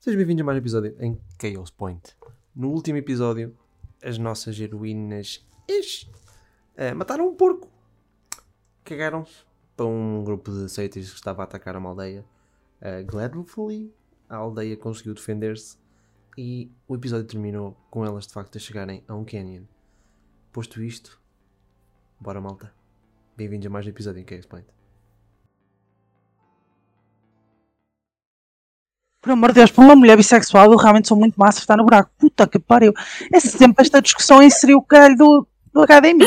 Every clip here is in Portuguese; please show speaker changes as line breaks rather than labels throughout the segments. Sejam bem-vindos a mais um episódio em Chaos Point. No último episódio, as nossas heroínas ish, eh, mataram um porco. Cagaram-se para um grupo de seitas que estava a atacar uma aldeia. Eh, gladfully, a aldeia conseguiu defender-se e o episódio terminou com elas de facto a chegarem a um canyon. Posto isto, bora malta. Bem-vindos a mais um episódio em Chaos Point.
Por amor de Deus, para uma mulher bissexual, eu realmente sou muito massa está no buraco. Puta que pariu. É sempre esta discussão a inserir o caralho do, do HDMI.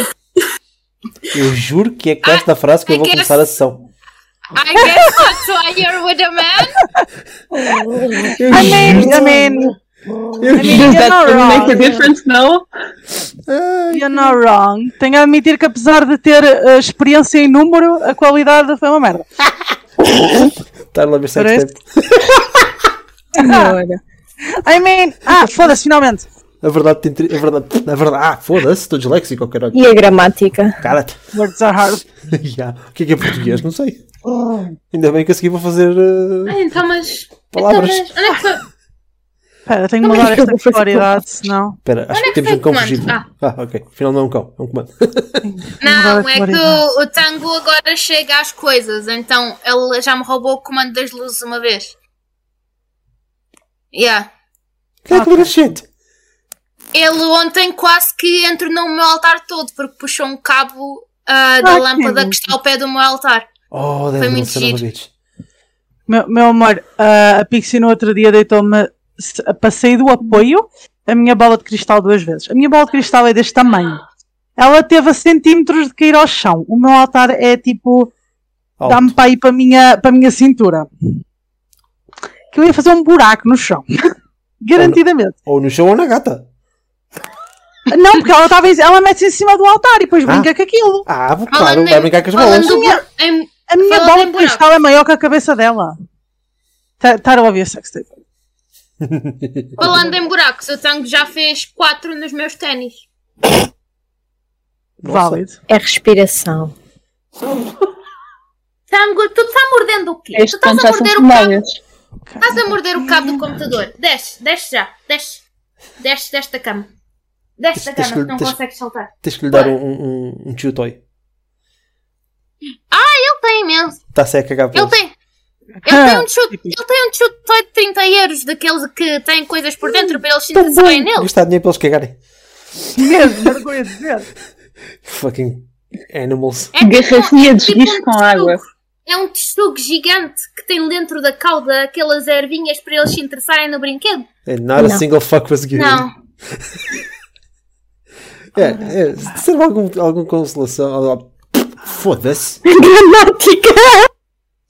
Eu juro que é com esta frase que é
I
eu vou
guess-
começar a sessão.
I guess that's why you're with a man.
Eu
I mean, I mean,
eu
I mean, you're not
make a
wrong.
difference now?
You're not wrong. Tenho a admitir que apesar de ter eh, experiência em número, a qualidade foi uma merda.
Estar Tá lá a ver
Parece-
sextape.
Ah.
I mean, ah, foda-se, finalmente.
A verdade tem. tri- A verdade. A verdade. Ah, foda-se, estou disléxico, caralho.
E a gramática?
Cara,
Words are hard.
já. o que é que é português? Não sei. Oh. Ainda bem que a seguir vou fazer. eh,
Ah, então, mas.
Palavras.
Então, mas onde é
Espera, tenho que mudar
que foi?
Como é que eu
esta
vou fazer
prioridade, senão.
Espera, acho
Onde
que
é que
temos
foi
um cão
o comando?
fugido. Ah, ok. Afinal não é um cão, é um comando.
Não, é que
barbaridade.
o, o Tango agora chega às coisas, então ele já me roubou o comando das luzes uma vez. Yeah.
Quem é que vira gente?
Ele ontem quase que entrou no meu altar todo, porque puxou um cabo ah, da
Ah, que
lâmpada que
lindo.
está ao pé do meu altar.
Oh,
Foi
deve
muito
ser uma
giro.
bitch.
Meu, meu amor, ah, a Pixie no outro dia deitou-me. se- Passei do apoio a minha bola de cristal duas vezes. A minha bola de cristal é deste tamanho. Ela teve a centímetros de cair ao chão. O meu altar é tipo.
Alto.
Dá-me para ir para a minha, para a minha cintura. Que eu ia fazer um buraco no chão. Garantidamente.
Ou no chão ou na gata.
Não, porque ela, estava em- ela mete-se em cima do altar e depois brinca com aquilo.
Ah, vou- claro,
Falando
vai
em-
brincar com as bolas.
falando do bu- em-
A minha
Ela
bola
tem
de
buraco.
cristal é maior que a cabeça dela. Estar a ouvir sex tape.
Falando em buracos, o Tango já fez quatro nos meus ténis.
Nossa.
Válido.
É respiração.
Tango, tu está mordendo o quê?
É
Tu estás a
espantar
morder o cabo.
sanfonárias.
Estás a morder o cabo do computador. Desce, desce já, desce. Desce desta cama. Desce da
Deixa-
cama, não
deixa-
consegues saltar.
Tens que lhe dar um, um, um tio toy.
Ele tem imenso.
Está-se a cagar
Ele
pelos.
tem. Ele tem um chute,
Tipo.
ele tem um chute só de 30 euros daqueles que têm coisas por dentro para eles sentirem bem nele.
Gastar dinheiro para eles cagarem.
Mesmo, vergonha de ver.
Fucking animals.
É tipo-
Garrafinha de
tipo
giz
um
com
tsugo.
água.
É um tsugo gigante que tem dentro da cauda aquelas ervinhas para eles se interessarem no brinquedo.
And not a
Não.
single fuck was given.
Não.
É, é, se serve algum, alguma consolação. ó, ó, Foda-se.
Gramática!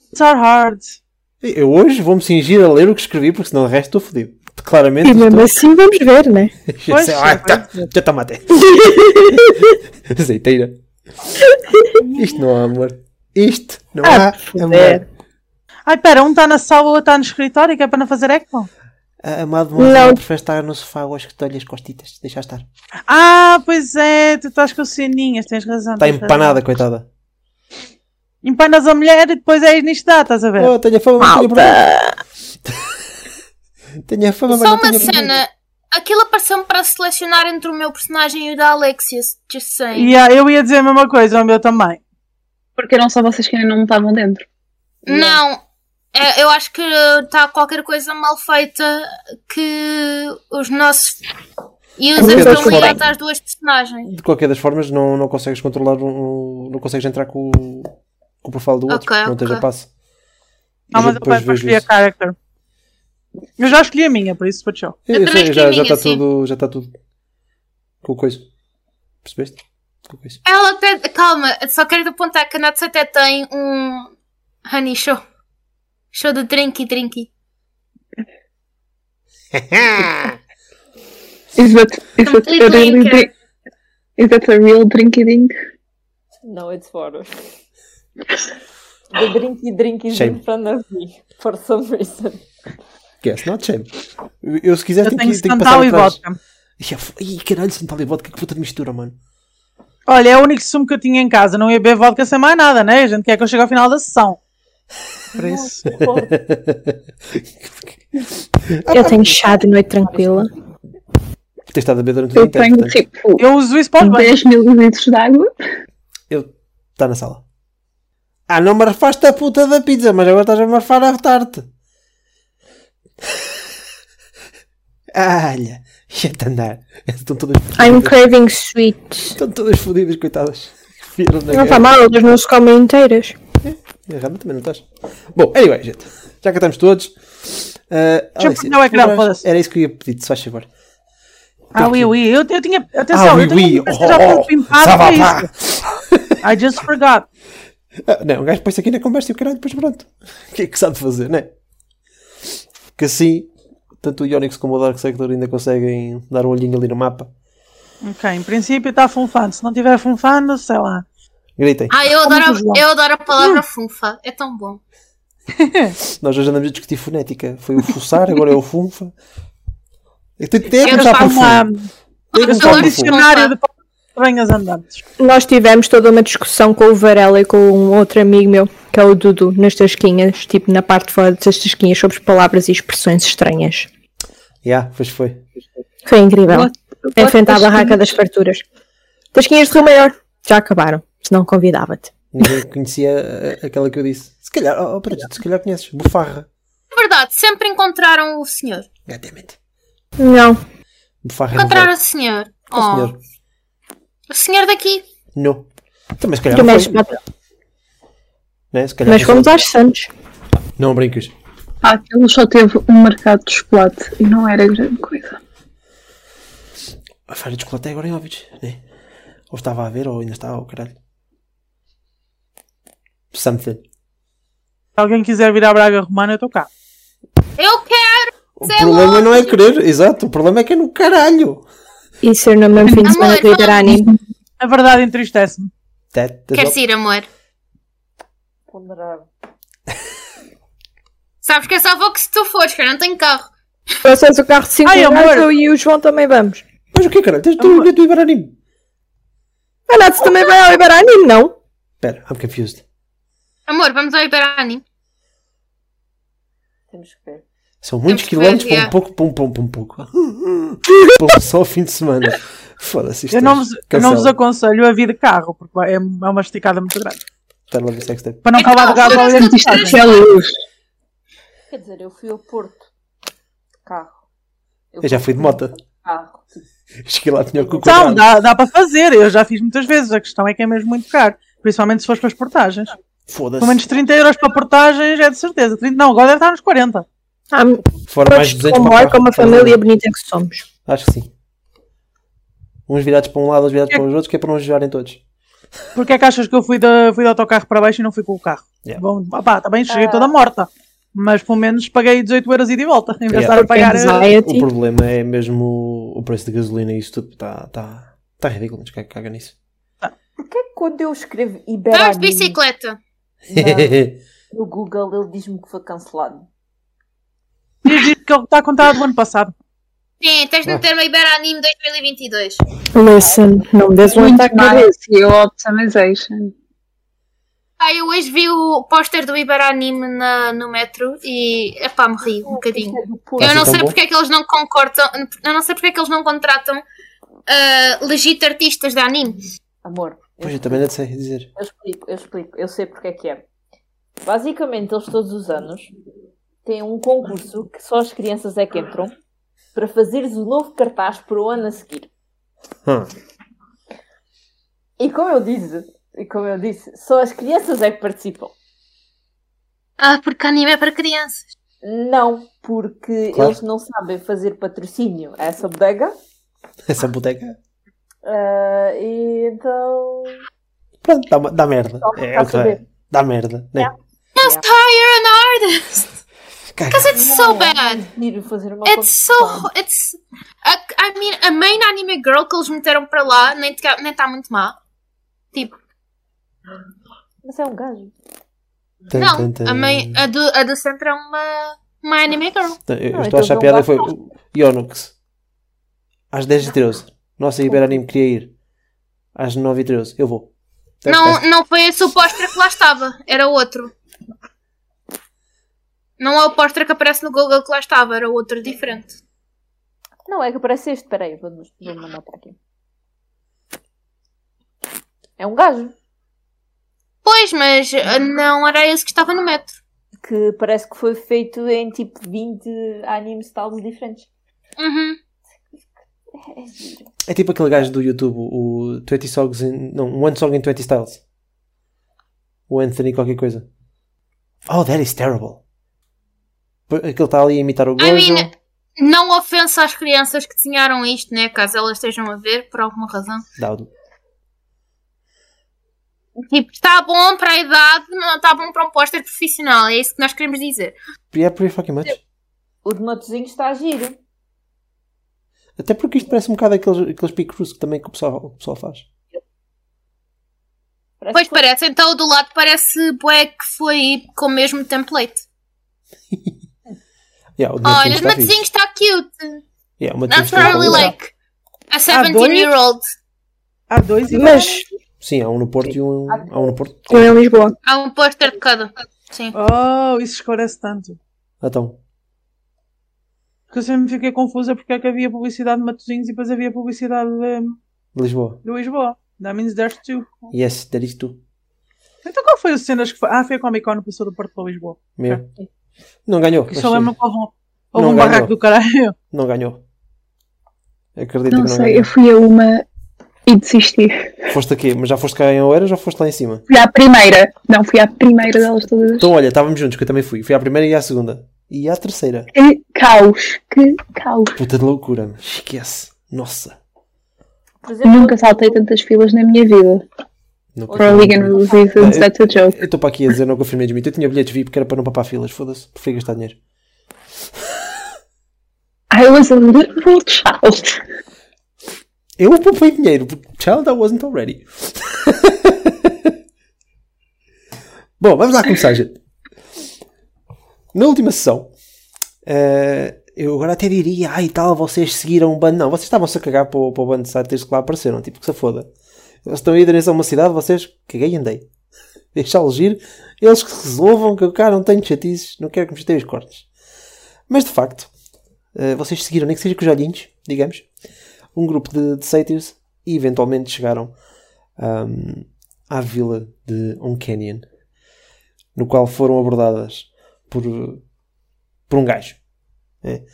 It's our hard.
Eu hoje vou-me fingir a ler o que escrevi, porque senão o resto estou fodido. Claramente.
E mesmo
estou-
assim vamos ver, né?
Já sei-
Pois,
ah,
é,
tá, já tá mate. Azeiteira. Isto não há amor. Isto não
Ah,
há amor.
Ai, pera, um está na sala, o outro está no escritório, que é para não fazer eco.
A amado não
Não.
prefere estar no sofá hoje que dou-lhe as costitas. Deixa estar.
Ah, pois é, tu estás com sininhas, tens razão.
Está
tens
Tá empanada, coitada.
razão. Empanas a mulher e depois és nisto dá, estás a ver?
Oh, tenho a fama, mas tenho problema.
Malta!
Tenho a fama, mas
Só
não
uma
tenho problema.
cena. Aquilo apareceu-me para selecionar entre o meu personagem e o da Alexia. Just saying.
E, ah, eu ia dizer a mesma coisa, o meu também.
Porque eram só vocês que ainda não estavam dentro.
Não, é, eu acho que está qualquer coisa mal feita que os nossos users
Porque tá
estão
eles
ligados
foram.
às duas personagens.
De qualquer das formas, não, não consegues controlar, um, um- não consegues entrar com, o- com o profile do outro,
Ok,
não tens
ok.
a passe.
Ah,
Eu
mas eu
depois
pai
vejo
para escolher a
isso.
character. Eu já escolhi a minha, por isso foi show.
Eu,
Eu
eu
também
sei, já
escolhi
está
a minha,
tudo, já está tudo com o coisa. Percebeste? Com o coisa.
Ela até. Calma, só quero apontar que a Nats até tem um honey show. Show de drinky drinky.
Is that, is that a
Completely
really
incorrect.
drink? Is that a real drinky dink?
No,
é
it's water. The drinky drink is
Shame.
in front of me for some reason.
Guess not shame. Eu, eu, se quiser
Eu
tenho,
tenho
que, tenho que passar
Santal e
atrás.
vodka.
Ih, f- Ih, caralho, Santal e vodka, que puta de mistura, mano.
Olha, é o único sumo que eu tinha em casa, não ia beber vodka sem mais nada, né? A gente quer que eu chegue ao final da sessão. Por isso.
Eu tenho chá de noite tranquila.
Ah, Tens estado a beber durante o
Eu
dia inteiro,
tenho
portanto,
tipo
Eu uso isso para os banhos.
10 mil litros de água.
Está tá na sala. Ah, não marfaste a puta da pizza, mas agora estás a marfar a tarde. Olha, ia-te andar. Estão todas
um
I'm
fodidas.
craving sweets.
Estão todas fodidas, coitadas. Vieram na
Não
guerra.
está mal, elas não se comem inteiras.
E Realmente também não estás. Bom, anyway, gente. Já cá estamos todos. Ah,
Deixa eu
Alicia,
pegar o ecrã,
lembras-
foda-se.
Era isso que eu ia pedir, se faz favor.
Ah, oui, oui. Eu, eu tinha. Atenção,
oui,
eu tinha.
oui.
já
Oh,
estou
oh.
pimpado
Ça va
para é isso. I just forgot.
Ah, não, o gajo põe-se aqui na conversa e o caralho, depois pronto. O que é que sabe fazer, não é? Que assim, tanto o Ionix como o Dark Sector ainda conseguem dar um olhinho ali no mapa.
Ok, em princípio está funfando. Se não tiver funfando, sei lá.
Gritem.
Ah, eu adoro,
muito bom.
eu adoro a
Hum.
palavra funfa. É tão bom.
Nós hoje andamos a discutir fonética. Foi o fuçar, agora é o funfa. Eu tenho que
Eu
começar
já
Há
por
uma,
fundo.
Eu
Diga-me
sou
só por
um
adicional.
fundo.
dicionário de palavras estranhas andantes.
Nós tivemos toda uma discussão com o Varela e com um outro amigo meu, que é o Dudu, nas tasquinhas, tipo na parte de fora das tasquinhas, sobre palavras e expressões estranhas.
Já, pois foi.
Foi incrível.
What-
Em frente à
what tasquinhas?
É barraca das farturas. Tasquinhas de Rio Maior. Já acabaram. Se não, convidava-te.
Ninguém conhecia a- aquela que eu disse. Se calhar, oh, oh, Pedro, se calhar conheces. Bufarra.
É verdade, sempre encontraram o senhor.
Goddammit.
Não.
Bufarra é
Encontraram
verdade.
o senhor.
Qual
Oh,
senhor?
o senhor daqui.
Não. Então, mas se calhar não
Primeiro
foi,
espetáculo.
né? Se calhar
Mas
não
fomos
foi.
aos Santos.
Não brinques.
Ah, aquilo só teve um mercado de chocolate e não era grande coisa.
A feira de chocolate é agora em Óbidos, né? Ou estava a ver, ou ainda está, ou caralho. Something.
Se alguém quiser vir à Braga Romana, eu estou cá.
Eu quero.
O
Sei
problema
lá,
não é querer, exato. O problema é que é no caralho.
E ser no mesmo fim de semana
Amor,
que Liderani.
A verdade entristece-me.
That does
Queres
not-
ir, amor?
Ponderar.
Sabes que eu só vou que se tu fores, que eu não tenho carro.
Vocês o carro de 5
Ai,
lugares,
amor.
eu e o João também vamos.
Mas o que é caralho? Tens tu o bilhete do Ibaranime.
A Nath também vai ao Iberani, não?
Espera, I'm confused.
Amor, vamos ao Iberani.
Temos que ver.
São muitos
Temos que
quilómetros para um
ver,
pouco, para um pouco, para um pouco. Para um só fim de semana. Foda-se isto.
Eu não,
é-
vos, eu não vos
cancela.
aconselho a vir de carro, porque vai- é uma é uma esticada muito grande.
Está lá no sextape.
Para não
Então,
falar
Tá
de gado
vamos
ali a
todos
mensagem.
É luz.
Quer dizer, eu fui ao Porto. de Carro.
Eu já fui de moto.
Carro.
Cheguei lá, tinha o cu
Então,
cortado.
dá, dá para fazer. Eu já fiz muitas vezes. A questão é que é mesmo muito caro. Principalmente se fores para as portagens. Pelo menos
Foda-se.
30 euros para portagens é de certeza. 30, não, agora deve estar nos 40.
Há
Fora mais 200
todos de
para o
comboio
carro.
como a família bonita que somos.
Acho que sim. Uns virados para um lado, uns virados para os outros, que é para não jogarem todos.
Porquê é que achas que eu fui de, fui de autocarro para baixo e não fui com o carro?
Yeah.
Bom, ah opá, também cheguei toda morta. Mas pelo menos paguei 18 euros e de volta. Em vez de
Yeah.
estar a pagar. eh,
Anxiety.
O problema é mesmo o- o preço de gasolina e isso tudo. Está tá, tá ridículo, mas caga, caga nisso.
Porquê que quando eu escrevo
Vamos de
Iberani
bicicleta.
na- no Google, ele diz-me que foi cancelado?
Diz diz que ele está a contar do ano passado.
Sim, tens de
Ah.
meter-me Iberanime 2022.
Listen, não me des um
Muito
ataque de
mais.
cabeça.
E o Optimization.
Ah, eu hoje vi o póster do Iberanime na, no metro e, epá, me ri um bocadinho.
Isto é do Porto.
Eu não
tão
sei
bom?
porque é que eles não concordam, eu não sei porque é que eles não contratam ah, legit artistas de anime.
Amor, eu
Pois eu também não sei dizer.
Eu explico, eu explico, eu sei porque é que é. Basicamente, eles todos os anos têm um concurso que só as crianças é que entram para fazeres o novo cartaz para o ano a seguir.
Hum.
E como eu disse, e como eu disse, só as crianças é que participam.
Ah, porque anime é para crianças.
Não, porque
Claro.
eles não sabem fazer patrocínio a essa bodega.
Essa boteca.
ah, e então.
Pronto, dá, uma- dá merda.
Só
É,
para
o que
saber.
é. Dá merda, né?
Just hire an artist!
Caga.
Because it's so bad!
Ir fazer uma
It's so.
competição.
It's. A, I mean, a main anime girl que eles meteram para lá nem está nem tá muito má. Tipo,
Mas é um gajo.
Tan, tan,
não.
tan.
A, main, a, do, a do centro é uma, uma anime girl.
Não, Eu, eu
Não,
estou a achar
então
piada
não
foi o Ionux. Às 10h13. Nossa, Iberanime queria ir. Às 9h13. Eu vou.
Não, não foi esse o póster que lá estava, era outro. Não é o póster que aparece no Google que lá estava, era outro diferente.
Não, é que aparece este. Espera aí, vou, vou mandar para aqui. É um gajo
Pois, mas eh, não era esse que estava no metro.
que parece que foi feito em tipo 20 anime styles diferentes.
Uhum.
É giro.
É tipo aquele gajo do YouTube, o 20 Songs in. Não, One Song in 20 Styles. O Anthony qualquer coisa. Oh, that is terrible. P- Aquele está ali a imitar o Gojo.
mean- Não ofensa às crianças que desenharam isto, né? Caso elas estejam a ver, por alguma razão.
Dá-o.
Tipo, está bom para a idade, não está bom para um póster profissional. É isso que nós queremos dizer.
Yeah, pretty fucking much.
O de Matozinho está giro.
Até porque isto parece um bocado aqueles, aqueles picrus que também que o pessoal, o pessoal faz.
Parece
Pois
que foi-
parece, então o do lado parece bué que foi com o mesmo template.
Yeah, o de
Olha, o
está fixe.
Matozinho está cute.
Yeah, o Matosinhos está
Naturally
fixe.
like a
dois?
17-year-old.
Há dois e
Mas
Sim, há um no Porto e um, há um no Porto.
um
é
em Lisboa.
Há um póster de cada. Sim.
Oh, isso esclarece tanto.
Então,
Porque eu sempre fiquei confusa porque é que havia publicidade de Matosinhos e depois havia publicidade de,
de Lisboa.
de Lisboa. That means there's two.
Yes, that is tu.
Então qual foi as cenas que foi? Ah, foi a Comic Con que passou do Porto para Lisboa.
Ah,
Meu. Não ganhou.
Que
mas
só
é
lembro que houve um, houve
Não
um barraco
ganhou.
do caralho.
Não ganhou. Acredito
Não é.
que não
sei, eu
ganhou.
fui a uma e desisti.
Foste aqui, mas já foste cá em Oeiras ou foste lá em cima?
Fui à primeira. Não, fui à primeira delas todas.
Então olha, estávamos juntos, que eu também fui. Fui à primeira e à segunda. E à terceira.
Que caos, que caos.
Puta de loucura, mas esquece. Nossa.
por exemplo,
Nunca saltei tantas filas na minha vida.
Nunca
For a league and reasons, that's a joke.
Eu estou para aqui a dizer, não confirmei de mim. Eu tinha bilhetes VIP que era para não papar filas, foda-se. Prefiro gastar dinheiro.
I was a little child.
Eu poupei dinheiro, porque child I wasn't already. Bom, vamos lá começar, gente. Na última sessão, eh, eu agora até diria, ai tal, vocês seguiram o bando. Não, vocês estavam-se a cagar para o, para o bando de satires que lá apareceram, tipo que se foda. Eles estão a ir em direção a uma cidade, vocês caguei e andei. Deixá-los ir, eles que se resolvam, que eu cá não tenho chatices, não quero que me chateiem os cortes. Mas de facto, eh, vocês seguiram, nem que seja com os olhinhos, digamos um grupo de, de satyrs e eventualmente chegaram ahm, à vila de Uncanyon, no qual foram abordadas por, por um gajo. né?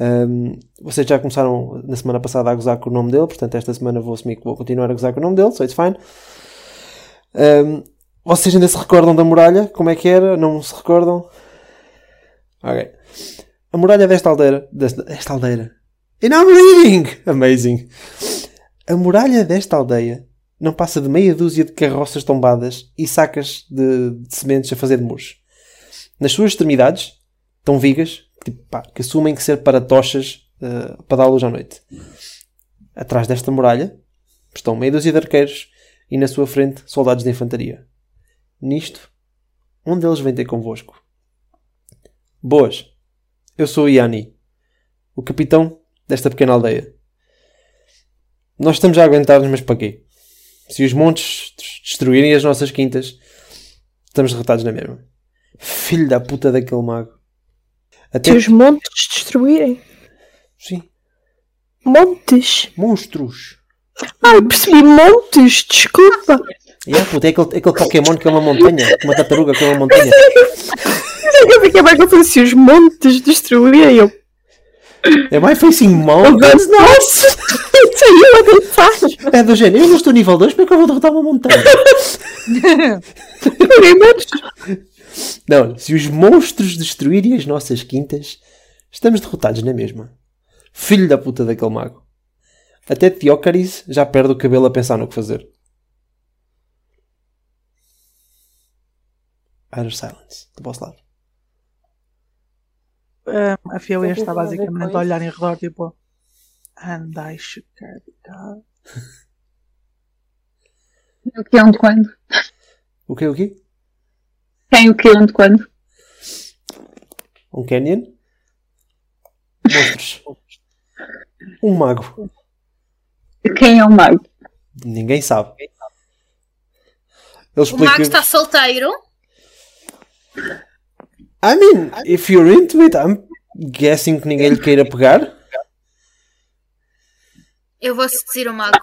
Ahm, vocês já começaram na semana passada a gozar com o nome dele, portanto, esta semana vou assumir que vou continuar a gozar com o nome dele, so it's fine. Ahm, vocês ainda se recordam da muralha? Como é que era? Não se recordam? Ok. A muralha desta aldeira. Desta, desta aldeira. And I'm reading! Amazing. A muralha desta aldeia não passa de meia dúzia de carroças tombadas e sacas de, de sementes a fazer de muros. Nas suas extremidades estão vigas tipo, pá, que assumem que ser para tochas eh, para dar luz à noite. Atrás desta muralha estão meia dúzia de arqueiros e na sua frente soldados de infantaria. Nisto, um deles vem ter convosco. Boas, eu sou o Yanni, o capitão desta pequena aldeia. Nós estamos a aguentar-nos, mas para quê? Se os montes des- destruírem as nossas quintas, estamos derrotados na mesma. Filho da puta daquele mago. Até...
Se os montes destruírem.
Sim,
Montes.
monstros.
Ai, percebi montes, desculpa.
Ah.
Yeah, puta, é, aquele, é aquele Pokémon que é uma montanha, uma tartaruga que é uma montanha.
é Eu fiquei mais confusa. Se os montes destruírem, eu. oh,
Am I facing mountains?
Mas não! Isso aí eu não faz.
É do género, eu não estou nível 2, como é que eu vou derrotar uma montanha?
Primeiro,
Não, se os monstros destruírem as nossas quintas, estamos derrotados na mesma. Filho da puta daquele mago. Até Teócaris já perde o cabelo a pensar no que fazer. Utter silence, do vosso lado.
Ahm, a Fiel
Tem
está
tudo a ver
basicamente
com
a olhar em redor, tipo. And I should care because-"
Quem o que onde quando?
O que é o quê?
Quem o que onde quando?
Um canyon? Monstros. Um mago.
Quem é o mago?
Ninguém sabe. Ele
O Mago
explica-
está solteiro.
I mean, if you're into it, I'm guessing que ninguém lhe queira pegar.
Eu vou seduzir o mago.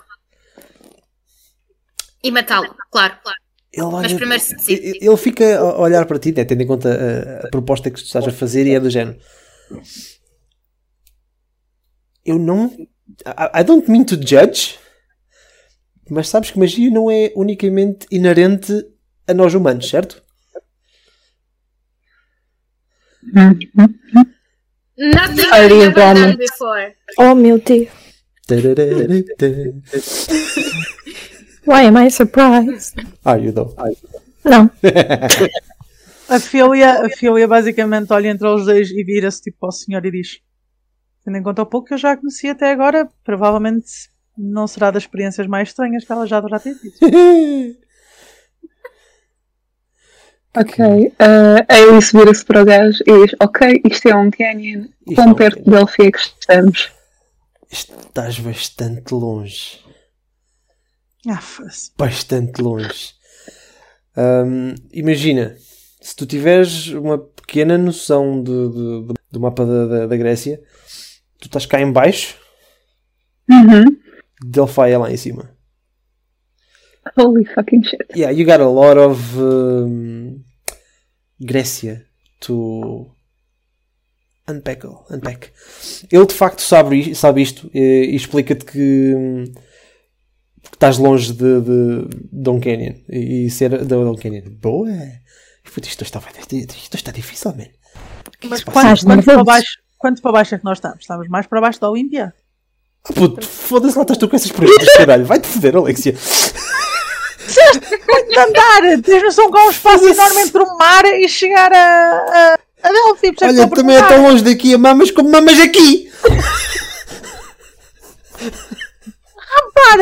E matá-lo, claro, claro.
Ele,
Mas
olha-
primeiro seduzir.
e- ele fica a olhar para ti, né, tendo em conta a, a proposta que tu estás a fazer e é do género. Eu não. I, I don't mean to judge, mas sabes que magia não é unicamente inerente a nós humanos, certo?
Nothing
Are
I've
you
ever
dumb?
done before.
Oh meu Deus.
Tarararara.
Why am I surprised?
Are you though?
Não.
A Filia, a Filia basicamente olha entre os dois e vira-se tipo ao senhor e diz: Tendo em conta o pouco que eu já a conheci até agora, provavelmente não será das experiências mais estranhas que ela já deverá ter tido.
Ok. ah, a Alice vira-se para o gajo e diz: Ok, isto é um canyon.
Isto é
Quão
um
perto de Delphi é que estamos?
Estás bastante longe.
Ah, foda-se.
bastante longe. Ahm, imagina, se tu tiveres uma pequena noção de- de- de- do mapa da, da- da Grécia, tu estás cá em baixo,
Uhum.
Delphi é lá em cima.
Holy fucking shit.
Yeah, you got a lot of um, Grécia to unpack. unpack. Ele de facto sabe, i- sabe isto eh, e, explica-te que, hum, que estás longe de, de Don Canyon e, e ser da Don Canyon. Boa! Puta, Isto está, isto está difícil, man. Que
Mas
que se passa?
quanto, quanto para
nervoso.
baixo, quanto para baixo é que nós estamos? Estamos mais para baixo da Olímpia?
Ah, Puto, foda-se lá, estás tu com essas perguntas, caralho. Vai-te foder, Alexia.
De andar! Tens noção que há um espaço enorme entre o mar e chegar a, a, a Delphi. por isso é que
Olha,
estou a
também é
perguntar.
tão longe daqui a mamas como mamas aqui.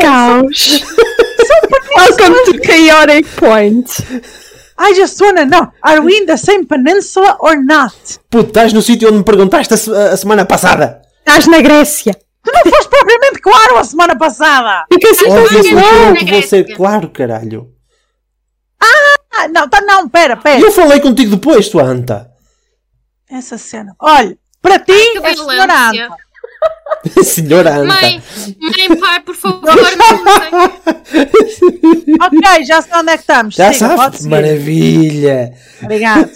Caos. Welcome to chaotic point.
I just wanna know, are we in the same peninsula or not?
Puto, estás no sítio onde me perguntaste a, se- a semana passada.
Estás na Grécia.
Tu não foste propriamente claro a semana passada!
Because it
tá
Obviamente
doesn't
eu
know.
que vou ser claro, caralho.
Ah, não, tá, não, pera,
E
pera.
eu falei contigo depois, tua anta.
Essa cena. Olha, para ti,
Que
é senhora
violência.
Anta.
Senhora anta.
Mãe, mãe, pai, por favor, não
Ok, já sei onde é que estamos.
Já
Siga, pode
sabes?
seguir.
Maravilha.
Obrigado.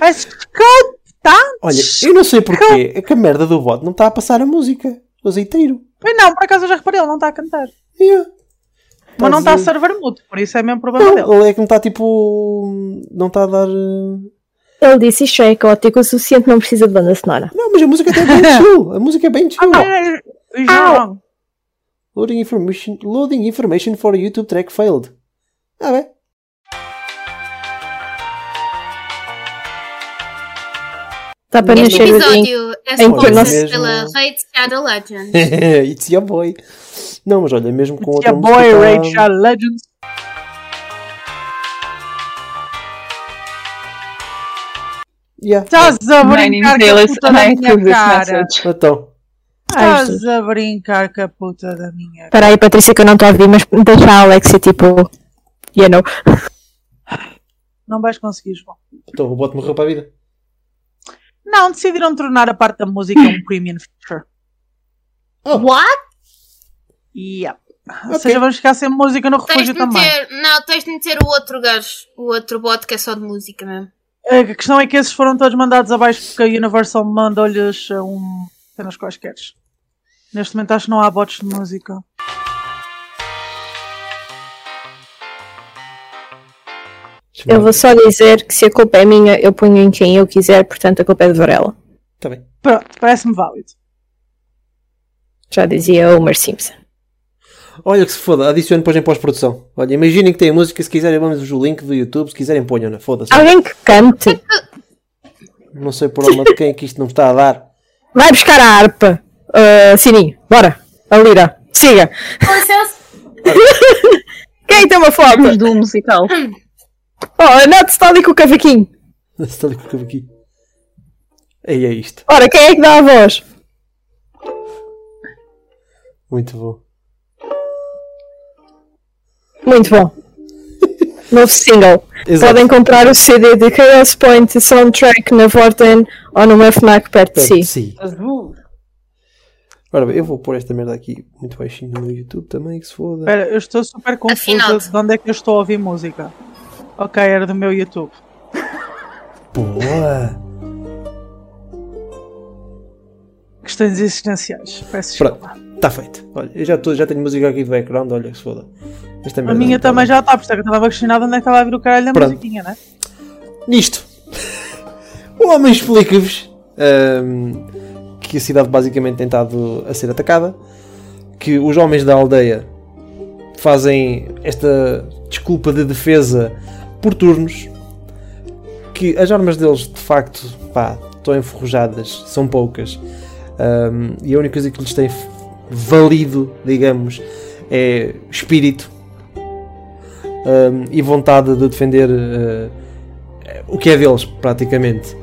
Mas escuta, tá?
Olha, eu não sei porquê. É que a merda do bot não está a passar a música. O azeiteiro.
Pois não, por acaso eu já reparei, ele não está a cantar.
Yeah.
Mas não está a
Estás
server mudo, por isso é mesmo problema dele.
Tá Não, ele é que não está tipo. Não está a dar. uh,
Ele disse isto é caótico o suficiente, não precisa de banda sonora.
Não, mas a música até é bem chill. A música é bem chill.
Ah, eu já não.
Loading information, loading information for YouTube track failed. Ah, bem.
Dá Tá para
Este
nascer o dia.
episódio é
em que
sponsored
nós-
pela Raid Shadow Legends.
It's your boy. Não, mas olha, mesmo com outra
Yeah,
música.
boy,
tá-
Rage Shadow Legends.
Yeah.
Estás a
Mining
brincar com a
Taylor's
puta da
I
minha
approve this
cara.
message.
Então.
Ai,
Estás a brincar com a puta da minha cara.
Espera aí, Patrícia, que eu não estou a ouvir, mas deixa a Alexia, tipo... You know.
Não vais conseguir, João.
Então o bot morreu para a vida.
Não, decidiram tornar a parte da música um premium feature.
What?
Yep. Ou seja, vamos ficar sem música no
Tens
refúgio
de
também.
meter. Não, tens de meter o outro gajo. O outro bot que é só de música mesmo.
A questão é que esses foram todos mandados abaixo porque a Universal mandou-lhes eh, um... cenas quaisquer. Neste momento acho que não há bots de música.
Eu vou só dizer que se a culpa é minha, eu ponho em quem eu quiser, portanto a culpa é de Varela.
Tá bem.
Pronto, parece-me válido.
Já dizia Homer Simpson.
Olha que se foda, adiciono depois em pós-produção. Olha, imaginem que tem música, se quiserem vamos o link do YouTube, se quiserem ponham-na, foda-se.
Alguém que cante,
Não sei por onde de quem é que isto não está a dar.
vai buscar a harpa. Ah, sininho, bora. A lira, siga.
Com licença,
Quem tem uma flauta?
Vamos do musical.
Oh, Nath está ali com o cavaquinho.
Está ali com o cabo aqui. Aí é isto.
Ora, quem é que dá a voz?
Muito bom.
Muito bom. Novo single.
Exato.
Podem comprar o CD de Chaos Point Soundtrack na Vorten ou numa FNAC perto de si.
Perto de si.
Azul.
Ora bem, eu vou pôr esta merda aqui muito baixinho no meu YouTube também, que se foda.
Espera, eu estou super confusa
Afinal.
de onde é que eu estou a ouvir música. Ok, era do meu YouTube.
Boa!
Questões existenciais. Peço
Pronto,
desculpa.
está feito. Olha, eu já, tô, já tenho música aqui de background, olha que se foda. Esta
A
merda
minha
não tá
também
bem.
já está, por isso é que eu estava questionada onde é que estava a vir o caralho da
Pronto.
musiquinha, né?
Nisto, o homem explica-vos ahm, que a cidade basicamente tem estado a ser atacada, que os homens da aldeia fazem esta desculpa de defesa por turnos, que as armas deles de facto pá, estão enferrujadas, são poucas, ahm, e a única coisa que lhes tem f- valido, digamos, é espírito ahm, e vontade de defender. eh, o que é deles, praticamente.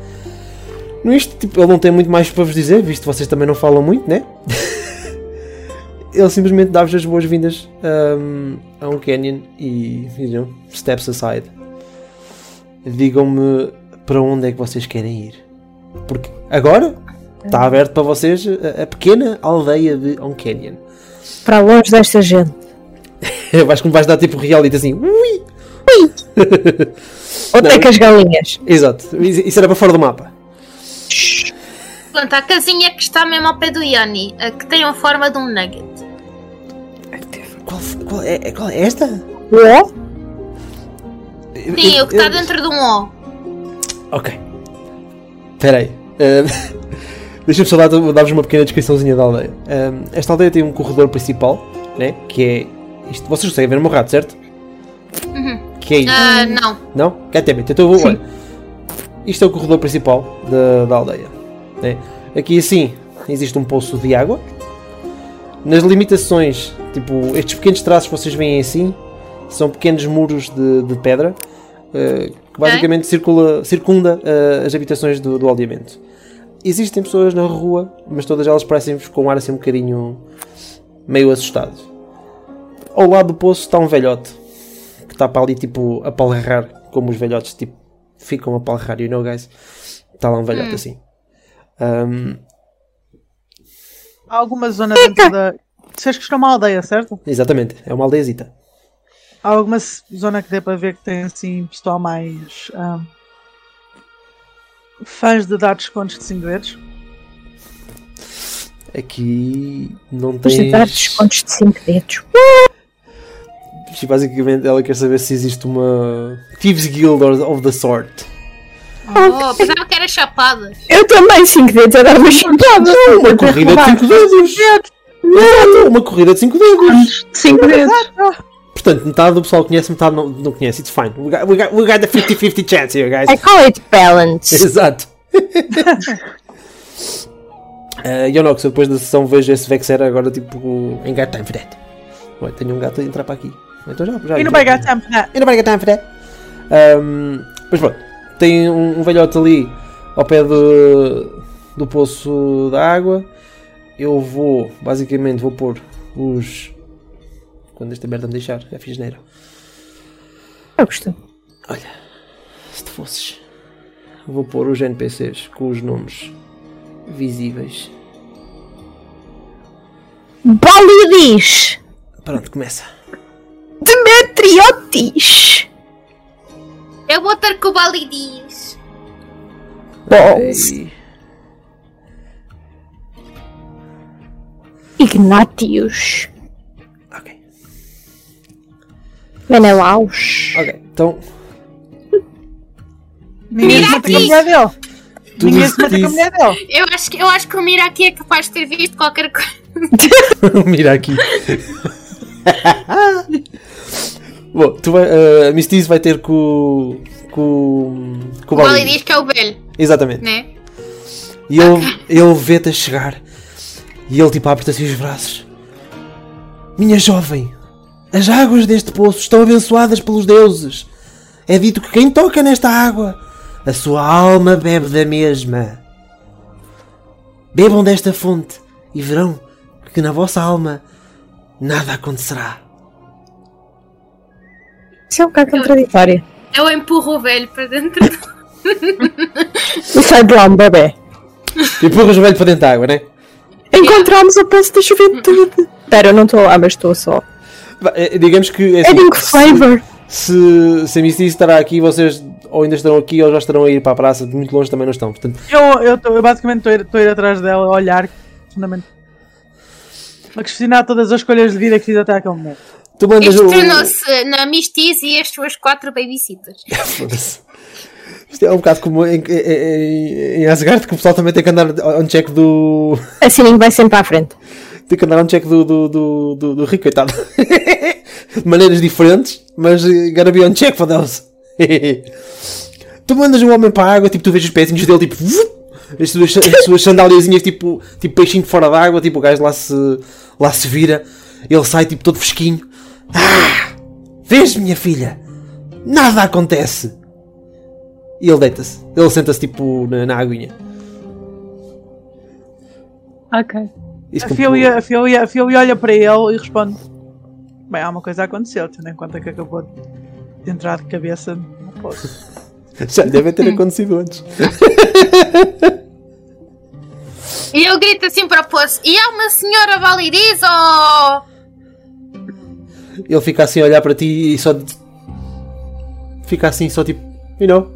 No isto, tipo, ele não tem muito mais para vos dizer, visto que vocês também não falam muito, né? ele simplesmente dá-vos as boas-vindas hum, a um canyon e, you know, steps aside. Digam-me para onde é que vocês querem ir. Porque agora está
Hum.
aberto para vocês a, a pequena aldeia de On Canyon.
Para longe desta gente.
Eu acho que me vais dar tipo reality assim. Ui!
Onde é
Não.
que as galinhas?
Exato. Isso isso era para fora do mapa.
Pronto, a casinha que está mesmo ao pé do Yanni, a que tem a forma de um nugget.
Qual, f- qual é, é- qual é esta?
Uó?
Sim, o que está dentro de um O.
Ok. Espera aí. Ahm, Deixa-me só dar- dar-vos uma pequena descriçãozinha da aldeia. Ahm, esta aldeia tem um corredor principal, né? Que é. Isto, vocês conseguem ver o meu rato, certo? Que é isto.
Ah, não.
Não? Catamento. Então eu vou. Olha, isto é o corredor principal da, da aldeia. né? Aqui assim existe um poço de água. Nas limitações, tipo, estes pequenos traços que vocês veem assim são pequenos muros de, de pedra eh, que basicamente circula, circunda eh, as habitações do, do aldeamento. Existem pessoas na rua, mas todas elas parecem-vos com um ar assim um bocadinho meio assustado. Ao lado do poço está um velhote que está para ali tipo a palharrar, como os velhotes tipo ficam a palharrar, you know guys. Está lá um velhote assim. Ahm,
Há alguma zona dentro da. Disseste que isto é uma aldeia, certo?
exatamente, é uma aldeazita.
Há alguma s- zona que dê para ver que tem assim pessoal mais. ah, fãs de dar descontos de 5 dedos?
Aqui não
Vamos
tem.
te dar descontos de 5 dedos.
Basicamente ela quer saber se existe uma Thieves Guild or- of the sort.
Oh, pensava que era chapadas.
Eu também, 5
é
dedos, eu dava chupada.
Uma corrida de 5 dedos! Exato, Uma corrida de 5 dedos!
Anos, cinco dedos.
Portanto, metade do pessoal conhece, metade não, não conhece. It's fine. We got, we got, we got a 50-50 chance here, guys.
I call it balance.
Exato. uh, Yonox, eu depois da sessão vejo esse Vexer agora tipo em Got Time for That. Ué, tenho um gato a entrar para aqui. Então já, já
E no Bega Tempo, né?
Ainda bem que Time for That. Um, mas pronto, tem um, um velhote ali ao pé do, do poço da água. Eu vou, basicamente, vou pôr os. Quando esta merda me deixar, já fiz neira. É.
Eu gosto.
Olha, se tu fosses. Vou pôr os NPCs com os nomes visíveis.
Bolidis!
Pronto, começa.
Demetriotis!
Eu vou ter que o Bali diz.
Balls.
Ei,
Ignatius!
Ok.
Menelaus!
Ok, então.
Ninguém se mata com a mulher dele.
Tu
Ninguém se mata com a
disse-
mulher dele.
Eu acho, que- eu acho que o Mira aqui é capaz de ter visto qualquer coisa.
Mira aqui. Bom, tu vai, eh, a Miss Tease vai ter com. com. com
O
o
Bali
Baldi.
diz que é o velho,
Exatamente.
né?
E ele, ele vê-te a chegar. E ele tipo abre-te assim os braços. Minha jovem, as águas deste poço estão abençoadas pelos deuses. É dito que quem toca nesta água, a sua alma bebe da mesma. Bebam desta fonte e verão que na vossa alma nada acontecerá.
Isso é um bocado contraditório.
Eu empurro o velho para dentro.
E sai de lá um bebê.
E empurras o velho Tipo, para dentro da água, né?
Encontramos o peço da juventude. Espera, eu não estou lá, mas estou só.
Bah, é- Digamos que. é assim,
Adding flavor.
se, se a Miss Dizzy estará aqui, vocês ou ainda estarão aqui ou já estarão a ir para a praça, de muito longe também não estão. Portanto,
Eu, eu, tô- eu basicamente estou a, ir- tô a ir atrás dela, a olhar, profundamente. A questionar todas as escolhas de vida que fiz até aquele momento.
tu mandas
Isto
o.
tornou-se na Mistiz e as suas quatro babysitters.
Foda-se. Isto é um bocado como em, em, em Asgard, que o pessoal também tem que andar on check do.
A É Sininho vai sempre à frente.
Tem que andar on check do, do, do, do, do rico, coitado. De maneiras diferentes, mas eh, gotta be on check for those. tu mandas o homem para a água, tipo, tu vês os pezinhos dele, tipo. vup, As suas, as suas sandáliazinhas, tipo, tipo peixinho fora d'água, tipo, o gajo lá se, lá se vira, ele sai, tipo, todo fresquinho. Ah! Vês, minha filha? Nada acontece! E ele deita-se. Ele senta-se, tipo, na, na aguinha.
Ok.
Isso
A
como-
Philly, a, Philly, a Philly olha para ele e responde: Bem, há uma coisa a acontecer, tendo em conta que acabou de entrar de cabeça no poço.
Já deve ter acontecido antes.
E eu grito assim para o poço: E há uma senhora valiriz ou.
Ele fica assim a olhar para ti e só. Fica assim, só tipo. You know?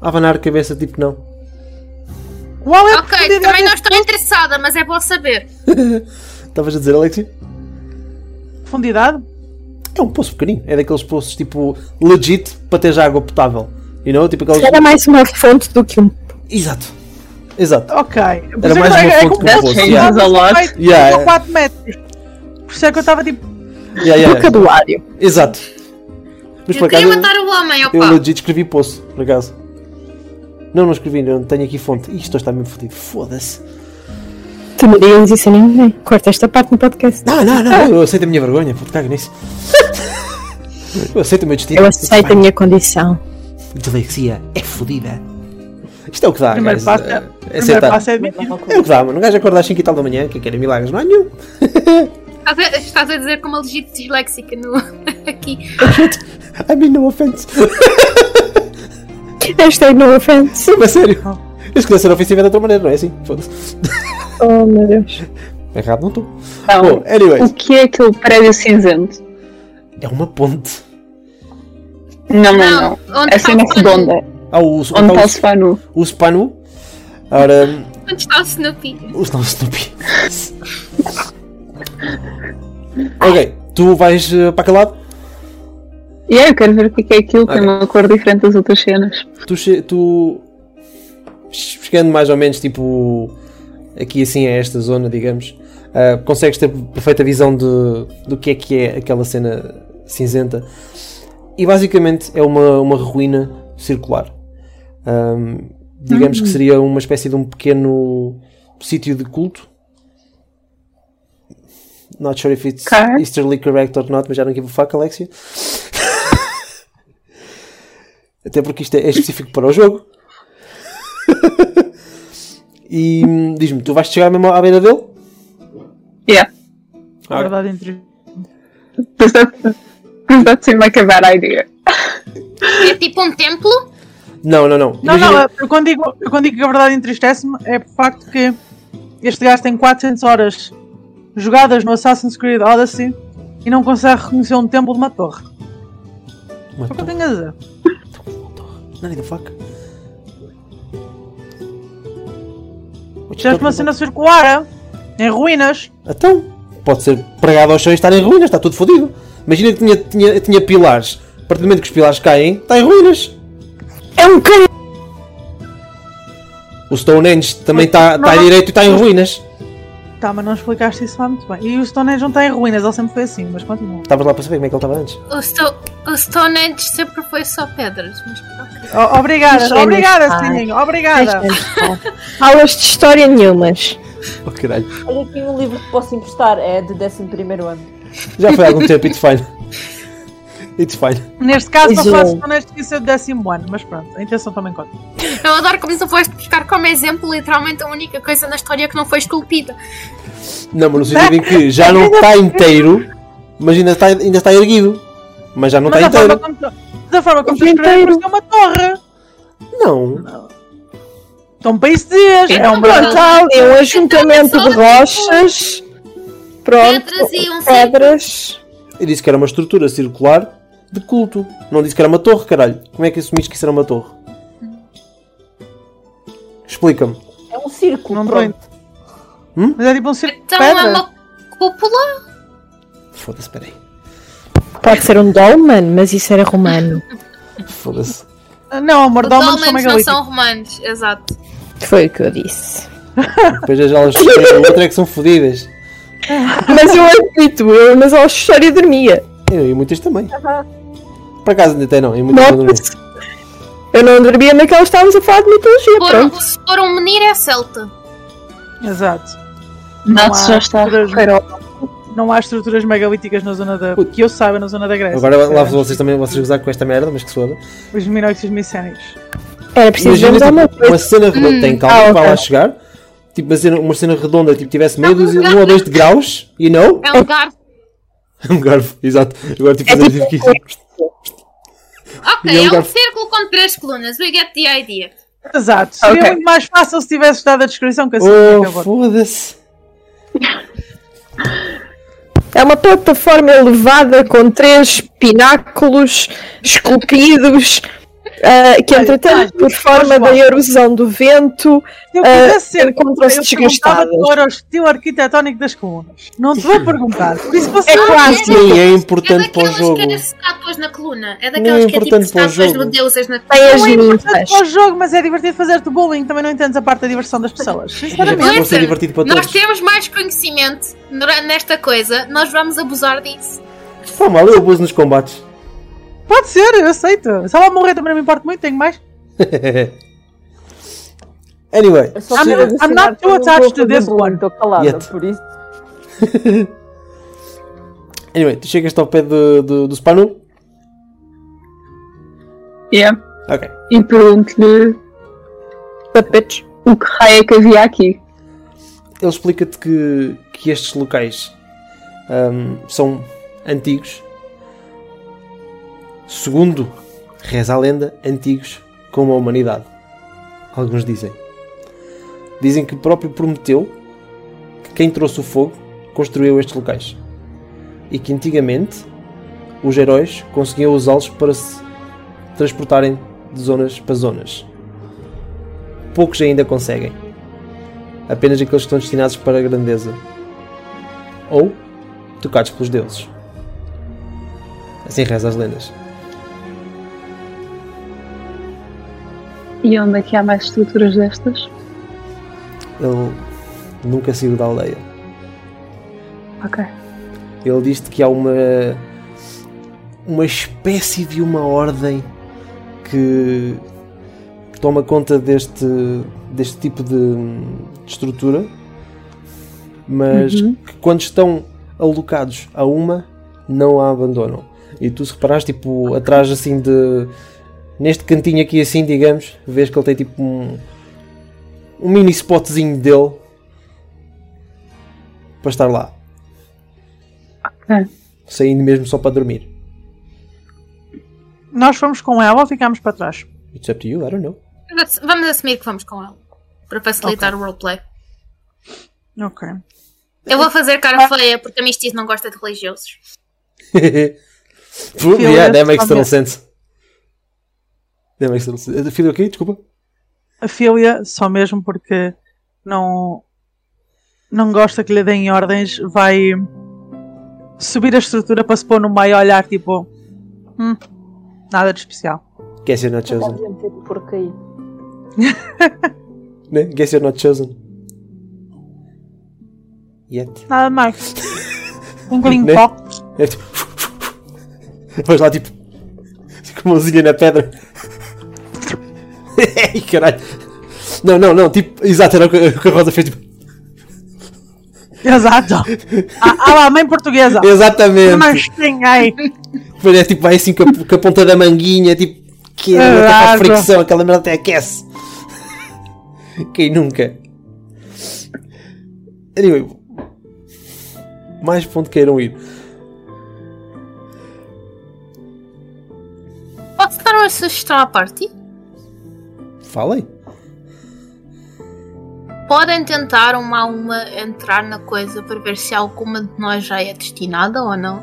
A abanar a cabeça, tipo, não.
Qual é a
Ok, também não
profundidade,
estou interessada, mas é bom saber.
Estavas a dizer, Alexi?
profundidade?
É um poço pequenino. É daqueles poços, tipo, legit para ter já água potável. You know? Tipo aqueles.
Era mais uma fonte do que um.
Exato. Exato.
Ok. Por
Era
isso
mais
é-
uma
é
fonte que
como
um
se
poço.
fosse
yeah.
um feito
Yeah.
de
Yeah, yeah.
4 metros. Por isso é que eu estava tipo.
Yeah, yeah, yeah.
Vocabulário.
Exato. Mas por
Eu queria
acaso.
matar o homem,
Eu
opa.
legit escrevi poço, por acaso. Não, não escrevi, não tenho aqui fonte. Ih, Isto está mesmo fodido. Foda-se.
Tu não dirias isso a ninguém. Corta esta parte no podcast.
Não, não, não. Eu aceito a minha vergonha, puto, cago nisso. Eu aceito o meu destino.
Eu aceito a minha condição.
Dislexia é fodida. Isto é o que dá,
Primeiro
guys.
passo é-
É
Primeiro
aceitar.
passo é admitir.
É o que dá, mano. Um gajo acorda às 5 e tal da manhã, que querem milagres, não há nenhum.
Estás a- Estás a dizer como uma legítima disléxica no... aqui.
I mean, no offense.
Hashtag é no offense.
Mas sério. Eu se quiser ser ofensivo é de outra maneira, não é assim? Foda-se. É
Oh meu Deus.
Errado não estou.
Então,
Bom, anyways.
o que é aquele prédio cinzento?
É uma ponte.
Não, não, não.
onde
É
está
cena
o Snoopy?
redonda.
Há o, onde
Onde está o
está
Spanu?
o, o Spanu. Ora,
Onde está o Snoopy?
o não, o Snoopy. ok, tu vais eh, para aquele lado.
E yeah, eu quero ver o que é que é aquilo, tem
Ok.
uma cor diferente das outras cenas.
tu, che- tu chegando mais ou menos tipo aqui assim a esta zona, digamos, ah, consegues ter perfeita visão de, do que é que é aquela cena cinzenta e basicamente é uma, uma ruína circular. Ahm, digamos que seria uma espécie de um pequeno sítio de culto. Not sure if it's
Ok.
Easterly correct or not, mas já não give a fuck, Alexia. Até porque isto é, é específico para o jogo. e hum, diz-me, tu vais chegar mesmo à beira dele?
Yeah.
Ah.
Verdade entre.
Does that, does that seem like a bad idea?
É tipo um templo?
Não, não, não.
Não,
Imagina-
não, eu quando digo, eu quando digo que a verdade entristece-me é por facto que este gajo tem 400 horas jogadas no Assassin's Creed Odyssey e não consegue reconhecer um templo de uma torre.
Uma
Só que eu
torre.
tenho a dizer.
None the fuck. tá
Fizeste uma cena circular é? em ruínas.
Então, pode ser pregado ao chão e estar em ruínas, está tudo fodido. Imagina que tinha, tinha, tinha pilares. A partir do momento que os pilares caem, está em ruínas.
É um cara.
O Stonehenge também está
Não,
está
não.
direito e está em ruínas.
Tá, mas não explicaste isso lá muito bem. E o Stonehenge não está em ruínas, ele sempre foi assim, mas continua.
Estavas lá para saber como é que ele estava antes.
O, Sto... o Stonehenge sempre foi só pedras, mas pronto.
O- obrigada,
Deixa-me
obrigada,
estar.
Sininho, obrigada.
é Aulas de história nenhumas.
Oh, caralho.
Olha aqui um livro que posso emprestar, é de 11 ano.
Já foi há algum tempo, it's fine. It's fine.
Neste caso, para
Pois
falar de
é.
Stonehenge, isso é do décimo ano, mas pronto, a intenção também conta.
Eu adoro como tu foste buscar como exemplo literalmente a única coisa na história que não foi esculpida.
Não, mas no sentido em que já não está inteiro, mas ainda está, ainda está erguido. Mas já não
Mas
está
da forma
inteiro.
como tu- da forma como tu
Não está
escreves, é uma torre.
Não.
Então, para isso dias, é um braço.
Portal é um ajuntamento de rochas. Pronto.
Pedras e um
Pedras.
Eu disse que era uma estrutura circular de culto. Não disse que era uma torre, caralho. Como é que assumiste que isso era uma torre? Explica-me.
É um círculo,
Não
pronto.
tem. Mas é tipo um circo de
Então é
pedra.
uma cúpula?
Foda-se, peraí.
Pode ser um dolmen, mas isso era romano.
Foda-se.
Ah, Não, amor,
Os
dolmens são
Dolmens não
megalíticos.
são romanos, exato.
Foi o que eu disse.
Depois as elas têm outra é que são fodidas.
Mas eu admito, eu, mas ao chorar e dormia.
Eu e muitas também. Por acaso ainda tem não, e muitas não.
Nota-se. Eu não dormia naqueles estávamos a falar de mitologia, pronto.
For, se for um menino é celta.
Exato.
Não, se
há
já está a
estruturas-
correr ao-
Não há estruturas megalíticas na zona da.
Puto.
Que eu saiba, na zona da Grécia.
Agora lá
Percebes?
vocês também vocês gozar com esta merda, mas que soda.
Os minóxis micénicos.
Era É preciso
Imagina
vermos
tipo,
alguma coisa.
uma cena redonda, tem calma
ah,
para
ok.
lá chegar. Tipo uma cena, uma cena redonda, tipo tivesse meio
Não,
dúzia-
não,
um ou
não.
dois de graus, you know?
É um garfo.
Um garfo, exato. Agora tipo fazemos tipo que
Ok,
E é um
é um
garfo.
círculo com três colunas. We get the idea. É
Exato. Seria
Ok.
muito mais fácil se tivesse dado a descrição que assim
Oh,
acabou.
foda-se.
É uma plataforma elevada com três pináculos esculpidos ah, que,
Olha,
entretanto,
olha,
por forma
faz
da
mal.
erosão do vento,
Se eu pudesse ser
encontram-se
eu perguntava
desgastadas.
qual era o estilo arquitetónico das colunas. Não te vou perguntar. Por isso você
É quase
Sim, é
É
importante para o
daquelas
jogo.
que é estátuas na coluna.
Não
É
é
daquelas que é tipo
importante para o
estátuas
jogo.
de deuses na coluna.
tem as
Tanto
ninfas.
para o jogo, mas é divertido fazer-te bullying. Também não entendes a parte da diversão das pessoas. Sinceramente.
Vai é ser
Listen,
divertido para
Nós
todos.
temos mais conhecimento nora- nesta coisa, nós vamos abusar disso.
Está mal, eu abuso nos combates.
Pode ser, eu aceito. Se ela morrer também não me importa muito, tenho mais.
anyway,
Eu É só
I'm-
quero
I'm not
adicionar
too
que eu não
attached
vou
to
fazer
this
bullying,
one.
Estou calada,
Yet.
por isso.
anyway, tu chegas ao pé do, do, do Spanu?
Yeah.
Ok.
E pergunto-lhe
Puppets.
o que raio é que havia aqui.
ele explica-te que, que estes locais ahm, são antigos, segundo reza a lenda, antigos como a humanidade. Alguns dizem. Dizem que o próprio Prometeu, que quem trouxe o fogo, construiu estes locais. E que antigamente os heróis conseguiam usá-los para se transportarem de zonas para zonas. Poucos ainda conseguem apenas aqueles que estão destinados para a grandeza. Ou tocados pelos deuses. Assim reza as lendas.
E onde é que há mais estruturas destas?
Ele nunca saiu da aldeia.
Ok.
Ele diz-te que há uma uma espécie de uma ordem que toma conta deste deste tipo de, de estrutura, mas que quando estão alocados a uma não a abandonam. E tu se reparares tipo atrás assim de neste cantinho aqui assim, digamos, vês que ele tem tipo um um mini spotzinho dele para estar lá saindo mesmo só para dormir.
Nós fomos com ela ou ficámos para trás?
It's up to you, I don't know.
Vamos- Vamos assumir que vamos com ela. Para facilitar o roleplay.
Ok.
Eu vou fazer
Ah.
cara feia porque a Mistiz não gosta de religiosos.
Pô, yeah, that makes total
Obviamente.
sense. That makes total sense. Filho aqui, desculpa.
A filha, só mesmo porque não, não gosta que lhe deem ordens, vai subir a estrutura para se pôr no meio a olhar tipo. "Hum, nada de especial.
Guess you're not chosen.
Não sei porquê.
Né? Guess you're not chosen. Yet.
Nada de mais. Um golinho de
Né?
pó.
É tipo... Vais lá tipo. Com a mãozinha na pedra. Ei, caralho. Não, não, não. Tipo, exato, era o que o que a Rosa fez. Tipo,
Exato. Ah, ah lá, mãe portuguesa.
Tá. exatamente.
Mas tem aí.
Depois é tipo, vai assim com a, com a ponta da manguinha, tipo, que
É,
até faz
Caraca.
fricção, aquela merda até aquece. Quem nunca? Anyway, mais ponto queiram ir.
crianças estão à parte?
Falem.
Podem tentar uma a uma entrar na coisa para ver se alguma de nós já é destinada ou não.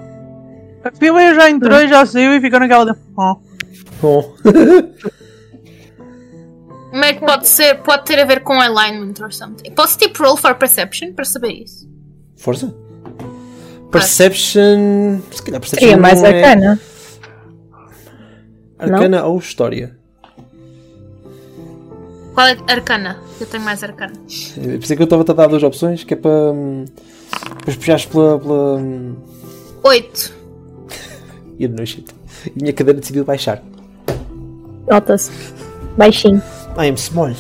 A Fila já entrou, já saiu e ficou naquela de. Oh.
Bom,
Mas é pode ser, pode ter a ver com alignment or something. Posso tipo roll for perception para saber isso?
força. Perception. Se calhar Perception.
é mais
não é
arcana.
Arcana ou História.
Qual é arcana? Eu tenho mais arcana.
Eu pensei que eu estava a dar duas opções, que é para. hum, Depois puxares pela. pela hum,
Oito.
e eu não sei. E minha cadeira decidiu baixar.
Nota-se. Baixinho.
I am small.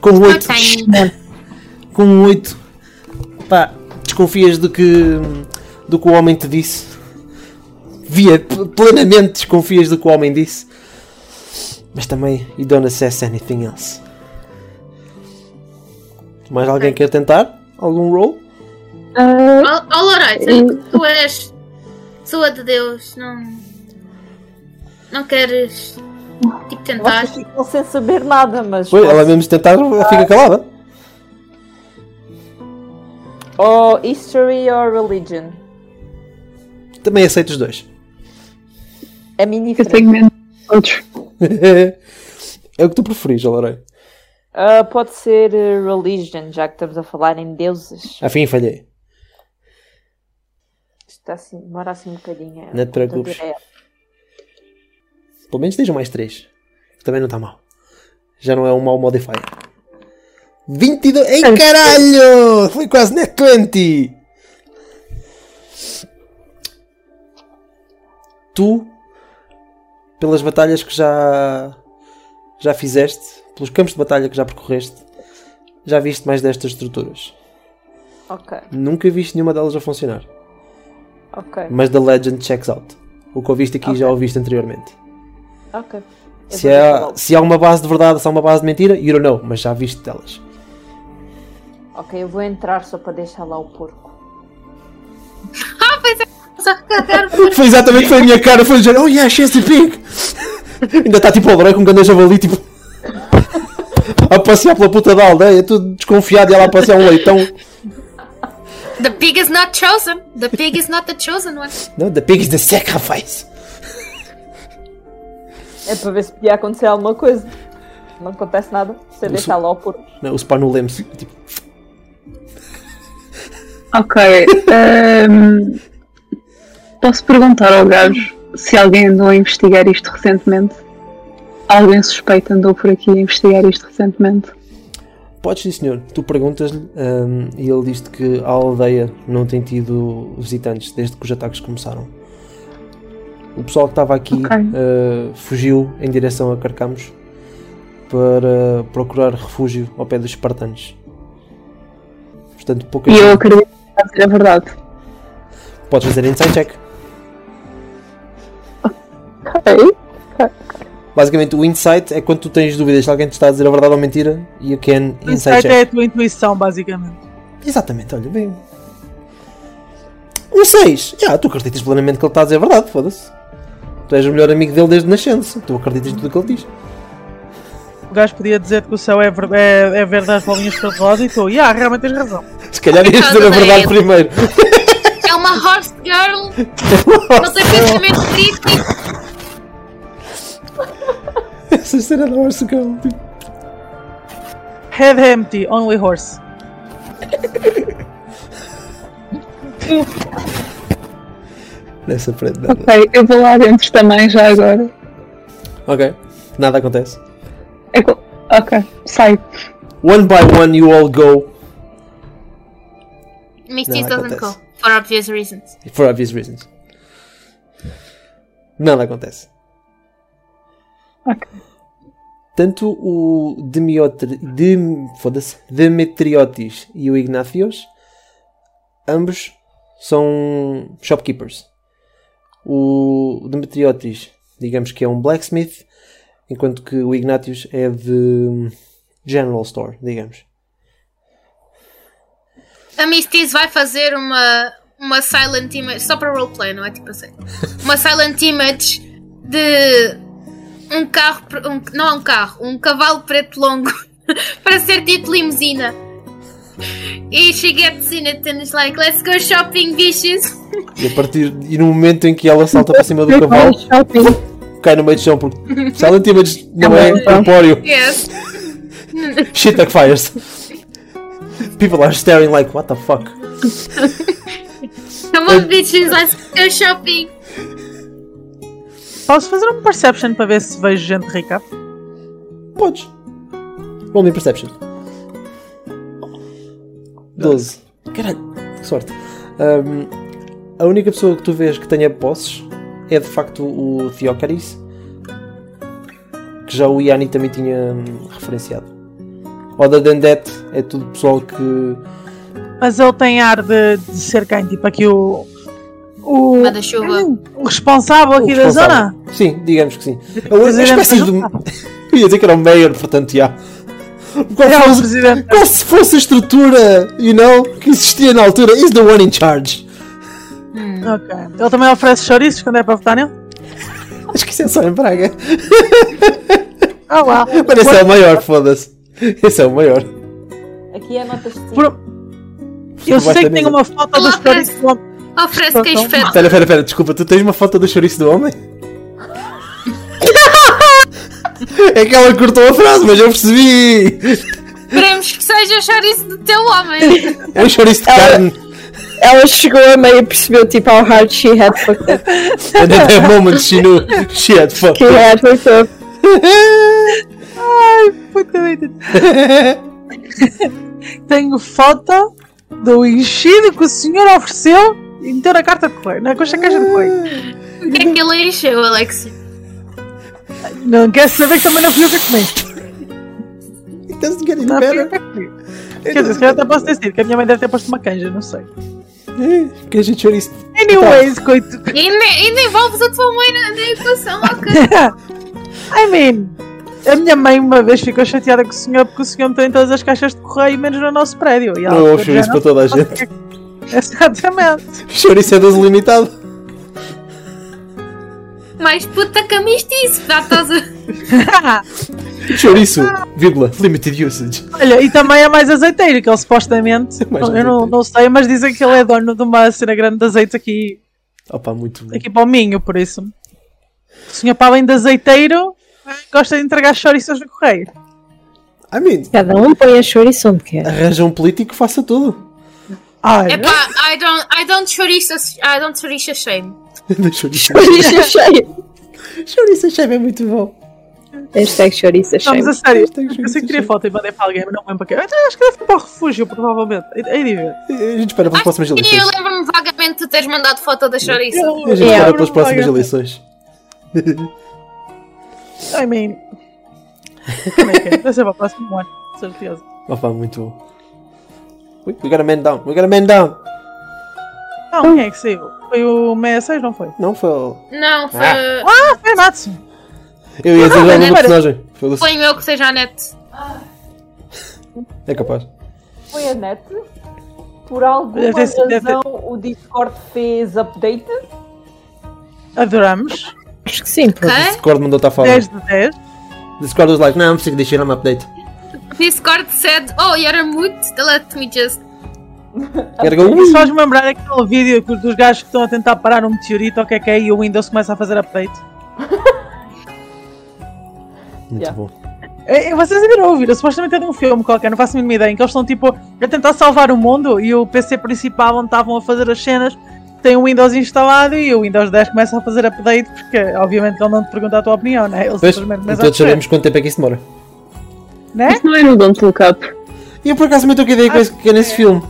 Com
Eu
8.
tenho.
Com 8. Pá, desconfias do que. do que o homem te disse. Via, pl- plenamente desconfias do que o homem disse. Mas também, you don't assess anything else. Mais alguém quer tentar? Algum roll?
Ah,
All, all alright, eu- tu és. Sua de Deus, não. Não queres. Tipo, tentar.
Vocês ficam sem saber nada, mas.
Pois, ela mesmo se tentar, ela fica calada.
Ou Oh, history or religion.
Também aceita os dois.
É mini
eu tenho menos que outros.
é o que tu preferis, Alarei.
Ah, Pode ser eh, religion, já que estamos a falar em deuses.
Afim, falhei.
Está assim, demora assim um bocadinho.
Não te preocupes. Pelo menos estejam mais 3. Também não está mal. Já não é um mau modifier. 22. Ei caralho! Foi quase net 20! Tu, pelas batalhas que já. já fizeste, pelos campos de batalha que já percorreste, já viste mais destas estruturas.
Ok,
Nunca viste nenhuma delas a funcionar.
ok,
Mas The Legend checks out. O que ouviste aqui já ouviste anteriormente.
ok. Eu
Se é
vou ver
há,
logo.
se há uma base de verdade, se há uma base de mentira, you don't know, mas já viste delas.
Ok, eu vou entrar só para deixar lá o porco.
Só que eu quero.
Foi exatamente foi a minha cara, foi dizer, oh yeah, she's the pig! Ainda está tipo ao branco, um grande javali, tipo. a passear pela puta da aldeia, tudo desconfiado, e ela a passear um leitão.
The pig is not chosen. The pig is not the chosen one.
Não, the pig is the sacrifice!
É para ver se podia acontecer alguma coisa. Não acontece nada, se eu deixar lá o porco.
Não, o spa no leme-se, tipo,
Ok. ahm, posso perguntar ao gajo se alguém andou a investigar isto recentemente? Alguém suspeito andou por aqui a investigar isto recentemente?
Podes sim, senhor. Tu perguntas-lhe hum, e ele diz-te que a aldeia não tem tido visitantes desde que os ataques começaram. O pessoal que estava aqui
Ok.
uh, fugiu em direção a Carcamos para procurar refúgio ao pé dos espartanos. Portanto, pouca
E eu
gente...
acredito que vai ser a verdade.
Podes fazer insight check.
Ok.
Basicamente, o insight é quando tu tens dúvidas se alguém te está a dizer a verdade ou mentira e you can insight
O insight é
check.
a tua intuição, basicamente.
Exatamente, olha, bem... Um 6! Já, tu acreditas plenamente que ele está a dizer a verdade, foda-se. Tu és o melhor amigo dele desde nascença, tu acreditas em tudo o que ele diz.
O gajo podia dizer que o céu é, ver, é, é verde às bolinhas cor de rosa e tu, yeah, realmente tens razão.
Se calhar ias dizer a verdade primeiro.
É uma horse girl. Não é tem pensamento crítico.
Essa cena da Horse Girl, tipo,
Head empty, only horse.
nessa frente dela.
Ok, eu vou lá dentro também já agora.
Ok, nada acontece.
É co- ok, sai.
One by one you all go,
Misty
Não,
doesn't go.
acontece.
For obvious reasons.
for obvious reasons. Nada acontece.
Ok.
Tanto o Demiotri, Dem, foda-se, Demetriotis e o Ignacios, ambos são shopkeepers. O Demetriotis, digamos que é um blacksmith, enquanto que o Ignatius é de general store, digamos.
A Misty vai fazer uma. Uma silent image. Só para roleplay, não é? Tipo assim. Uma silent image de. um carro, pre- um- não é um carro, um cavalo preto longo para ser dito limusina. E she gets in it and is like, let's go shopping, bitches.
E, a partir, e no momento em que ela salta para cima do cavalo, cai no meio do chão, porque Silent Image não é corpóreo.
Yes.
Shit that fires. People are staring like, what the fuck?
Come on, bitches, let's go shopping.
Posso fazer um perception para ver se vejo gente rica?
Podes. Roll me Perception. 12. Caralho, que sorte. Ahm, a única pessoa que tu vês que tenha posses é de facto o Theocaris, que já o Yanni também tinha hum, referenciado. Other than that, é tudo pessoal que.
Mas ele tem ar de, de ser quem? Tipo aqui o. O,
Manda-chuva.
o responsável aqui
o
da
responsável.
zona?
Sim, digamos que sim. A única
presidente
espécie
da
de. um-
junta.
Eu ia dizer que era o Mayor, portanto, já. Qual
É o
fosse-
presidente.
Qual se fosse a estrutura, you know, que existia na altura, is the one in charge.
Ok. Ele também oferece chouriços quando é para votar nele?
Acho que isso é só em Braga.
Ah lá.
Mas esse é o maior, foda-se. Esse é o maior.
Aqui é notas de cinco.
Por- Eu
Debaixo
sei
da
que tem
mesa.
uma foto dos
Olá, Fred.
chouriços do homem.
Oferece queijo frete.
Pera, pera, pera, desculpa, tu tens uma foto do chouriço do homem? é que ela cortou a frase, mas eu percebi!
Queremos que seja chouriço do teu homem.
É um chouriço de
Ela-
carne.
Ela chegou a meio e percebeu tipo how hard she had fucked up.
And at that moment she knew she had fucked
She had fucked up.
Puta vida. Tenho foto do enchido que o senhor ofereceu e meteu na carta de correio, na coxa caixa de correio.
O que é que ele encheu, Alex?
Não quer saber que também não fui eu que comi.
It doesn't get any
Não fui eu
better.
que comi. Quer dizer, se calhar até posso ter sido, que a minha mãe deve ter posto uma canja, não sei.
É, Que a gente chouriço.
Anyways, coito.
E ainda, ainda envolves a tua mãe na, na equação, ok.
I mean, a minha mãe uma vez ficou chateada com o senhor porque o senhor meteu em todas as caixas de correio, menos no nosso prédio. E ela
Não
ficou
houve chouriço
já,
para toda a
não
gente.
sei. Exatamente.
Chouriço é deslimitado.
Mais puta que a mistice, já estás a...
Chouriço, vírgula, limited usage.
Olha, e também é mais azeiteiro, que ele supostamente.
É mais
eu não,
azeiteiro.
não sei, mas dizem que ele é dono de uma cena grande de azeite aqui,
Opa, muito bom.
aqui para o Minho, por isso. O senhor para além de azeiteiro gosta de entregar chouriços no correio.
I mean,
Cada um põe a chouriço onde quer.
arranja um político que faça tudo.
É
Olha,
Epá, I don't, I don't chouriço, I don't chouriço shame.
chouriço.
Chouriço é cheio.
Chouriço achei é muito bom.
Hashtag chouriço
estamos
cheio.
a sério.
Hashtag
Eu sei
chouriço
que tirei
cheio.
foto e mandei para alguém, mas não lembro para quem. Eu Acho que deve ser para o refúgio, provavelmente. Aí de ver.
A gente espera pelas próximas
E eu
eleições.
lembro-me vagamente de teres mandado foto da chouriço.
A gente
É,
espera
Então, eu
pelas próximas eleições.
I mean. Como é que é? Vai ser para o próximo ano, com certeza.
Opa, muito bom. Ui, We got a man down, we got a man down.
Não, quem é que saiu? Foi o 66, não foi?
Não foi. o-
Não, foi,
Ah, foi a Natsu.
Eu ia dizer o nome do
Olha.
personagem. Foda-se.
foi eu que seja a net.
É capaz.
Foi a net. Por alguma
Deve ter sido- deve ter-
razão o Discord fez update.
Adoramos.
Acho que sim, pô.
Ok?
Discord mandou estar fora.
10 de 10.
Discord was like, não, não preciso deixar um update.
Discord said, oh, you're mute, let me just...
Gotta go,
Isso
ui.
faz-me lembrar aquele vídeo que- dos gajos que estão a tentar parar um meteorito, ok, ok, e o Windows começa a fazer update.
Muito
Yeah.
bom.
É, é, Vocês ainda não ouviram, supostamente é de um filme qualquer, não faço a mínima ideia, em que eles estão tipo a tentar salvar o mundo e o PC principal onde estavam a fazer as cenas tem o Windows instalado e o Windows 10 começa a fazer update porque obviamente ele não te pergunta a tua opinião, né? Ele
Pois,
simplesmente começa a
todos
fazer,
sabemos quanto tempo é que isso demora.
né?
Não era o Don't Look Up.
E eu por acaso me toquei ideia com esse- que é nesse filme.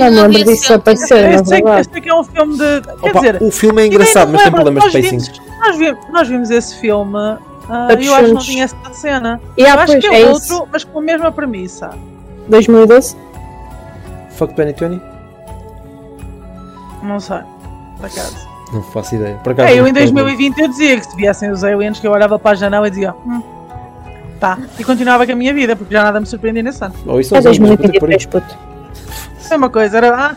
Não me lembro disso aparecer,
Eu
na
sei, que- eu
verdade.
sei que é um filme de. Quer
Opa,
dizer,
o filme é
ninguém
engraçado,
não
mas tem
lembra,
problemas de
nós
pacing.
vimos- Nós vimos, nós vimos esse filme ah, e eu acho que não
Absurdos.
tinha essa cena.
E
eu
ah,
acho
pois,
que
é
é
isso.
outro, mas com a mesma premissa.
2012?
Fuck 2020?
Não sei. Por acaso.
Não faço ideia. Por acaso,
É, eu em
não faço ideia.
2020 eu dizia que se viessem os aliens que eu olhava para a janela e dizia hum, tá, e continuava com a minha vida porque já nada me surpreendia nesse ano.
Ou isso
É
ou não, mas puta que pariu.
2023, puto.
Mesma coisa, era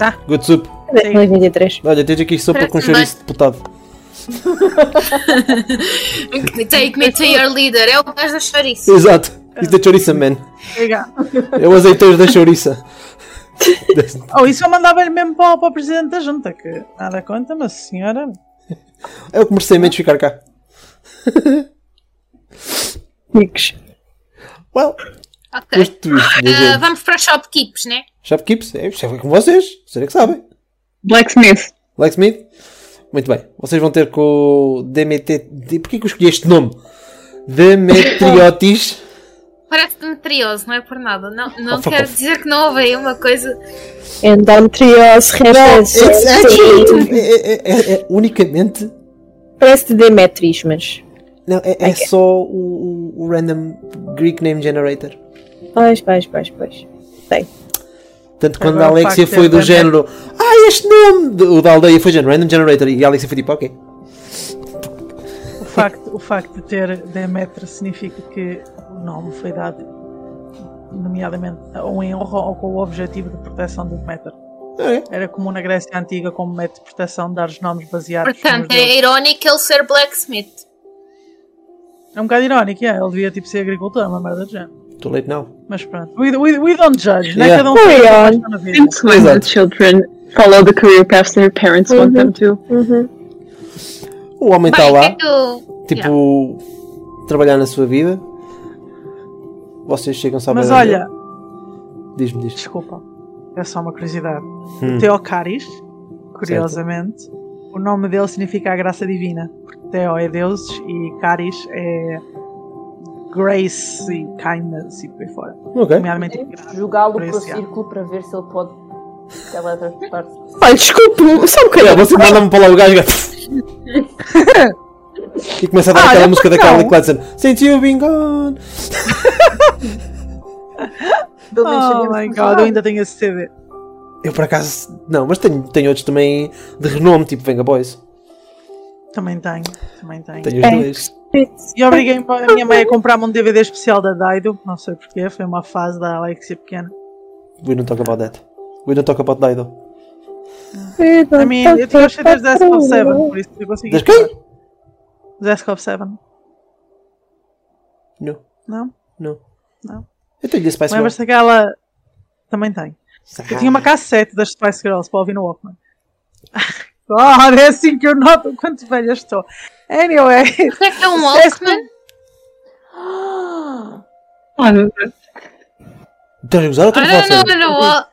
ah,
Good soup.
É 2023.
Olha, tens aqui sopa com
Parece-me
chouriço deputado.
Take me to your leader. É o gajo da chouriça.
Exato. Isso da chouriça, man.
Obrigado.
É o azeiteiro da chouriça.
Oh, isso eu mandava-lhe mesmo para, para o presidente da junta, que nada conta, mas senhora.
É o que merecei menos ficar cá.
Amigos.
Well,
Ok.
este twist, minha
Ah,
gente.
vamos para shopkeeps, né?
Shopkeeps, é, é com vocês. Vocês é que sabem.
Blacksmith.
Blacksmith. Muito bem. Vocês vão ter com o DMT. de- Porquê que eu escolhi este nome? Demetriotis.
Parece-me trioso, não é por nada. Não, não
Oh, por
quero
favor.
dizer que não houve aí uma coisa.
É um Endometriose, é
It's
resta
actually- é, é- é- é unicamente.
Parece de Demetris, mas.
Não, é, é
Ok.
só o, o- o random Greek Name Generator.
Pois, pois, pois, pois.
Tanto quando
Agora
a
o
Alexia
facto é
foi do
random.
género. Ah, este nome! O da aldeia foi género Random Generator. E a Alexia foi tipo, ok.
O facto, o facto de ter Demetra significa que o nome foi dado, nomeadamente, ou em honra ou com o objetivo de proteção de Demetra.
É.
Era comum na Grécia Antiga, como método de proteção, dar os nomes baseados nos
Portanto,
deuses.
é irónico ele ser blacksmith.
É um bocado irónico, é. Ele devia tipo, ser agricultor, uma merda de género.
Too late now.
Mas pronto, we, we, we don't judge, né?
Yeah.
Cada um
Carry
faz o que
on.
faz na vida.
Since when do children follow the career paths their parents want them to?
O homem está
Bem,
Então
o
lá.
que é que eu.
Tipo, trabalhar na sua vida. Vocês chegam só um
Mas olha,
Diz-me, diz
desculpa, é só uma curiosidade.
Hum.
O Teocaris, curiosamente, o nome dele significa a graça divina. Porque Teo é deuses e Caris é grace e kindness e por aí fora.
Ok.
Nomeadamente, graça.
Jogá-lo para o
Apreciar.
círculo para ver se ele pode teletransportar-se.
Olha, desculpe, só um
Olha,
bocadinho.
você manda-me para lá o gajo. e começa a dar
Ah,
aquela
olha,
música da
por que
Carly
não?
Clarkson. Since you've been gone.
Pelo menos
Oh
sabemos
my
que
god,
já-
eu ainda tenho esse CD.
Eu por acaso. Não, mas tenho, tenho outros também de renome, tipo Venga Boys.
Também tenho, também tenho.
Tenho os dois.
E obriguei a minha mãe a comprar-me um DVD especial da Daido, não sei porquê, foi uma fase da Alexia pequena.
We don't talk about that. We don't talk about Dido.
A mim, eu tinha os CDs da Escop 7, por isso eu consegui.
Das quem?
Da Escop 7,
Não,
não?
não.
Não.
Eu tenho de Spice Girls.
Lembras-te daquela. Também tem. Eu tinha uma cassete das Spice Girls para ouvir no Walkman. God, é assim que eu noto o quanto velha estou. Anyway,
O que é que é um
Disseste-
Walkman?
Oh, meu Deus.
Estás a gozar ou
Ah,
estás a
não,
falar
não,
sério?
não, não.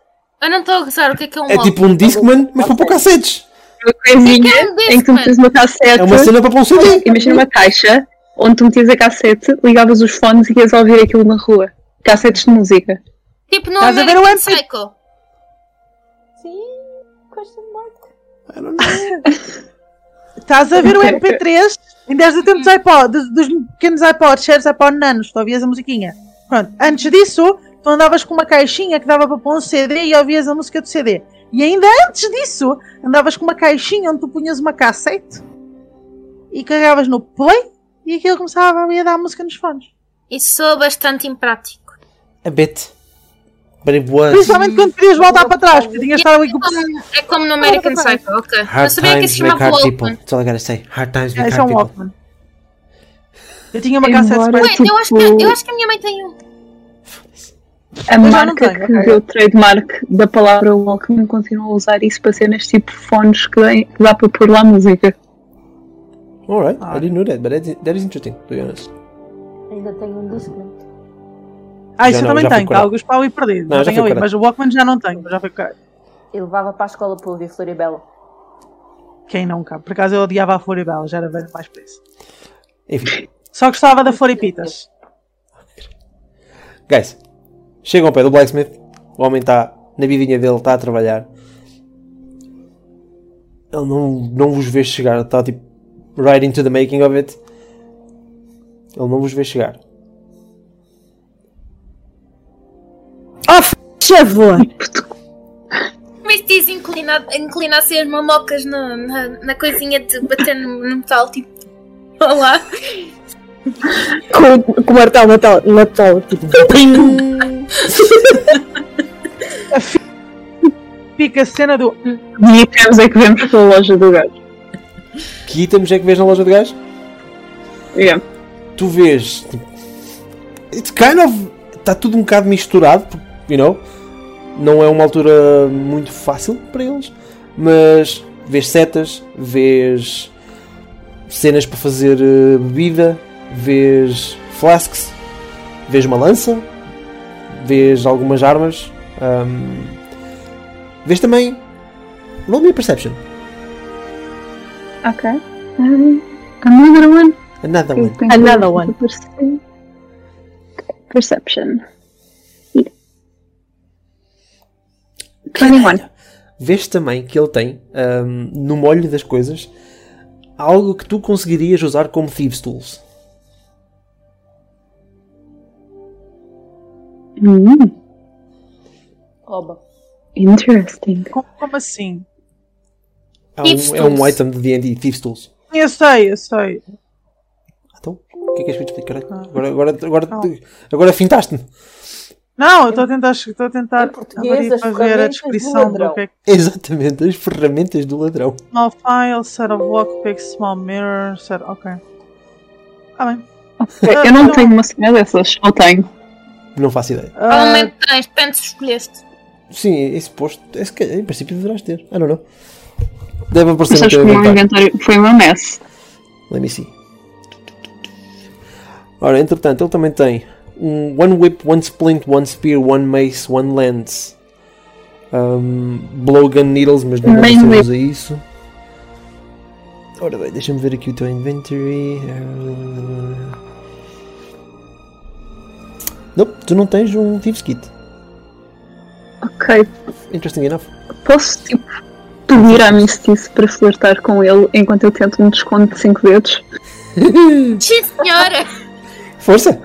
Eu não estou a gozar. O que é que é um
É
Walkman?
tipo um Discman, mas para pôr cassetes.
uma coisinha
É um
em que tu
Discman.
metes uma cassete.
É uma cena para pôr um CD.
Imagina uma caixa onde tu metias a cassete, ligavas os fones e ias ouvir aquilo na rua. Cassetes de música.
Tipo no
Estás a ver o
American
MP?
Psycho.
Sim, question mark.
estás a ver o MP3 em 10 de tempo dos iPod, dos, dos pequenos iPods, shares iPod nanos, tu ouvias a musiquinha. Pronto, antes disso, tu andavas com uma caixinha que dava para pôr um CD e ouvias a música do CD. E ainda antes disso, andavas com uma caixinha onde tu punhas uma cassete e carregavas no play e aquilo começava a dar música nos fones.
Isso soa bastante imprático.
A bit. But it was.
Principalmente quando querias voltar para trás, porque tinhas estado ali com o
Como- é como no American Psycho, ok. Eu
Hard
sabia que se
times make
chamava
hard
Walkman.
people. That's all I gotta say. Hard times
É,
make
Isso é um
hard people.
Walkman. Eu tinha uma
Embora-
cassete Spice
Wait, eu acho, que, eu acho que a minha mãe tem um.
A
não
marca
tenho,
que
ok.
deu o trademark da palavra Walkman continua a usar isso para cenas tipo fones que dá- que dá para pôr lá música.
Alright, I didn't know that, but that is, that is interesting, to be honest.
Ainda tenho um disco.
Ah, isso
Já
eu
não,
também
já foi
tenho, tá?
curado.
Alguns pau e perdido.
Não,
já
já
tenho
foi
ali,
curado.
mas o Walkman já não tenho, já foi cá.
Eu levava para a escola para ouvir Floribela.
Quem não cá? Por acaso eu odiava a Floribela, já era velho mais para isso.
Enfim,
Só gostava da Floripitas.
guys, chegam ao pé do blacksmith, o homem está na vidinha dele, está a trabalhar. Ele não, não vos vê chegar, está tipo right into the making of it. Ele não vos vê chegar.
Por favor.
Como é que dizem inclinar, inclinar-se as mamocas na, na, na coisinha de bater no, no metal? Tipo, olá.
Com, com o martelo na tela. Na tela tipo,
Fica a cena do.
E temos é que vemos pela loja do gajo.
Que itens é que vês na loja de gás?
Yeah.
tu vês. tipo, It's kind of. Está tudo um bocado misturado, porque, you know? Não é uma altura muito fácil para eles, mas vês setas, vês cenas para fazer eh, bebida, vês flasks, vês uma lança, vês algumas armas, ahm, vês também. Roll me a perception.
Ok. Um, é another one.
Another
Hum.
one.
Another one.
Perception. Perception. Twenty-one.
vês também que ele tem ahm, no molho das coisas algo que tu conseguirias usar como thieves tools.
Hum,
Rouba.
interesting.
Como, como assim?
É
Thieves
um, é um
tools.
item de D&D, thieves tools.
Eu sei, eu sei.
Então, o que é que és que eu te explico? Caralho,
Ah.
Agora, agora, agora, agora fintaste-me.
Não, eu estou a tentar, estou a tentar
Em português,
abrir
as
para ver a
ferramentas do
descrição do,
ladrão.
que é que
Exatamente, as ferramentas do ladrão.
small file, set of lockpick, small mirror, set. Ok. Tá bem.
Ok, Eu não tenho uma cena dessas, ou tenho.
Não faço ideia.
Ah,
Provavelmente tens, depende se escolheste.
Sim, esse posto, é se calhar, em princípio deverás ter. Ah, não, não. Deve aparecer
Mas
no
sabes que
teu
é
o meu
inventário.
inventário foi uma mess.
Let me see. Ora, entretanto, ele também tem um One Whip, One Splint, One Spear, One Mace, One Lance. Um, blowgun Needles, mas não
Main
você
whip.
usa isso. Ora bem, deixa-me ver aqui o teu inventory. Uh, Nope, tu não tens um Thieves Kit.
Ok,
Interesting enough.
posso tipo pedir à Mistice para flertar com ele enquanto eu tento um desconto de 5 dedos?
Sim, senhora!
Força!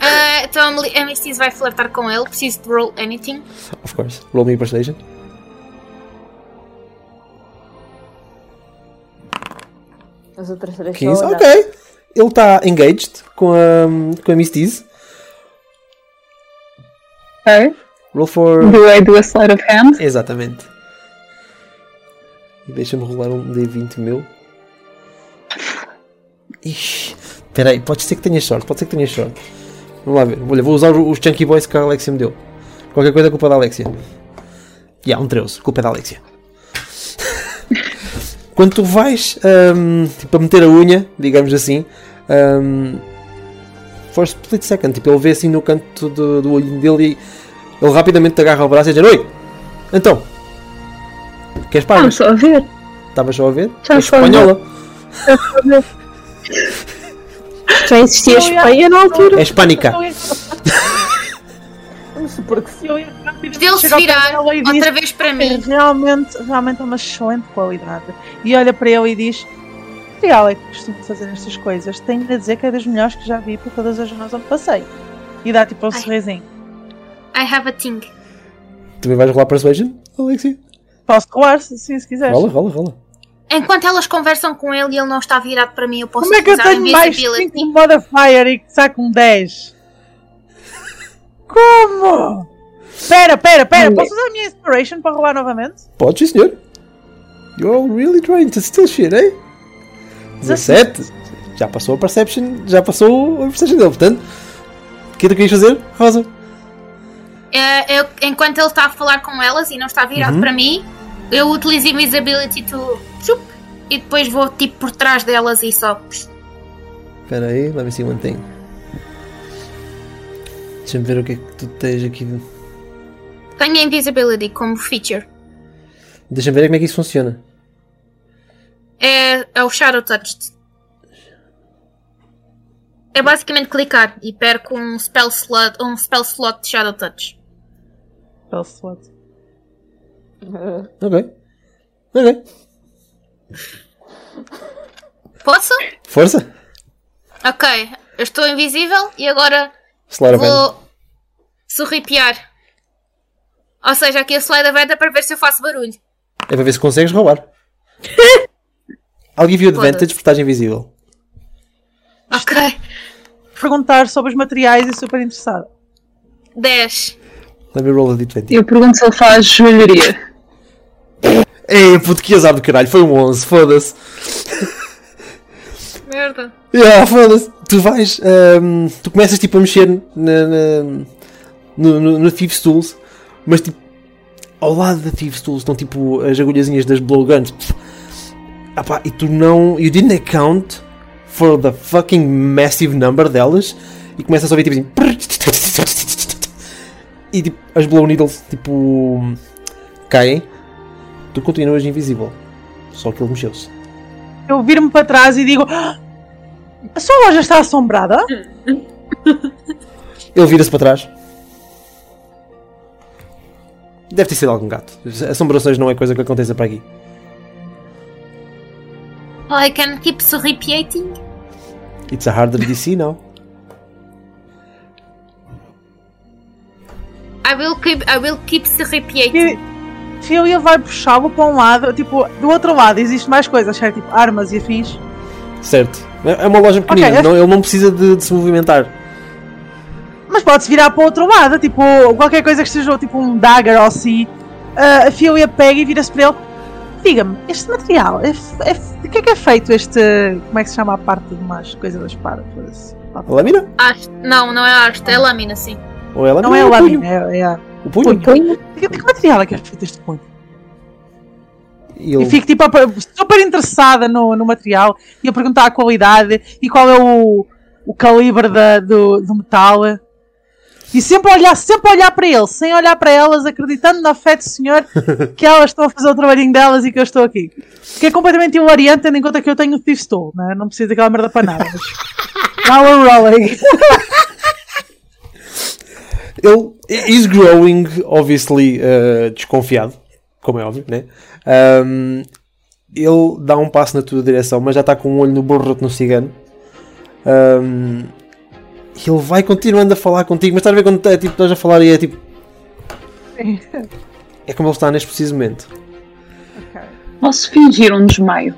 Ah, então a Mel- a Mistis vai flertar com ele. Preciso de roll anything.
Of course. Roll me a persuasion.
As outras três
15,
só olhar.
ok. Ele está engaged com a, com a Miss Deez.
Ok.
Roll for.
Do I do a sleight of hand?
Exatamente. E deixa-me rolar um D20 meu. Ixi. Espera aí, pode ser que tenha sorte, pode ser que tenha sorte. Vamos lá ver. Olha, vou usar os Chunky Boys que a Alexia me deu. Qualquer coisa é culpa da Alexia. E yeah, um 13, culpa da Alexia. Quando tu vais ahm, tipo, a meter a unha, digamos assim, ahm, for a split second, tipo, ele vê assim no canto do, do olho dele e ele rapidamente te agarra o braço e diz: Oi, então, queres pagas?
Vamos só a ver.
Estavas só a ver?
Já
É
só a ver.
espanhola.
Já existia
Eu ia-
Espanha na altura.
És pânica.
então eu ia-
Vamos supor que sim.
eu ia rapidamente
Dele se
chegar ao pé
virar
dela e diz,
outra vez para
É,
mim.
realmente, realmente é uma excelente qualidade. E olha para ele e diz: Real é que costumo fazer estas coisas. Tenho de dizer que é das melhores que já vi por todas as zonas onde passei. E dá tipo um
Ai.
sorrisinho.
I have a thing.
Também vais rolar persuasion, Alexia?
Posso colar se, se, se quiseres.
Rola, rola, rola.
Enquanto elas conversam com ele e ele não está virado para mim, eu posso
Como é que eu
utilizar
tenho mais
invisibility.
5 modifier e que saco um 10? Como? Pera, pera, pera. Posso usar a minha inspiration para rolar novamente?
Podes, sim, senhor. You're all really trying to steal shit, eh? 17? Já passou a perception, já passou a perception dele, portanto. O que é que tu querias fazer, Rosa?
É, eu- enquanto ele está a falar com elas e não está virado para mim, eu utilizo invisibility to tchup, e depois vou tipo por trás delas e só. pss.
Espera aí, let me see one thing. um Deixa-me ver o que é que tu tens aqui. de-
Tenho a invisibility como feature.
Deixa-me ver como é que isso funciona.
É, é o Shadow Touched. É basicamente clicar e perco um spell slot, um spell slot de Shadow Touch.
Pelo suado.
Ok. Ok.
Posso?
Força!
Ok, eu estou invisível e agora
Slide of hand.
vou sorripiar. Ou seja, aqui a slide a venda para ver se eu faço barulho.
É para ver se consegues roubar. I'll give you advantage porque estás invisível.
Ok.
Perguntar sobre os materiais é super interessado.
10.
Let me roll a D20.
Eu pergunto se ele faz joalharia.
Ei, puto, que azar do caralho. Foi um 11, foda-se.
Merda.
Yeah, foda-se. Tu vais. ahm, tu começas tipo a mexer na, na- no, no, no Thieves Tools, mas tipo. Ao lado da Thieves Tools estão tipo as agulhazinhas das blowguns. Ah pá, e tu não. You didn't account for the fucking massive number delas. E começas a ouvir tipo assim. E tipo, as blow needles tipo. caem. Tu continuas invisível. Só que ele mexeu-se.
Eu viro-me para trás e digo: "Ah, A sua loja está assombrada?
Ele vira-se para trás. Deve ter sido algum gato. Assombrações não é coisa que aconteça para aqui.
I can keep repeating.
It's a harder DC, não?
I will keep, I will keep repeating.
E Filia vai puxá-lo para um lado, tipo, do outro lado existe mais coisas, certo? Tipo, armas e afins.
Certo. É é uma loja pequenina,
Ok, esta-
não- ele não precisa de, de se movimentar.
Mas pode-se virar para o outro lado, tipo, qualquer coisa que seja, tipo um dagger ou assim. Ah, a Filia pega e vira-se para ele. Diga-me, este material, é, f- é f- de que é que é feito este. Como é que se chama a parte de mais coisa das espadas? foda-se.
A lâmina?
Haste. Não, não é arte, é lâmina, sim.
Ou é a lâmina?
Não é a
ou o punho?
lâmina, é, é a.
O punho?
Então,
De que, de que material é que é feito este punho?
E ele-
E fico tipo, apa- super interessada no, no material e a perguntar a qualidade e qual é o, o calibre da- do, do metal. E sempre a olhar, sempre a olhar para ele, sem olhar para elas, acreditando na fé do senhor que elas estão a fazer o trabalhinho delas e que eu estou aqui. Que é completamente hilariante, tendo em conta que eu tenho o Thief Tool, né? não preciso daquela merda para nada. mas- Power rolling.
Ele is growing, obviously, uh, desconfiado, como é óbvio, né? Um, ele dá um passo na tua direção, mas já está com um olho no borroto no cigano. Um, ele vai continuando a falar contigo, mas estás a ver quando é, tipo, estás a falar e é tipo.
Sim.
É como ele está neste preciso momento.
Posso fingir um desmaio?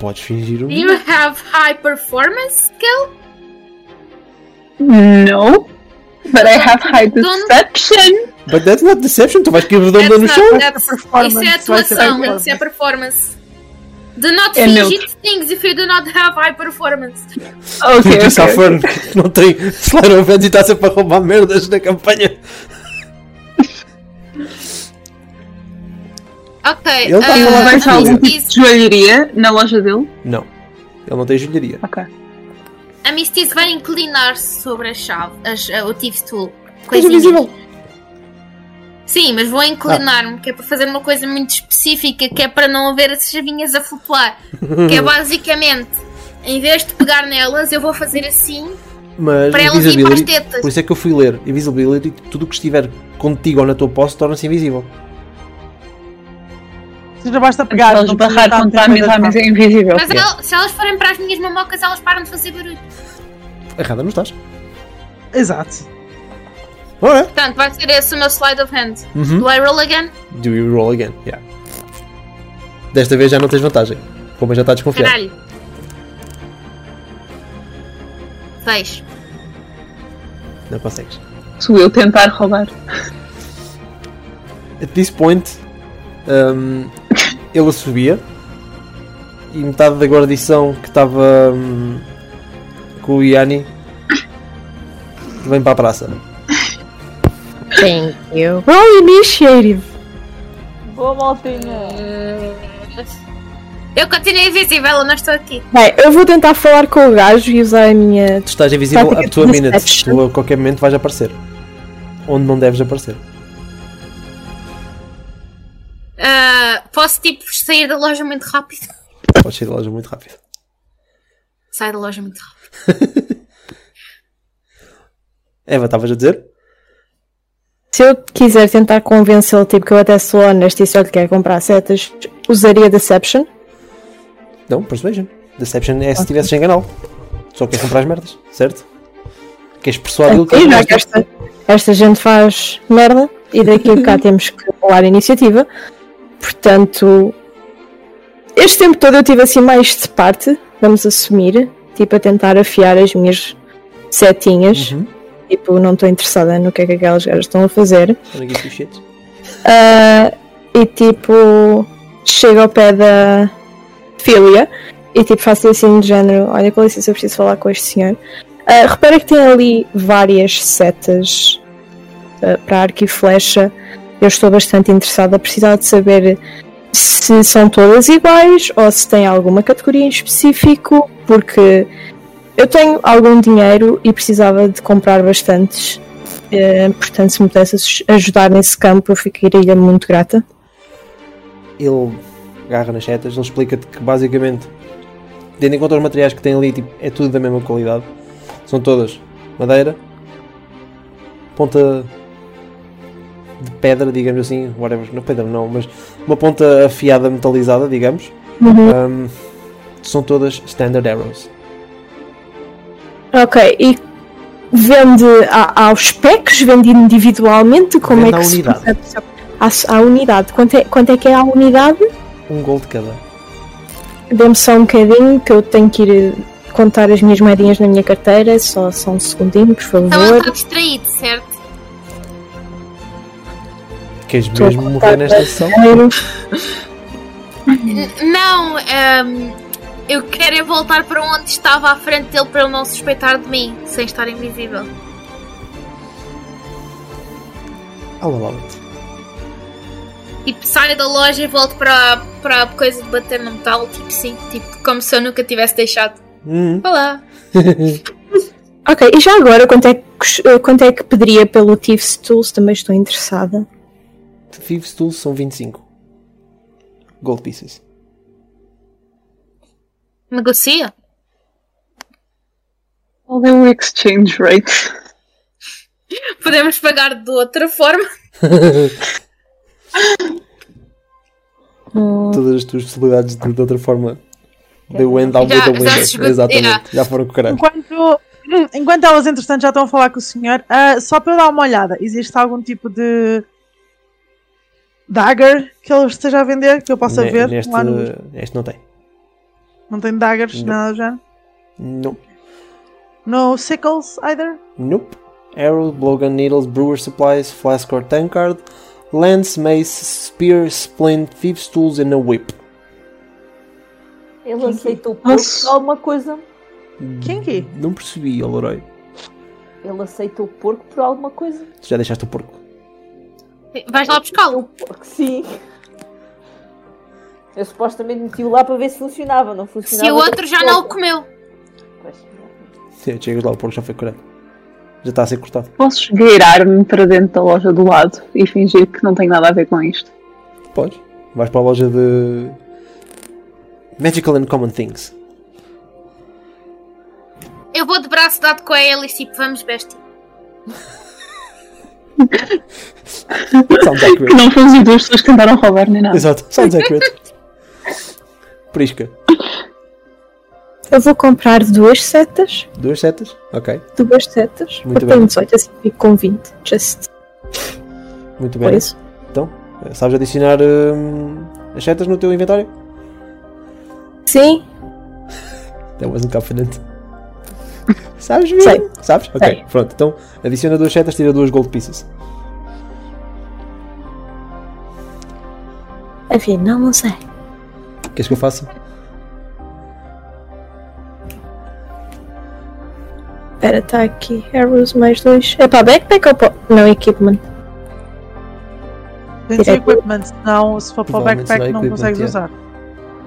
Podes fingir um.
Do you have high performance skill?
No. But I have high
Don't-
deception.
But that's not deception, tu vais cair redonda no
That's
chão.
not- that's-
Performance,
isso é
vai ser
atuação,
performance.
isso é performance. Do not
É
fidget things if you do not have high performance.
Ok,
Tu disse à
ok.
Fern que Tipo, não tem Slayer of Hands e está sempre a roubar merdas na campanha.
Ok.
Ele tá a falar
uh,
Ele
Mas
vai algum
a,
tipo
Mistis,
de joalheria na loja dele?
Não, ele não tem joelharia.
Ok.
a Mistis vai inclinar-se sobre a chave, as- uh, o Thieves Tool.
És é
Coisinha.
invisível.
Sim, mas vou inclinar-me, que é para fazer uma coisa muito específica, que é para não haver as chavinhas a flutuar. Que é basicamente, em vez de pegar nelas, eu vou fazer assim
Mas
para elas ir para as
invisibility-
tetas.
Por isso é que eu fui ler Invisibility, tudo o que estiver contigo ou na tua posse torna-se invisível.
Já basta pegar.
Eles
não
barrar
precisa
contra
estar
a minha
a
rames é invisível.
Mas el- se elas forem para as minhas mamocas, elas param de fazer barulho.
Errada não estás.
Exato.
Alright.
Portanto, vai ser esse o meu slide of hand.
Hum?
Do I roll again?
Uhum. Do you roll again? Yeah. Desta vez já não tens vantagem. Como já está desconfiado.
Caralho. Seis.
Não consegues.
Sou eu tentar roubar.
At this point, um, ele subia e metade da guardição que estava um, com o Yanni vem para a praça.
Thank you. Roll initiative.
Boa maltinha.
Eh, Eu continuo invisível, eu não estou aqui.
Bem, eu vou tentar falar com o gajo e usar a minha.
Tu estás invisível
Tática
a tua
de
minute.
deception.
Tu a qualquer momento vais aparecer. Onde não deves aparecer.
Ah, posso, tipo, sair da loja muito rápido?
Podes sair da loja muito rápido.
Sai da loja muito rápido.
Eva, estavas a dizer?
Se eu quiser tentar convencê-lo, tipo, que eu até sou honesta e só lhe quero comprar setas, usaria Deception.
Não, Persuasion. Deception é se estivesses em canal. Só queres comprar as merdas, certo? Queres persuadir ele que
E já que
é
esta, esta gente faz merda e daqui a cá temos que rolar a iniciativa. Portanto, este tempo todo eu tive assim mais de parte, vamos assumir, tipo a tentar afiar as minhas setinhas.
Uhum.
Tipo, não estou interessada no que é que aquelas gajas estão a fazer.
Olha aqui os shit.
Ah, e tipo chego ao pé da filha e tipo faço assim de género, olha com licença eu preciso falar com este senhor. Ah, repara que tem ali várias setas ah, para arco e flecha. Eu estou bastante interessada, precisava de saber se são todas iguais ou se tem alguma categoria em específico, porque eu tenho algum dinheiro e precisava de comprar bastantes. Eh, portanto, se me pudesses ajudar nesse campo, eu ficaria muito grata.
ele agarra nas setas, ele explica-te que basicamente, tendo em conta os materiais que tem ali, tipo, é tudo da mesma qualidade. São todas madeira, ponta de pedra, digamos assim, whatever, não pedra não, mas uma ponta afiada metalizada, digamos. Ahm, são todas standard arrows.
Ok, e vende a- aos packs? Vende individualmente? Como
Vende
é
à
que se
unidade.
percebe? À, à unidade. Quanto é, quanto é que é a unidade?
Um gold cada.
Dê-me só um bocadinho que eu tenho que ir eh, contar as minhas moedinhas na minha carteira. Só, só um segundinho, por
Ela não
favor.
está Então, distraído, certo?
Queres
Estou a
mesmo morrer
contar
nesta sessão?
N- Não, ehm, eu quero é voltar para onde estava à frente dele para ele não suspeitar de mim, sem estar invisível.
Alô, Lobot.
Tipo, saio da loja e volto para, para a coisa de bater no metal, tipo sim, tipo, como se eu nunca tivesse deixado.
Hum,
Olá.
Ok, e já agora, quanto é que, cus- eh, quanto é que pediria pelo Thieves Tools? Também estou interessada.
Thieves Tools são 25 gold pieces.
Negocia?
Qual é o exchange rate?
Podemos pagar de outra forma.
todas as tuas possibilidades de, de outra forma. The wind out with
Já-
the
já
window.
se esgotou,
Exatamente. Já foram com o caralho.
Enquanto, hum, enquanto elas, entretanto, já estão a falar com o senhor, ah, só para eu dar uma olhada, existe algum tipo de dagger que ele esteja a vender que eu possa
Ne-
ver?
Neste,
Lá no...
neste não tem.
Não tem daggers,
Não.
nada já.
Nope.
No sickles either?
Nope. Arrow, blowgun needles, brewer supplies, flask or tankard, lance, mace, spear, splint, thieves tools and a whip.
Ele aceitou pouco
Nossa.
alguma coisa.
Kinky.
Não percebi, Olorói.
Ele aceitou porco por alguma coisa.
Tu já deixaste o porco.
Vais lá buscá-lo.
Eu, porco, sim. Eu supostamente meti-o lá para ver se funcionava, não funcionava.
Se o outro já não o comeu.
Pois. É
Sim, chegas lá, o porco já foi curado. Já está a ser cortado.
Posso esgueirar-me para dentro da loja do lado e fingir que não tem nada a ver com isto.
Podes. Vais para a loja de. Magical and Common Things.
Eu vou de braço dado com a Alice e tipo, vamos bestia.
Sounds accurate.
Que não fossem duas pessoas que tentaram roubar nem nada.
Exato, sounds accurate. Prisca,
Eu vou comprar duas setas.
duas setas, ok,
Duas setas.
Muito
eu
bem.
tenho 18, assim fico com 20. Just
muito
por
bem.
isso.
Então, eh, sabes adicionar hum, as setas no teu inventário?
Sim,
That wasn't confident. sabes mesmo?
Sei.
Sabes? Ok,
Sei.
pronto. Então, adiciona duas setas, tira duas gold pieces.
enfim, não, não sei.
Queres que eu faça?
Espera, está aqui. Arrows mais dois. É para backpack ou para. Não, equipment.
Tem de ser
Direto.
equipment, senão se for para o
Provavelmente
backpack
será
não consegues usar.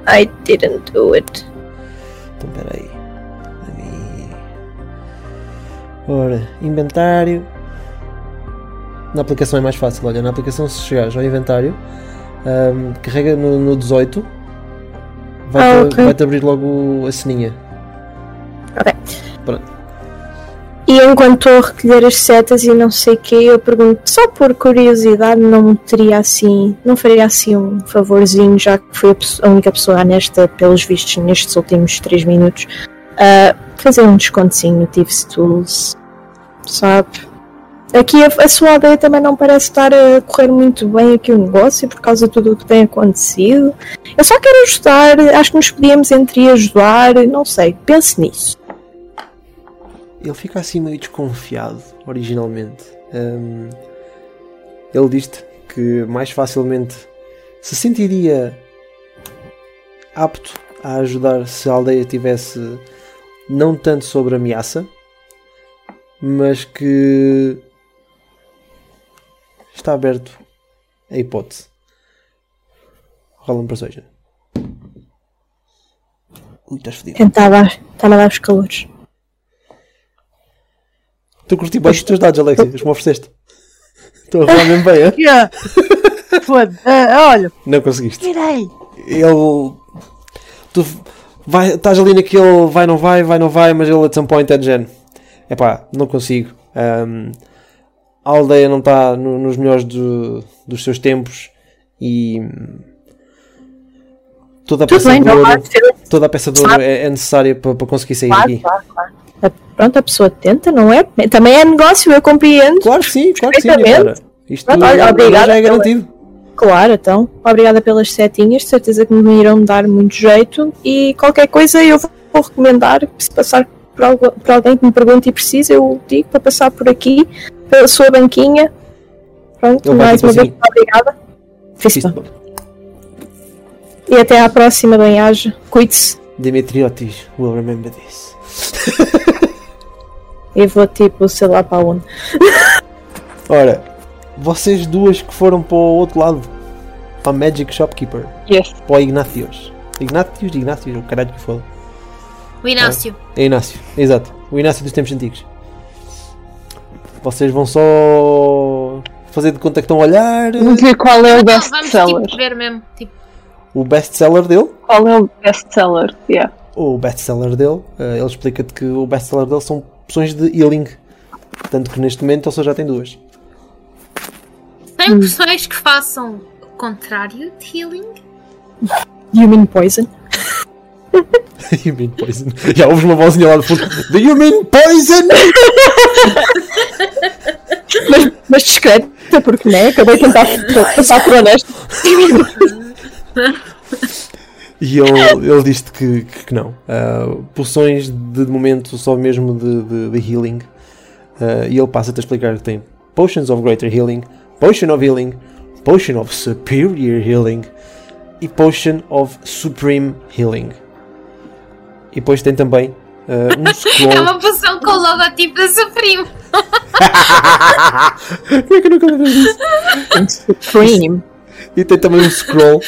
equipment,
I didn't do it.
Então, peraí. Let me- Ora, inventário. Na aplicação é mais fácil, olha. Na aplicação, se chegares ao inventário, hum, carrega no, no 18, vai-te
Ah, ok.
vai-te abrir logo a ceninha.
Ok.
Pronto.
E enquanto eu recolher as setas e não sei o que, eu pergunto só por curiosidade, não teria assim, não faria assim um favorzinho, já que fui a, pesso- a única pessoa honesta, pelos vistos, nestes últimos 3 minutos, a fazer um descontozinho no Thieves Tools, sabe? Aqui a, a sua aldeia também não parece estar a correr muito bem aqui o negócio por causa de tudo o que tem acontecido. Eu só quero ajudar, acho que nos podíamos entre ajudar, não sei, pense nisso.
Ele fica assim meio desconfiado, originalmente. Hum, ele diz-te que mais facilmente se sentiria apto a ajudar se a aldeia tivesse não tanto sobre ameaça, mas que está aberto a hipótese. Rola um persuasion. Ui, estás fodido.
Tentava, está-me a dar os calores.
Tu curti bem os teus dados,
Então-
Alexia, os me ofereceste. Estou a falar mesmo bem, é?
Yeah. Foda. Ah, olha,
Não conseguiste.
tirei.
Ele. Tu vai, estás ali naquele vai, não vai, vai, não vai, mas ele at some point é de género. Epá, não consigo. Ahm, a aldeia não está no- nos melhores do- dos seus tempos e. hum, Toda a
Tudo
peça
bem,
de
não
ouro,
vai ser.
toda a peça de ouro é, é necessária para, para conseguir sair
Claro,
daqui.
claro, claro. Ah, Pronto, a pessoa tenta, não é? Também é negócio, eu compreendo.
Claro que sim, claro que sim, minha cara.
Perfeitamente.
Isto
Pronto, olha, obrigada
já é
pela-
garantido.
Claro, então. Obrigada pelas setinhas, de certeza que me irão dar muito jeito. E qualquer coisa eu vou vou recomendar, se passar por, algu- por alguém que me pergunte e precisa, eu digo para passar por aqui, pela sua banquinha. Pronto,
Ele vai
mais
tipo
uma vez,
assim.
muito obrigada. Fiz-se bem. E até à próxima, bem-aja. Cuide-se.
Demetriotis will remember this.
Eu vou, tipo, sei lá para onde.
Ora, vocês duas que foram para o outro lado, para a Magic Shopkeeper,
Yes.
para o Ignatius. Ignatius, Ignatius, o caralho que foi.
O Inácio.
É Inácio, exato. O Inácio dos tempos antigos. Vocês vão só fazer de conta que estão a olhar
Vamos ver qual é o
Não,
best
vamos
seller.
tipo, ver mesmo. Tipo,
o best-seller dele.
Qual é o best seller? Yeah.
O best-seller dele, eh, ele explica-te que o best-seller dele são poções de healing. Tanto que neste momento ele só já tem duas.
tem pessoas que façam o contrário de healing?
You mean poison?
you mean poison? Já ouves uma vozinha lá do fundo. Do you mean poison?
Mas discreta, porque, né? Acabei de tentar passar por honesto.
E ele, ele disse que, que, que não. Ah, poções de, de momento só mesmo de, de- de healing. Ah, e ele passa-te a explicar que tem Potions of Greater Healing, Potion of Healing, Potion of Superior Healing e Potion of Supreme Healing. E depois tem também ah, um
É
scroll.
uma poção com o logotipo da Supreme.
Como é que eu nunca me lembro disso?
Supreme.
E tem também um scroll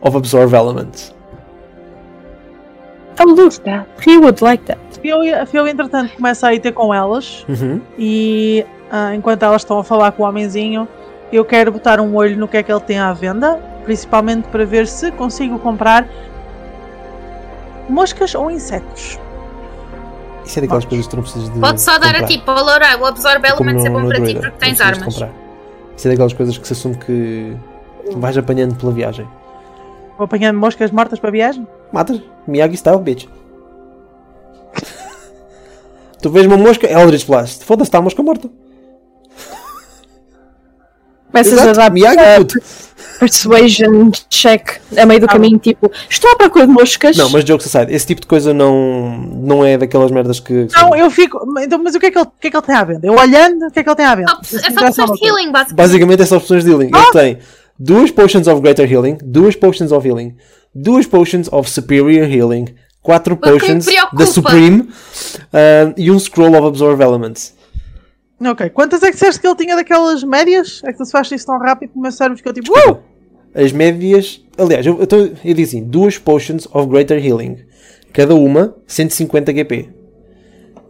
of Absorb Elements.
I love that. He would like that.
Eu, eu, entretanto, começo a ir ter com elas
Uhum.
e ah, enquanto elas estão a falar com o homenzinho, eu quero botar um olho no que é que ele tem à venda, principalmente para ver se consigo comprar moscas ou insetos.
Isso é daquelas coisas que tu não precisas de.
Pode só dar
comprar.
a ti, para o Laura, o Absorb
Como
Elements é
no-
bom
no
para ti
Druida,
porque
não
tens
precisas de
armas.
comprar. Isso é daquelas coisas que se assume que vais apanhando pela viagem.
Vou apanhar moscas mortas para a viagem?
Matas, Miyagi style, bitch. tu vês uma mosca, Eldritch Blast. Foda-se, está a mosca morta.
Começas a
Exato,
dar
Miyagi, é
eh,
puto.
persuasion check a meio do caminho, tipo, estou à procura de moscas.
Não, mas jokes aside, esse tipo de coisa não, não é daquelas merdas que... que-
Não, eu fico. Então, mas o que, é que ele, o que é que ele tem à venda? Eu olhando, o que é que ele tem à venda?
Só
Isso
poções- É só
interessa
poções de
alguma coisa.
healing, basicamente.
Basicamente é só opções de healing. Ele tem duas potions of greater healing, duas potions of healing, duas potions of superior healing, quatro
que me
potions da
preocupa.
supreme ah, e um scroll of absorb elements.
Ok, quantas é que disseste que ele tinha daquelas médias? É que tu se faz isso tão rápido que o meu cérebro ficou tipo. Uh!
As médias. Aliás, eu, eu, tô- eu digo assim: duas potions of greater healing. Cada uma 150 GP.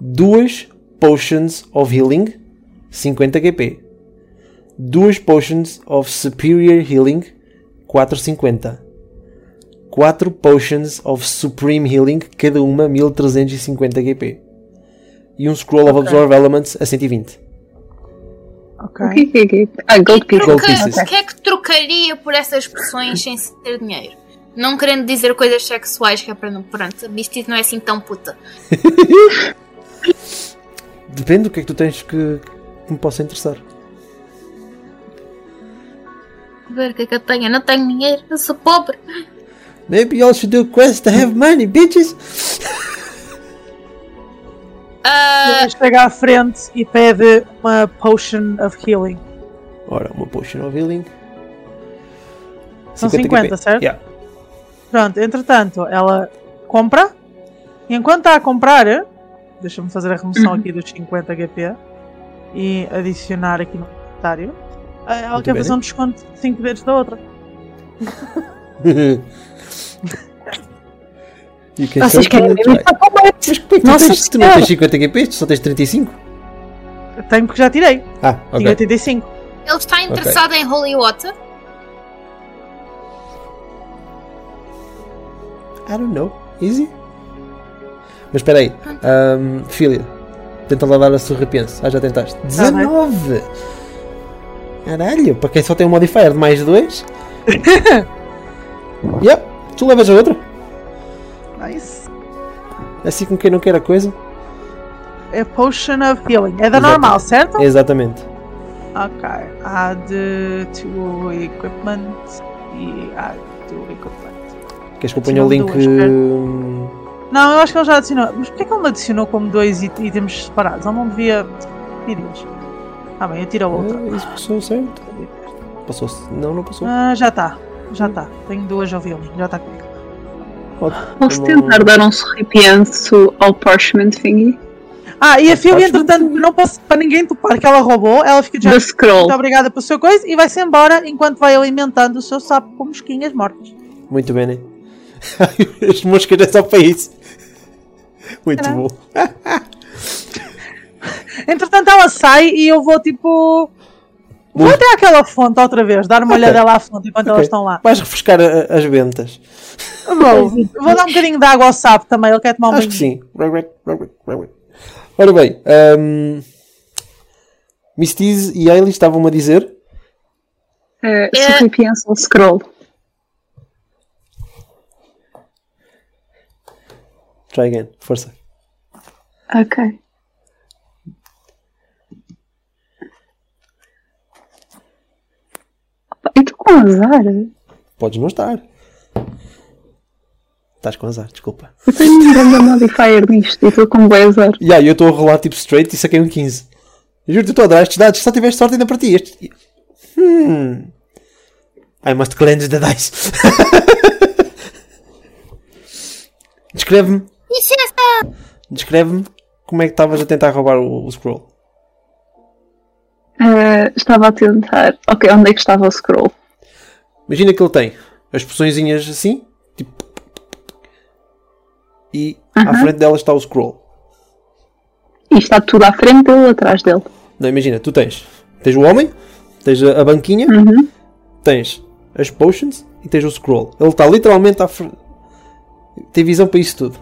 Duas potions of healing, 50 GP. Duas potions of superior healing, 450. Quatro potions of supreme healing, cada uma 1350 GP. E um scroll of absorb elements a 120.
Ok.
O que é que é que é? Ah, Gold Pieces.
Gold
Troca-
pieces.
O que é que trocaria por essas poções sem ser dinheiro? Não querendo dizer coisas sexuais que é para não. Pronto, isto não é assim tão puta.
Depende do que é que tu tens que, que me possa interessar.
Ver o que é que eu tenho. Eu não tenho dinheiro, eu sou pobre.
Maybe y'all should do quests to have money, bitches!
Ele chega à frente e pede uma potion of healing.
Ora, uma potion of healing.
São 50, certo?
Yeah.
Pronto, entretanto, ela compra. E enquanto está a comprar, deixa-me fazer a
Uhum.
remoção aqui dos 50 HP e adicionar aqui no comentário. ah, Ela
Muito
quer
bem.
fazer um desconto de 5 dedos da outra.
E quem
Vocês
sabe,
querem
é muito
mesmo
bem.
estar
Mas
com medo?
como é que tu,
Nossa
tens, tu não
Senhora.
tens 50 GP? Tu só tens 35?
Tenho porque já tirei.
Ah,
Tinha
ok.
85.
Ele está interessado em Holy Water?
I don't know. Easy? Mas espera aí. Ahm, filha, tenta lavar a sua repensa. Ah, já
Tá
tentaste. 19! Caralho, para quem só tem um modifier de mais 2. yep, tu levas a outra.
Nice.
Assim como quem não quer a coisa.
Então. É Potion of Healing. É da
Exato.
normal, certo?
Exatamente.
Ok. Add to equipment e add to equipment.
Queres que eu ponha o
Adicionou
link.
duas,
hum,
Não, eu acho que ele já adicionou. Mas porquê que ele me adicionou como dois it- itens separados? Ele não devia. Meu Deus. Ah, bem, eu tiro a outra.
ah, isso passou certo? Passou-se. Não, não passou.
Ah, já está. Já está. Tenho duas ao violino. Já está comigo.
Posso
Não-
tentar dar um sorripianço ao parchment thingy?
Ah, e a Phil,
Faz
entretanto, não posso para ninguém topar que ela roubou. Ela fica já tá-
Da scroll.
muito obrigada pelo seu coisa e vai-se embora enquanto vai alimentando o seu sapo com mosquinhas mortas.
Muito bem, né? As moscas é só para isso. Muito
Caralho.
bom.
Entretanto, ela sai e eu vou tipo. Vou
Muito.
até àquela fonte outra vez, dar uma
Ok.
olhada lá à fonte enquanto
Ok.
elas estão lá.
Vais refrescar a- a- as ventas.
Vou, vou dar um bocadinho de água ao sapo também, ele quer tomar um
Acho
banho.
que sim. Regret, regret, regret. Ora bem, um, Miss Tease e Ailey estavam-me a dizer.
Eh, sorripianço ao scroll.
Try again, força.
Ok. Opa, Eu estou com azar. Eu
Podes não estar. Estás com azar, desculpa.
tenho um grande modifier nisto e estou com bem azar.
E aí eu estou a rolar tipo straight e saquei um 15. Eu Juro-te, eu estou a dar estes dados, só tiveste sorte ainda para ti. Este... Hmm. I must cleanse the dice. Descreve-me,
Licença!
descreve-me como é que estavas a tentar roubar o, o scroll.
Eh, estava a tentar. Ok, onde é que estava o scroll?
Imagina que ele tem as porçõezinhas assim, tipo. E à frente dela está o scroll.
E está tudo à frente dele ou atrás dele?
Não, imagina, tu tens. Tens o homem, tens a, a banquinha, tens as potions e tens o scroll. Ele está literalmente à frente. Tem visão para isso tudo.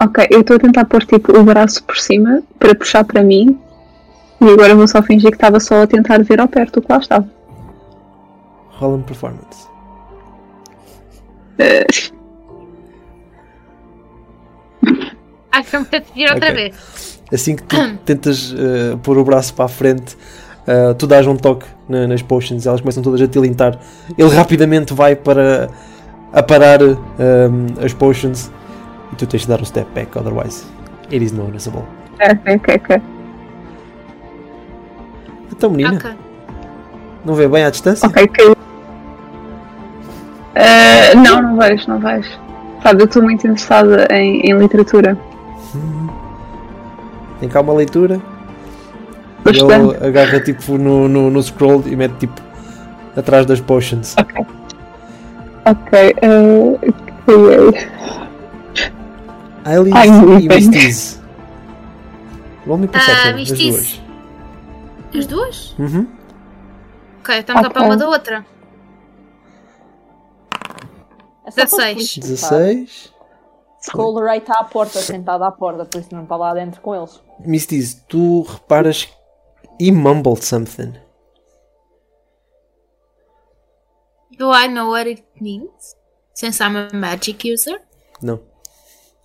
Ok, eu estou a tentar pôr tipo o braço por cima para puxar para mim. E agora vou só fingir que estava só a tentar ver ao perto o que lá estava.
Roland Performance.
Eh,
Acho que vamos ter de pedir outra
Ok.
vez.
Assim que tu tentas eh, pôr o braço para a frente, eh, tu dás um toque na- nas potions, elas começam todas a tilintar. Ele rapidamente vai para a parar eh, as potions e tu tens de dar um step back, otherwise it is noticeable.
É.
ok, ok, ok.
Então, menina,
Ok.
não vê bem à distância?
Ok, caiu. Eh, não, não vais, não vais. Sabe, eu estou muito interessada em, em literatura.
Tem cá uma leitura.
Estou estudando.
Ele agarra tipo no, no, no scroll e mete tipo atrás das potions.
Ok. Ok, eh, criei.
Ailis
Ai, meu
e
bem.
Mistiz. Roll me perception, as
Mistiz.
duas.
Ah, As duas?
Uhum.
Ok, estamos cá
Ok.
para uma da outra.
É só para
16.
felicitar.
16.
Cole Ray está à porta, sentado à porta, por isso não está lá dentro com eles.
Mistiz, tu reparas e mumbled something.
Do I know what it means? Since I'm a magic user?
Não.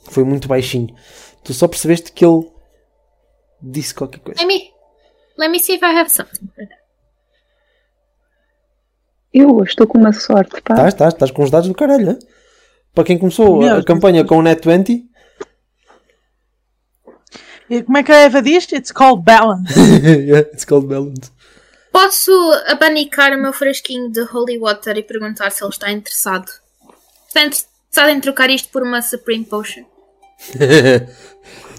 Foi muito baixinho. Tu só percebeste que ele disse qualquer coisa.
Let me. Let me see if I have something.
Eu hoje estou com uma sorte, pá.
Estás, estás, estás com os dados do caralho, né? Para quem começou a- a,
Meu
campanha com o Net 20,
E como é que a Eva diz? It's called balance.
yeah, it's called balance.
Posso abanicar o meu frasquinho de Holy Water e perguntar se ele está interessado? Está interessado em trocar isto por uma Supreme Potion?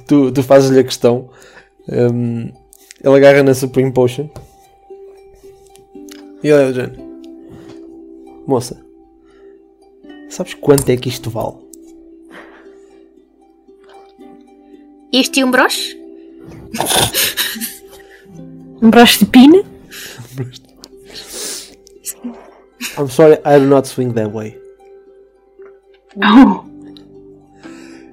tu, tu fazes-lhe a questão. Hum, ele agarra na Supreme Potion. E olha, Jane. Moça, sabes quanto é que isto vale?
Isto e um broche?
Um broche de pina?
I'm sorry, I do not swing that way.
Oh,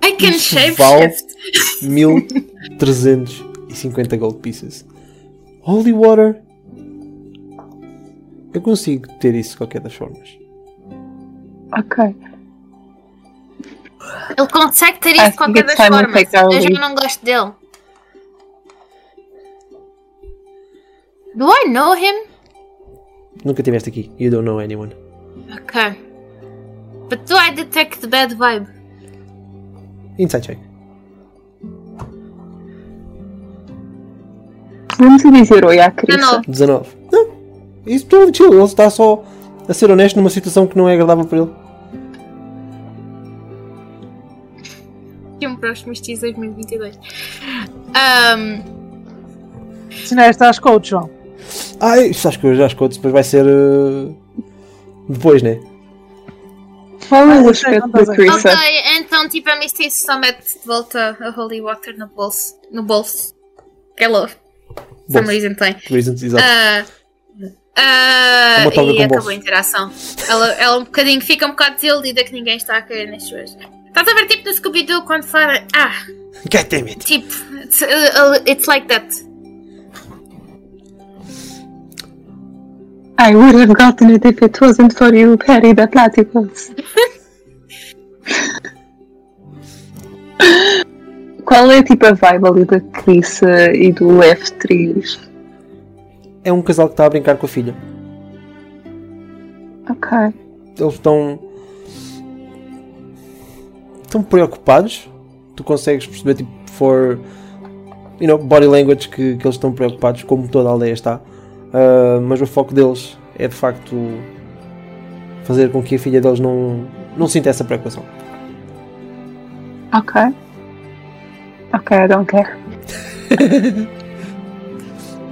I can shape
vale
shift.
1350 gold pieces. Holy water. Eu consigo ter isso de qualquer das formas.
ok.
Ele consegue ter
I
isso de
think
qualquer
it's
das
time to
formas.
take our
Eu já
leave.
não gosto dele. Do I know him?
Nunca tiveste aqui. You don't know anyone.
Ok. But do I detect the bad vibe?
Inside check.
Podemos ir dizer oi à Cris.
Não, não.
19. Não. Isso é totally chill. Ele está tá só a ser honesto numa situação que não é agradável para ele.
Filme e um para os mestiços 2022. Ahm,
Ensinaste às coach, João.
Ah, isso acho que eu já escuto. Depois vai ser. eh, Depois, né?
Qual é
Ah,
o
eu sei,
aspecto
não
da
estás a-
Cris?
ok, então tipo a mestiça só mete de volta a Holy Water no bolso. No bolso. Que é love. For some
Bolso.
reason tem.
Reasons, exato.
Ah, ah,
Uma toga
e
com
acabou
bolso.
a interação. Ela, ela um bocadinho, fica um bocado desiludida que ninguém está a querer nas suas. Estás a ver tipo no Scooby-Doo quando fala. Ah,
God damn it.
tipo. It's, uh, it's like that.
I would have gotten it if it wasn't for you, Perry the Platypus. Qual é tipo a vibe ali da Chris eh, e do F3?
É um casal que está a brincar com a filha.
Ok.
eles estão estão preocupados tu consegues perceber tipo for you know, body language que, que eles estão preocupados como toda a aldeia está Ah, mas o foco deles é de facto fazer com que a filha deles não não sinta essa preocupação
Ok. Ok, I don't care.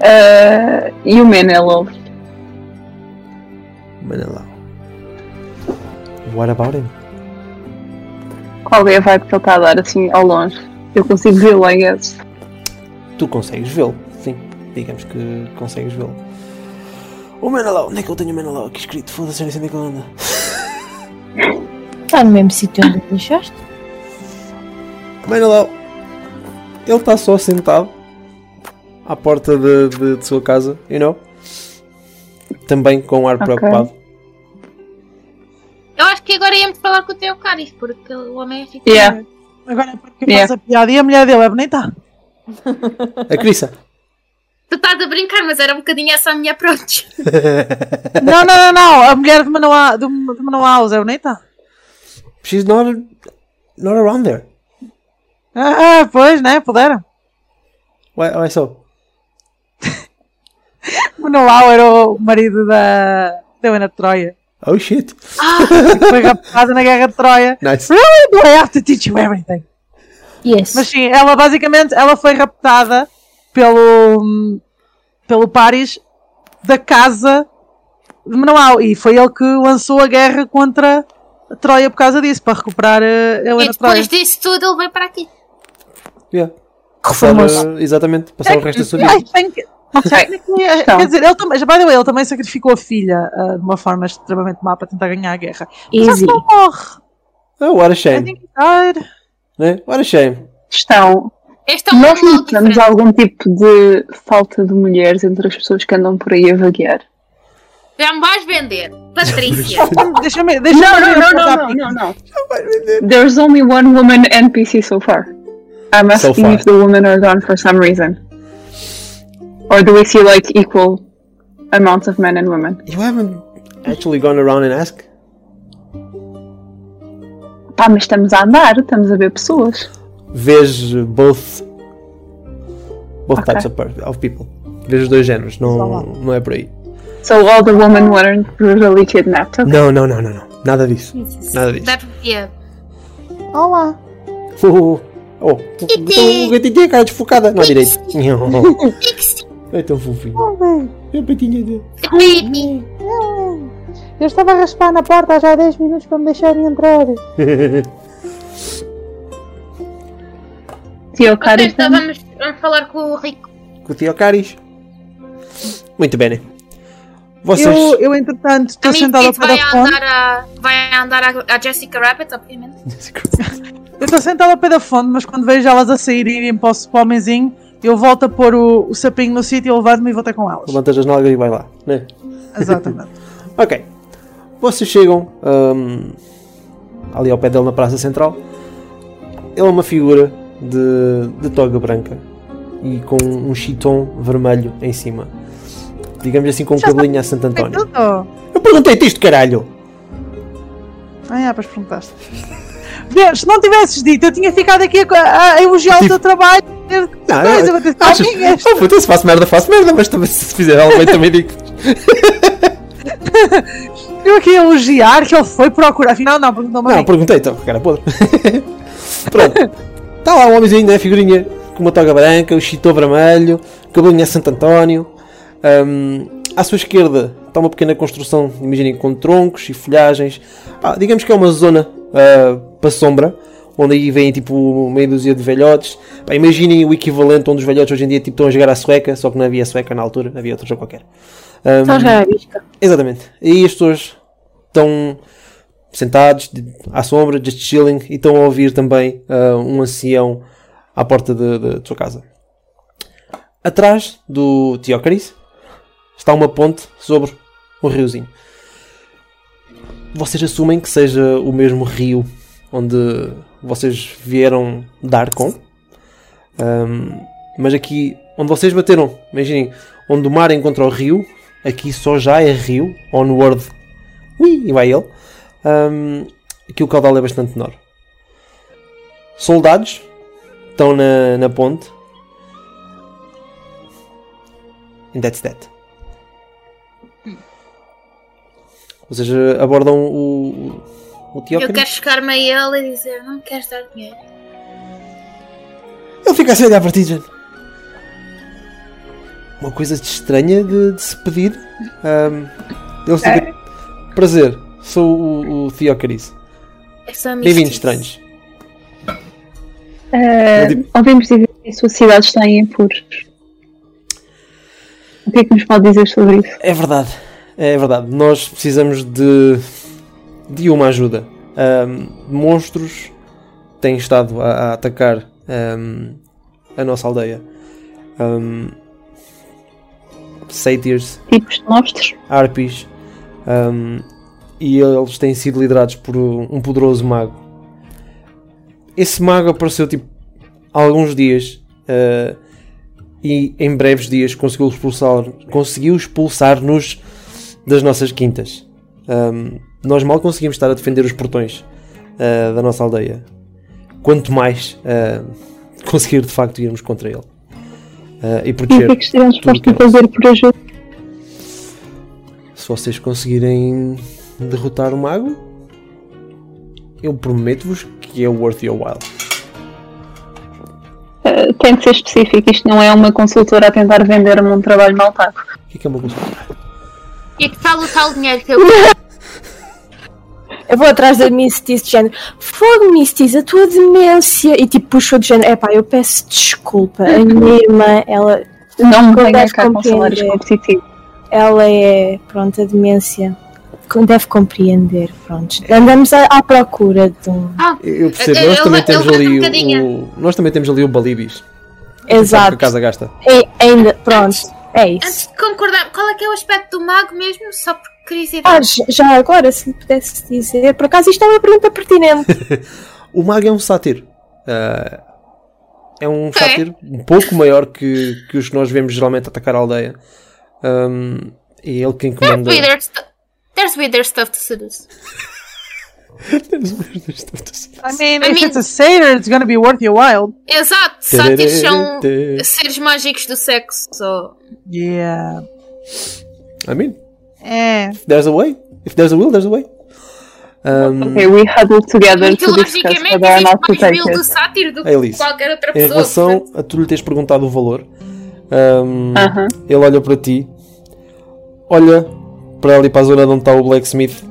Eh, e o Menelo?
Manalau what about him?
Qual é a vibe que ele está a dar assim ao longe? Eu consigo vê-lo, I guess.
tu consegues vê-lo sim digamos que consegues vê-lo o Manalau onde é que eu tenho o Manalau aqui escrito foda-se eu nem sei onde é que ele anda
Está no mesmo sítio onde me deixaste?
Mano lá, ele está só sentado à porta de, de- de sua casa, you know? Também com um ar
Ok.
preocupado.
Eu acho que agora íamos falar com o teu Cádiz, porque o homem é rico.
Yeah.
Agora é porque
Yeah.
faz a piada e a mulher dele é bonita.
A Crissa,
Tu estás a brincar, mas era um bocadinho essa a minha approach.
Não, não, não, não. A mulher de Manoá, do, de Manoá House é bonita.
she's not, not around there.
Ah, ah, pois, né? Puderam.
Why, why so?
Manoá era o marido da. da Ana de Troia.
Oh shit,
Foi raptada na guerra de Troia.
nice.
Really? Do I have to teach you everything?
Yes.
Mas sim, ela basicamente ela foi raptada pelo pelo Paris da casa de Manoel e foi ele que lançou a guerra contra a Troia por causa disso para recuperar eh, a
E
Helena de Troia.
depois disso tudo, ele veio para aqui.
Yeah. Passar,
Reformou-se.
uh, exatamente, passar o resto da sua vida.
I think-
Ok.
eh,
Então.
Quer dizer, ele também, já, by the way, ele também sacrificou a filha eh, de uma forma extremamente má para tentar ganhar a guerra. Mas acho
Easy.
que não morre.
Oh, what a
I
shame.
think he died.
Né? What a shame.
Estão.
Este é um
Nós
manual
notamos
diferente.
algum tipo de falta de mulheres entre as pessoas que andam por aí a vaguear?
Já me vais vender. Patrícia.
Deixa-me deixa
não, não. There's only one woman NPC so far. I'm
So
asking
far.
if the women are gone for some reason. Or do we see like equal amounts of men and women?
You haven't actually gone around and asked?
Pá, mas estamos a andar, estamos a ver pessoas.
Vês uh, both, both
Ok.
types of, per- of people. Vejo os dois géneros,
Só
não,
lá.
não é por aí.
So all the women weren't brutally kidnapped. Okay.
Não, não, não, não, não. Nada disso. Nada disso.
Dá para ver.
Olá.
Oh, oh, oh. tu- tu- tu- o gatinho tem a cara desfocada. Não, à direita. É tão fofinho. É a patinha dele.
Eu estava a raspar na porta já há 10 minutos para me deixarem entrar.
Tio Caris
Então vamos, vamos falar com o Rico.
Com o tio Caris. Muito bem. né? Vocês.
Eu, eu, entretanto, estou
Amigo,
sentada ao pé da
vai
fonte.
andar, a, vai andar a, a Jessica Rabbit, obviamente.
Eu estou sentada ao pé da fonte, mas quando vejo elas a saírem e irem para o para o homenzinho, eu volto a pôr o, o sapinho no sítio, eu levanto-me e vou ter com elas.
Levantas as nalgas e vai lá, né?
Exatamente.
Ok. Vocês chegam hum, ali ao pé dele na Praça Central. Ele é uma figura de, de toga branca e com um chiton vermelho em cima. Digamos assim, com um
Já sabe
cabelinho a Santo
Foi
António.
tudo.
Eu perguntei-te isto, caralho!
Ah, é, pois perguntaste. Deus, se não tivesses dito, eu tinha ficado aqui a, a- a elogiar o teu trabalho.
Não,
Pois, eu vou "Tá, ter que
Tipo, Ah, é? achas-
falar minhas.
Oh, puta, se faço merda, faço merda, mas também se fizer algo bem, também digo.
Eu aqui a elogiar que ele foi procurar. Afinal, não, perguntou-me a
Não,
mim.
perguntei, então, porque era podre. Pronto. Está lá um homenzinho, né? Figurinha com uma toga branca, o chitô vermelho, cabelinho a Santo António. Ahm, à sua esquerda está uma pequena construção, imaginem, com troncos e folhagens. Ah, digamos que é uma zona ah, para sombra, onde aí vêm tipo meia dúzia de velhotes. Pá, imaginem o equivalente onde os velhotes hoje em dia tipo, estão a jogar à sueca, só que não havia sueca na altura, havia outro jogo qualquer. Ahm,
Estão a jogar à vista.
Exatamente. E as pessoas estão sentados de- à sombra, just chilling, e estão a ouvir também ah, um ancião à porta de- de- de sua casa. Atrás do Teócaris está uma ponte sobre um riozinho. Vocês assumem que seja o mesmo rio onde vocês vieram dar com. Ahm, mas aqui, onde vocês bateram, imaginem, onde o mar encontra o rio, aqui só já é rio, onward, ui, e vai ele. Ahm, aqui o caudal é bastante menor. Soldados estão na, na ponte. And that's that. Ou seja, abordam o, o, o
Eu
Teócrito.
quero chegar-me a ele e dizer: Não me queres dar dinheiro.
Ele fica assim a olhar para ti, Jane. Uma coisa de estranha de, de se pedir. Ahm, ele fica... Prazer, sou o, o Theocaris.
É só
Bem-vindos,
mistice.
estranhos.
Uh,
tipo-
ouvimos dizer que a sua cidade está em apuros. O que é que nos pode dizer sobre isso?
É verdade, é verdade. Nós precisamos de, de uma ajuda. Ahm, monstros têm estado a, a atacar ahm, a nossa aldeia. Um, satyrs
Tipos de monstros?
Arpis um, e eles têm sido liderados por um poderoso mago. Esse mago apareceu tipo há alguns dias uh, e em breves dias conseguiu expulsar conseguiu expulsar-nos das nossas quintas. Um, nós mal conseguimos estar a defender os portões uh, da nossa aldeia. Quanto mais uh, conseguir de facto irmos contra ele uh, e
E o
proteger.
que é que estaremos
tudo que
dispostos a
eles-
fazer por ajuda?
se vocês conseguirem derrotar o mago, eu prometo-vos que é worth your while.
Uh, tem que ser específico. Isto não é uma consultora a tentar vender-me um trabalho mal pago.
O que é que é uma consulta?
E que tal o tal dinheiro que eu.
Eu vou atrás da Mistice de género. Fogo, Mistice, a tua demência. E tipo, puxou de género. Epá, eu peço desculpa. A minha irmã, ela,
Não
Não
me venha
vais
cá com
compreender.
salários competitivos.
ela é. Pronto, a demência. com- Deve compreender. Pronto. Andamos à, à procura de um.
Eu percebo,
Eu-
nós
eu-
também
eu
temos
levanto um
ali
bocadinho.
o, Nós também temos ali o Balibis. Que
Exato.
a casa gasta.
É- ainda. Pronto. É
Antes
isso.
de concordar, qual é que é o aspecto do mago mesmo? Só por curiosidade.
Ah, j- já agora, se lhe pudesse dizer. Por acaso, isto é uma pergunta pertinente.
O mago é um sátiro. Ah, é um sátiro um pouco maior que, que os que nós vemos geralmente atacar a aldeia. Ahm, e é ele quem comanda.
Wither stu- There's wither stuff to seduce.
Temos merdas
é.
todas.
I mean,
I
if
mean-
it's a satyr, it's gonna be worth your while.
Exato, sátiros são seres mágicos do sexo. so-
Yeah.
I mean,
É.
if there's a way. If there's a will, there's a way. Um,
Okay, we huddled together to discuss
Mitologicamente
whether or
existe
not to
mais
take
vil do
it.
sátiro do que
Elise,
qualquer outra
em
pessoa.
relação
portanto,
a tu lhe teres perguntado o valor, um,
Aham.
ele olha para ti, olha para ali para a zona de onde está o blacksmith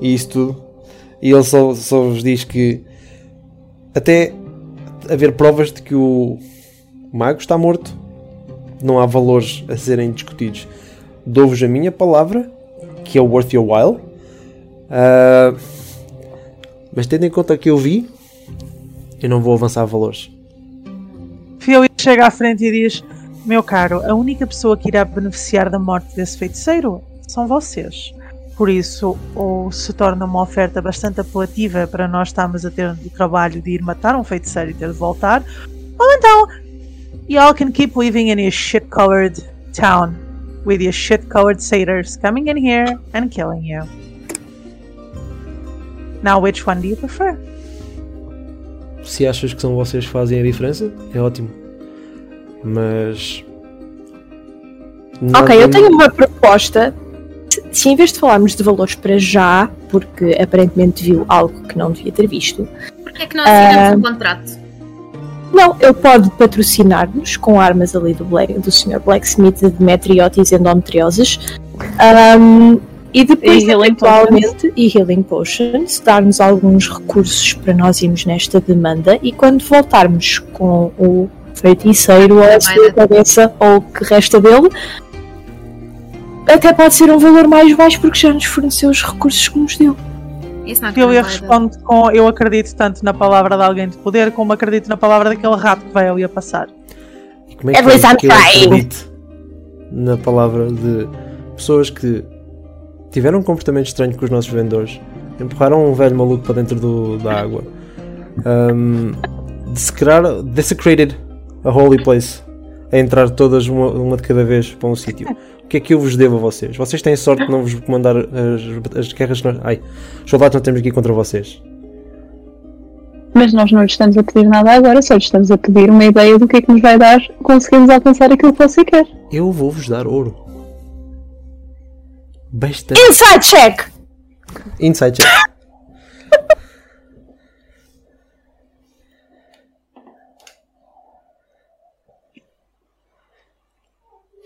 e isso tudo, e ele só, só vos diz que até haver provas de que o mago está morto, não há valores a serem discutidos. Dou-vos a minha palavra, que é worth your while. Ah, mas tendo em conta o que eu vi, eu não vou avançar valores.
Felix chega à frente e diz: Meu caro, a única pessoa que irá beneficiar da morte desse feiticeiro são vocês. Por isso, ou se torna uma oferta bastante apelativa para nós estarmos a ter o trabalho de ir matar um feiticeiro e ter de voltar, ou então, y'all can keep living in your shit-colored town with your shit-colored satyrs coming in here and killing you. Now, which one do you prefer?
se achas que são vocês que fazem a diferença, é ótimo. Mas. é
Ok, eu tenho uma proposta. Se- Se em vez de falarmos de valores para já, porque aparentemente viu algo que não devia ter visto,
Porquê é que não assinamos um contrato?
Não, ele pode patrocinar-nos com armas ali do, Black, do Sr. Blacksmith de metriotes endometriosas Ahm, e depois,
E healing
eventualmente, e Healing Potions, dar-nos alguns recursos para nós irmos nesta demanda e quando voltarmos com o feiticeiro ou a sua
Vai, né?
cabeça ou o que resta dele, até pode ser um valor mais baixo porque já nos forneceu os recursos que nos deu.
It's not
Eu
gonna
ia
lie, though.
respondo com eu acredito tanto na palavra de alguém de poder como acredito na palavra daquele rato que vai ali a passar.
Como é que,
Every
é que eu
time.
acredito na palavra de pessoas que tiveram um comportamento estranho com os nossos vendedores, empurraram um velho maluco para dentro do- da água, um, desecrar- desecrated a holy place, a entrar todas uma, uma de cada vez para um sítio. O que é que eu vos devo a vocês? Vocês têm sorte de não vos comandar as, as guerras que nós. Ai, os soldados não temos aqui contra vocês.
Mas nós não lhe estamos a pedir nada agora, só lhe estamos a pedir uma ideia do que é que nos vai dar conseguirmos alcançar aquilo que você quer.
Eu vou-vos dar ouro. Bastante.
Inside check!
Inside check.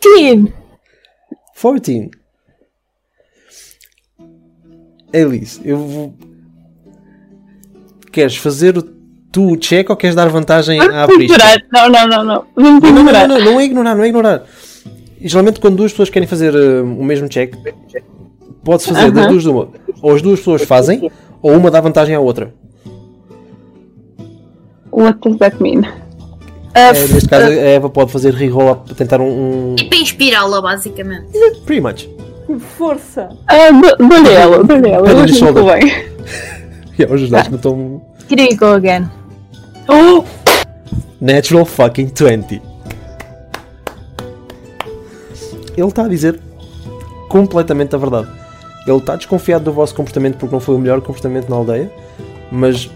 Teen!
14. Elise, eu vou. Queres fazer o- tu o check ou queres dar vantagem à Prisca?
Ignorar. Não, não, não, não.
Não, não,
Vamos
não,
ignorar.
não, não é ignorar, não é ignorar. Geralmente quando duas pessoas querem fazer uh, o mesmo check, pode-se fazer das
Aham.
duas de uma. Ou as duas pessoas fazem, ou uma dá vantagem à outra.
What does that mean?
Ah,
É, neste caso, a Eva pode fazer reroll para tentar um, um.
É para inspirá-la, basicamente.
Pretty much.
Força!
Ah, do- dou-lhe ela, dou-lhe ela.
Dá-lhe
Eu
no
acho muito
shoulder.
bem.
É, os dados não estão.
Here you go again.
Oh,
Natural fucking 20. Ele está a dizer completamente a verdade. Ele está desconfiado do vosso comportamento porque não foi o melhor comportamento na aldeia, mas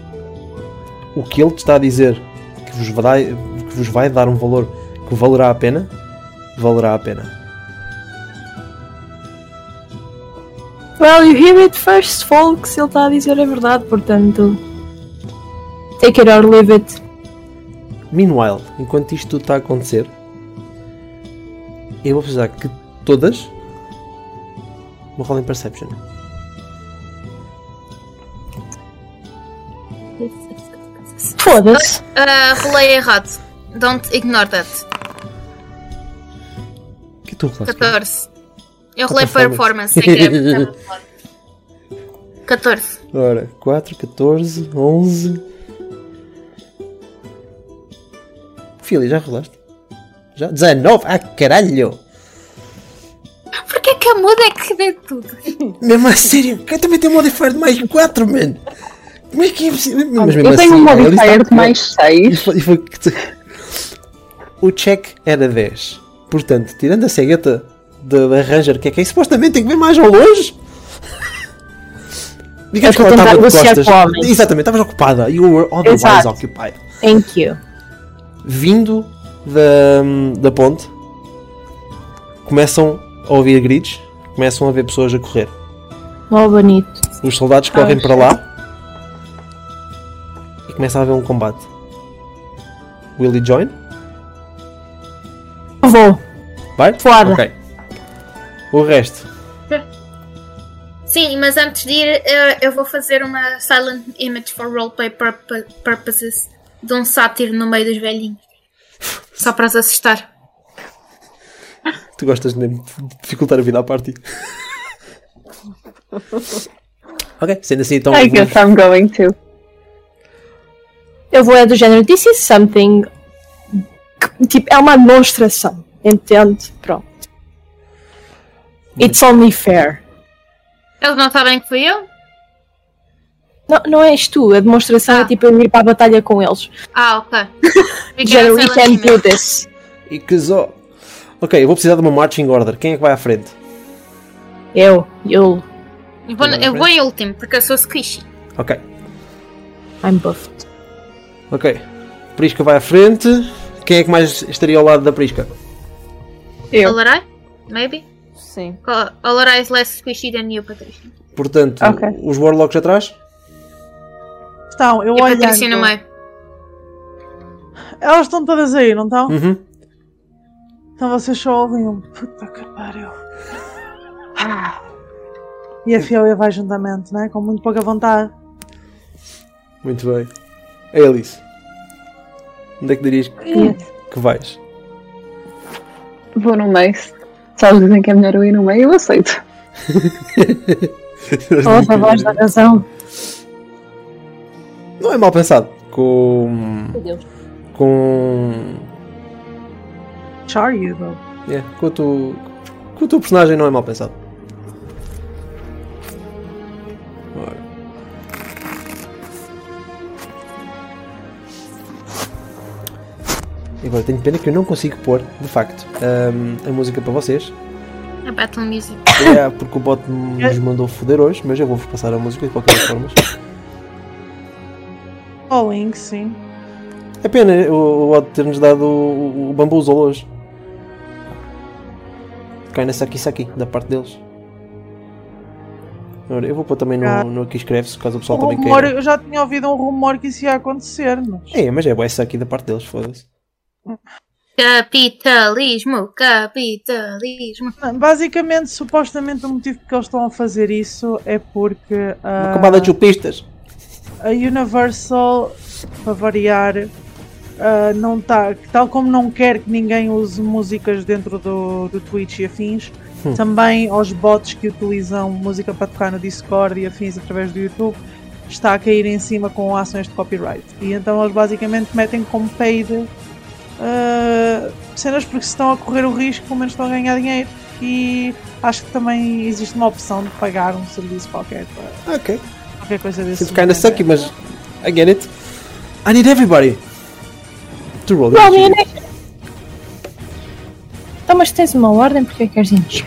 o que ele te está a dizer que vos vai, que vos vai dar um valor que valerá a pena, valerá a pena.
Well, you hear it first, folks. Ele está a dizer a verdade, portanto. Take it or leave it.
Meanwhile, enquanto isto tudo está a acontecer, eu vou precisar que todas me rolem Perception.
Foda-se.
Ah, rolei errado. Don't ignore that.
O que é que tu rolaste?
14. Eu rolei
Performance.
performance, sem querer. 14.
Ora, 4, 14, 11. Filha, já rolaste? Já? 19? Ah, caralho!
Porquê que a muda é que dê tudo?
Mesmo a sério, eu também tenho um modifier de mais 4, man! Como é que é possível? Mas mesmo
eu tenho um
assim, ele
modifier
está-
de mais
E
6.
foi- e foi que te- O check era 10. Portanto, tirando a é cegueta da da Ranger, que é quem supostamente tem que ver mais ao longe, Digamos
Eu
que
estou
ela
a
estava
tentar
de
negociar
costas.
com o homem.
Exatamente, estavas ocupada. You were otherwise
Exato.
occupied.
Thank you.
Vindo da, da ponte, começam a ouvir gritos, começam a ver pessoas a correr.
Oh, bonito.
Os soldados correm para lá e começa a haver um combate. Will you join?
Eu Vou.
Vai?
Fora.
Ok. O resto.
Sim, mas antes de ir, eh, eu vou fazer uma silent image for roleplay purpo- purposes de um sátiro no meio dos velhinhos. Só para os assustar.
Tu gostas de mesmo de dificultar a vida à parte. ok, sendo assim, então.
I guess I'm going to.
Eu vou é do género. This is something. que- Tipo, é uma demonstração. Entende? Pronto. It's only fair.
Eles não sabem que fui eu?
Não, não és tu. A demonstração
Ah.
é tipo eu ir para a batalha com eles.
Ah, ok.
Do
Fiquei
género,
na
we
silent
can
image.
do this.
E que só. Ok, eu vou precisar de uma marching order. Quem é que vai à frente?
Eu, eu,
Eu vou, eu vou em último, porque eu sou squishy.
Ok,
I'm buffed.
ok. Prisca vai à frente. Quem é que mais estaria ao lado da Prisca?
Eu.
Olarai? Maybe?
Sim.
Ol- Olarai is less squishy than you, Patrícia.
Portanto,
Ok.
os Warlocks atrás.
Então, eu
E
olho.
Patrícia no meio.
Elas estão todas aí, não estão?
Uhum.
Então vocês só ouvem um puta que pariu. Ah. E a Fiona vai juntamente, né? Com muito pouca vontade.
Muito bem. Alice. Onde é que dirias que, que vais?
Vou no meio. Se eles dizem que é melhor eu ir no meio, eu aceito.
Outra voz da razão.
Não é mal pensado. Com.
Meu Deus.
Com.
Char you, though.
É, com o teu, com o teu personagem não é mal pensado. Ora. E agora tenho pena que eu não consigo pôr, de facto, hum, a música para vocês.
A Battle Music.
É porque o bot nos mandou foder hoje, mas eu vou-vos passar a música de qualquer forma.
Oh, Link, sim.
É pena o, o bot ter-nos dado o, o bambuzol hoje. Cai nessa aqui, isso aqui, da parte deles. Ora, eu vou pôr também no,
Ah.
no aqui escreve-se, caso o
O
pessoal também
Um rumor,
queira.
eu já tinha ouvido um rumor que isso ia acontecer, mas.
É, mas é bué essa aqui da parte deles, foda-se.
Capitalismo, capitalismo.
Basicamente, supostamente, o motivo que eles estão a fazer isso é porque
Uma
a,
camada de chupistas.
a Universal, para variar, ah, não tá, tal como não quer que ninguém use músicas dentro do, do Twitch e afins,
Hum.
também aos bots que utilizam música para tocar no Discord e afins através do YouTube, está a cair em cima com ações de copyright. E então eles basicamente metem como paid ah, cenas porque se estão a correr o risco, pelo menos estão a ganhar dinheiro. E acho que também existe uma opção de pagar um serviço qualquer para
Ok.
qualquer coisa desse.
Sinto kinda
género.
sucky, mas. I get it. I need everybody to roll.
Roll me an
initiative.
Então, mas tens uma ordem, porque é que queres ir?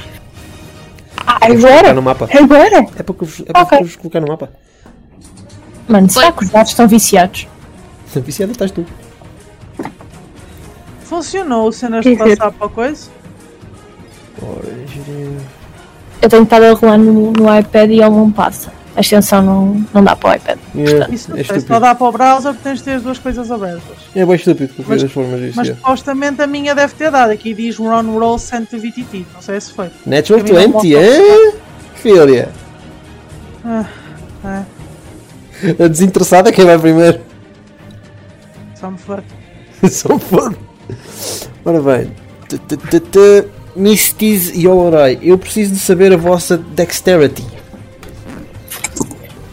Ah,
Colocar
agora?
no mapa.
Agora?
É para que vos, é para
Ok.
que vos colocar no mapa.
Mano, será
Foi.
que os dados estão viciados?
Viciada estás tu.
Funcionou cenas de
Quer dizer-
passar para coisa?
Ora, É
Eu tenho estado a rolar no, no iPad e ele não passa. A extensão não, não dá para o iPad.
yeah,
Isso não
é
sei, só
estúpido.
dá para o browser porque tens de ter as duas coisas abertas.
É bem estúpido, por
Mas-
das formas disso.
Mas
yeah.
supostamente a minha deve ter dado. Aqui diz Run Roll 120T. Não sei se foi.
Natural
Também não
20, hein? Filha.
Ah, ah,
A desinteressada é quem vai primeiro.
só me foi.
Só foda. Ora bem. Tu, tu, tu, tu. Mistiz e Olorai, eu preciso de saber a vossa dexterity.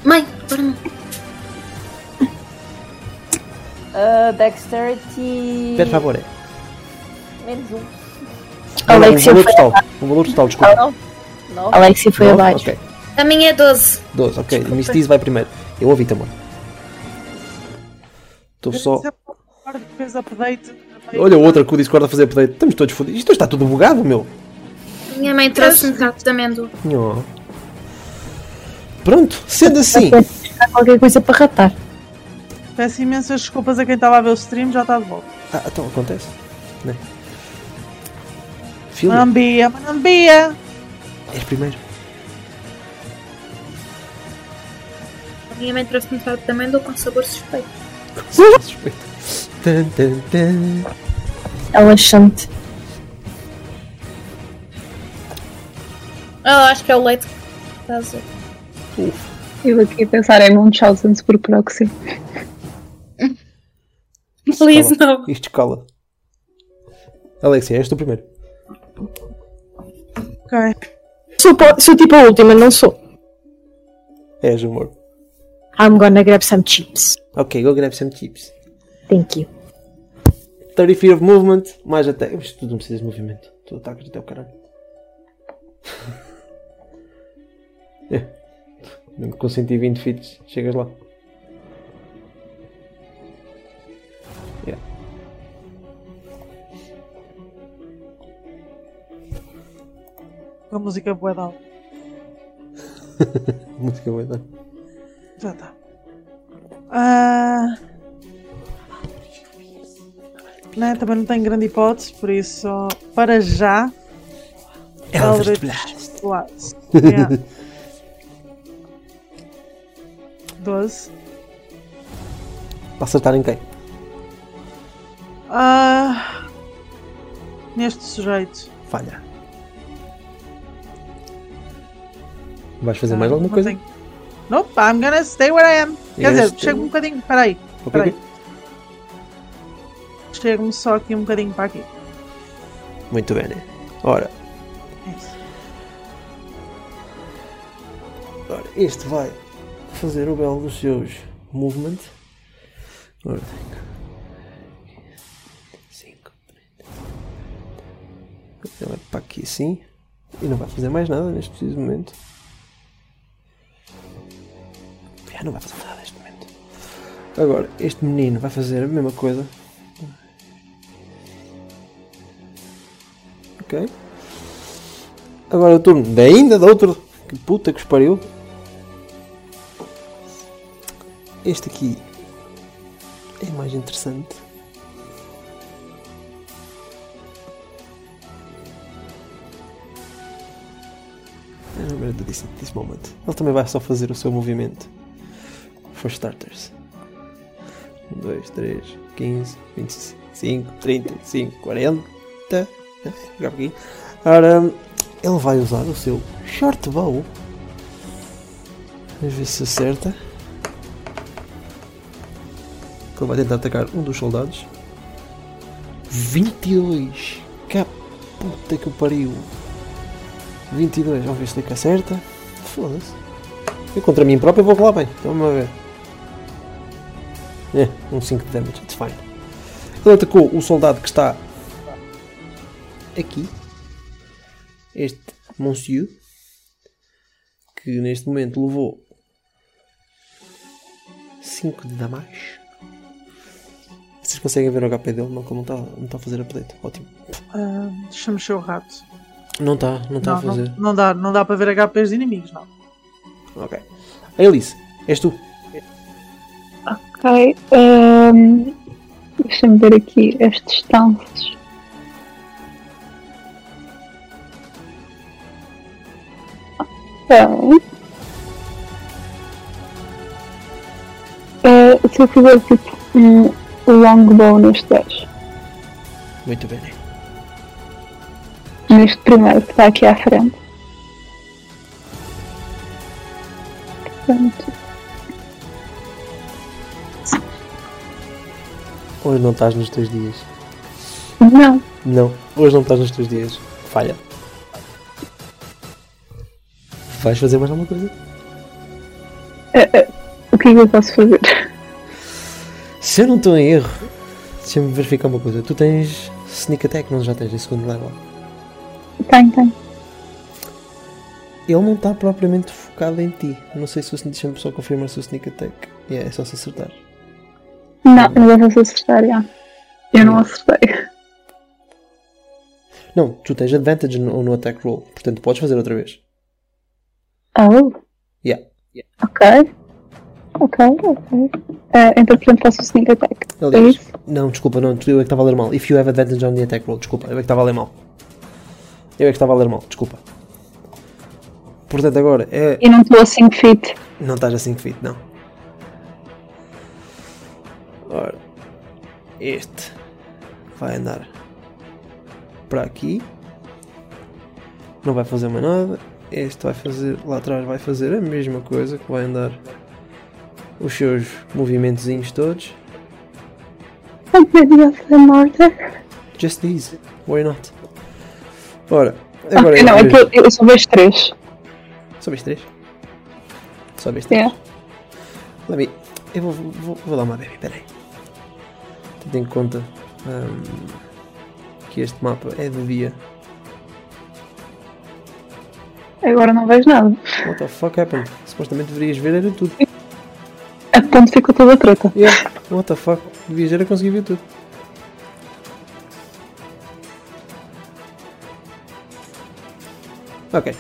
Mãe, por mim.
Ah, dexterity.
Por favor.
Menos um.
Não, não, O
Alexia
valor
foi,
total. O valor total, desculpa.
Nove.
Alexia foi
Nove?
abaixo.
Ok,
A minha é 12.
12, ok. Mistiz vai primeiro. Eu ouvi também. Estou só.
Fez update. também.
Olha o outro que o Discord a fazer update. Estamos todos fodidos. Isto está tudo bugado, meu.
Minha mãe trouxe-me cartas de amêndoa.
Nhó. Pronto, sendo assim,
Há qualquer coisa para ratar.
Peço imensas desculpas a quem estava a ver o stream, já está de volta.
Ah, então acontece. Né? Filha,
Manambia, Manambia!
és é primeiro.
Obviamente trouxe-me para também dou com sabor suspeito.
Suspeito. Tan, tan, tan.
É um Relaxante.
Ah, acho que é o leite que estás a
Eu aqui a pensar é em Munchausen por proxy.
Please não.
Isto cola. Alexia, és tu primeiro.
Ok.
Sou, po- sou tipo a última, não sou.
És amor.
I'm gonna grab some chips.
Ok, go grab some chips.
Thank you.
30 feet of movement, mais até. Mas tu não precisas de movimento. Tu atacas até o caralho. É. Mesmo com 120 feet, chegas lá. Yeah.
Com a música boa da alta.
Música boa, não? é?
Já está. Ah. Né, também não tenho grande hipótese, por isso, para já.
É
Eldritch Blast. Yeah. 12.
Para acertar em quem?
Ah, neste sujeito.
Falha. Vais fazer
Ah,
mais alguma
não
coisa?
tenho- Nope, I'm gonna stay where I am. Quer dizer,
Este-
chego um bocadinho. Peraí,
Ok,
peraí.
ok.
Chego-me só aqui um bocadinho para aqui.
Muito bem, né? Ora, ora, este vai fazer o belo dos seus movement. Ora, 5, 30. Ele vai para aqui sim. E não vai fazer mais nada neste preciso momento. Já não vai fazer nada neste momento. Agora, este menino vai fazer a mesma coisa. Ok. Agora o turno de ainda de outro. Que puta que os pariu. Este aqui é mais interessante. I remember this, this moment. Ele também vai só fazer o seu movimento. For starters. 1, 2, 3, 15, 25, 35, 40. Jogar aqui. um Ora, ele vai usar o seu short bow. Vamos ver se acerta. Que ele vai tentar atacar um dos soldados. 22! Que puta que o pariu! 22, vamos ver se ele acerta. Foda-se. Eu contra mim próprio vou rolar bem, então vamos ver. É, um 5 de damage, it's fine. Ele atacou o soldado que está aqui este Monsieur que neste momento levou 5 de damage. Vocês conseguem ver o HP dele? Não, que ele não está não tá a fazer update. Ótimo.
Ah, Deixa-me mexer o rato.
Não está, não está a
Não, não,
fazer.
não dá, não dá para ver HPs de inimigos, não.
Ok. Alice, és tu.
Ok. ehm, Deixa-me ver aqui as distâncias. Então. eh, se eu fizer tipo um longbow neste gajo,
Muito bem. né?
neste primeiro que está aqui à frente. Portanto,
Hoje não estás nos teus dias.
não,
Não, hoje não estás nos teus dias. Falha. Vais fazer mais alguma coisa?
o que é que eu posso fazer?
Se eu não estou em erro, deixa-me verificar uma coisa. Tu tens Sneak Attack, não já tens em segundo level.
Tenho, tenho.
Ele não está propriamente focado em ti. Não sei se o Sneak Deixa-me só confirmar se o Sneak Attack. Yeah, é só se acertar.
Não, mas eu vou acertar, já. Eu não acertei.
Não, tu tens advantage no, no attack roll. Portanto, podes fazer outra vez.
Oh,
Yeah.
Ok. Ok, ok. Eh, então, portanto, faço o sneak attack. É
Aliás,
isso?
não, desculpa, não, eu é que estava a ler mal. If you have advantage on the attack roll, desculpa, eu é que estava a ler mal. Eu é que estava a ler mal, desculpa. Portanto, agora é.
E não estou a 5 feet.
Não estás a 5 feet, não. Ora, este vai andar para aqui. Não vai fazer mais nada. Este vai fazer, lá atrás vai fazer a mesma coisa, que vai andar os seus movimentozinhos todos.
Oh, baby of the murder.
Just these. Why not? Ora, agora
Ok,
é
não,
o
é
meu.
que eu- eu só vejo 3.
Só vês três? Só vês três?
Yeah.
Let me- Eu vou, vou, vou dar uma baby, peraí. Tendo em conta ahm, que este mapa é de dia.
Agora não vejo nada.
What the fuck happened? Supostamente deverias ver era tudo.
A ponte ficou toda treta.
Yeah, what the fuck? Devias era conseguir ver tudo. Ok.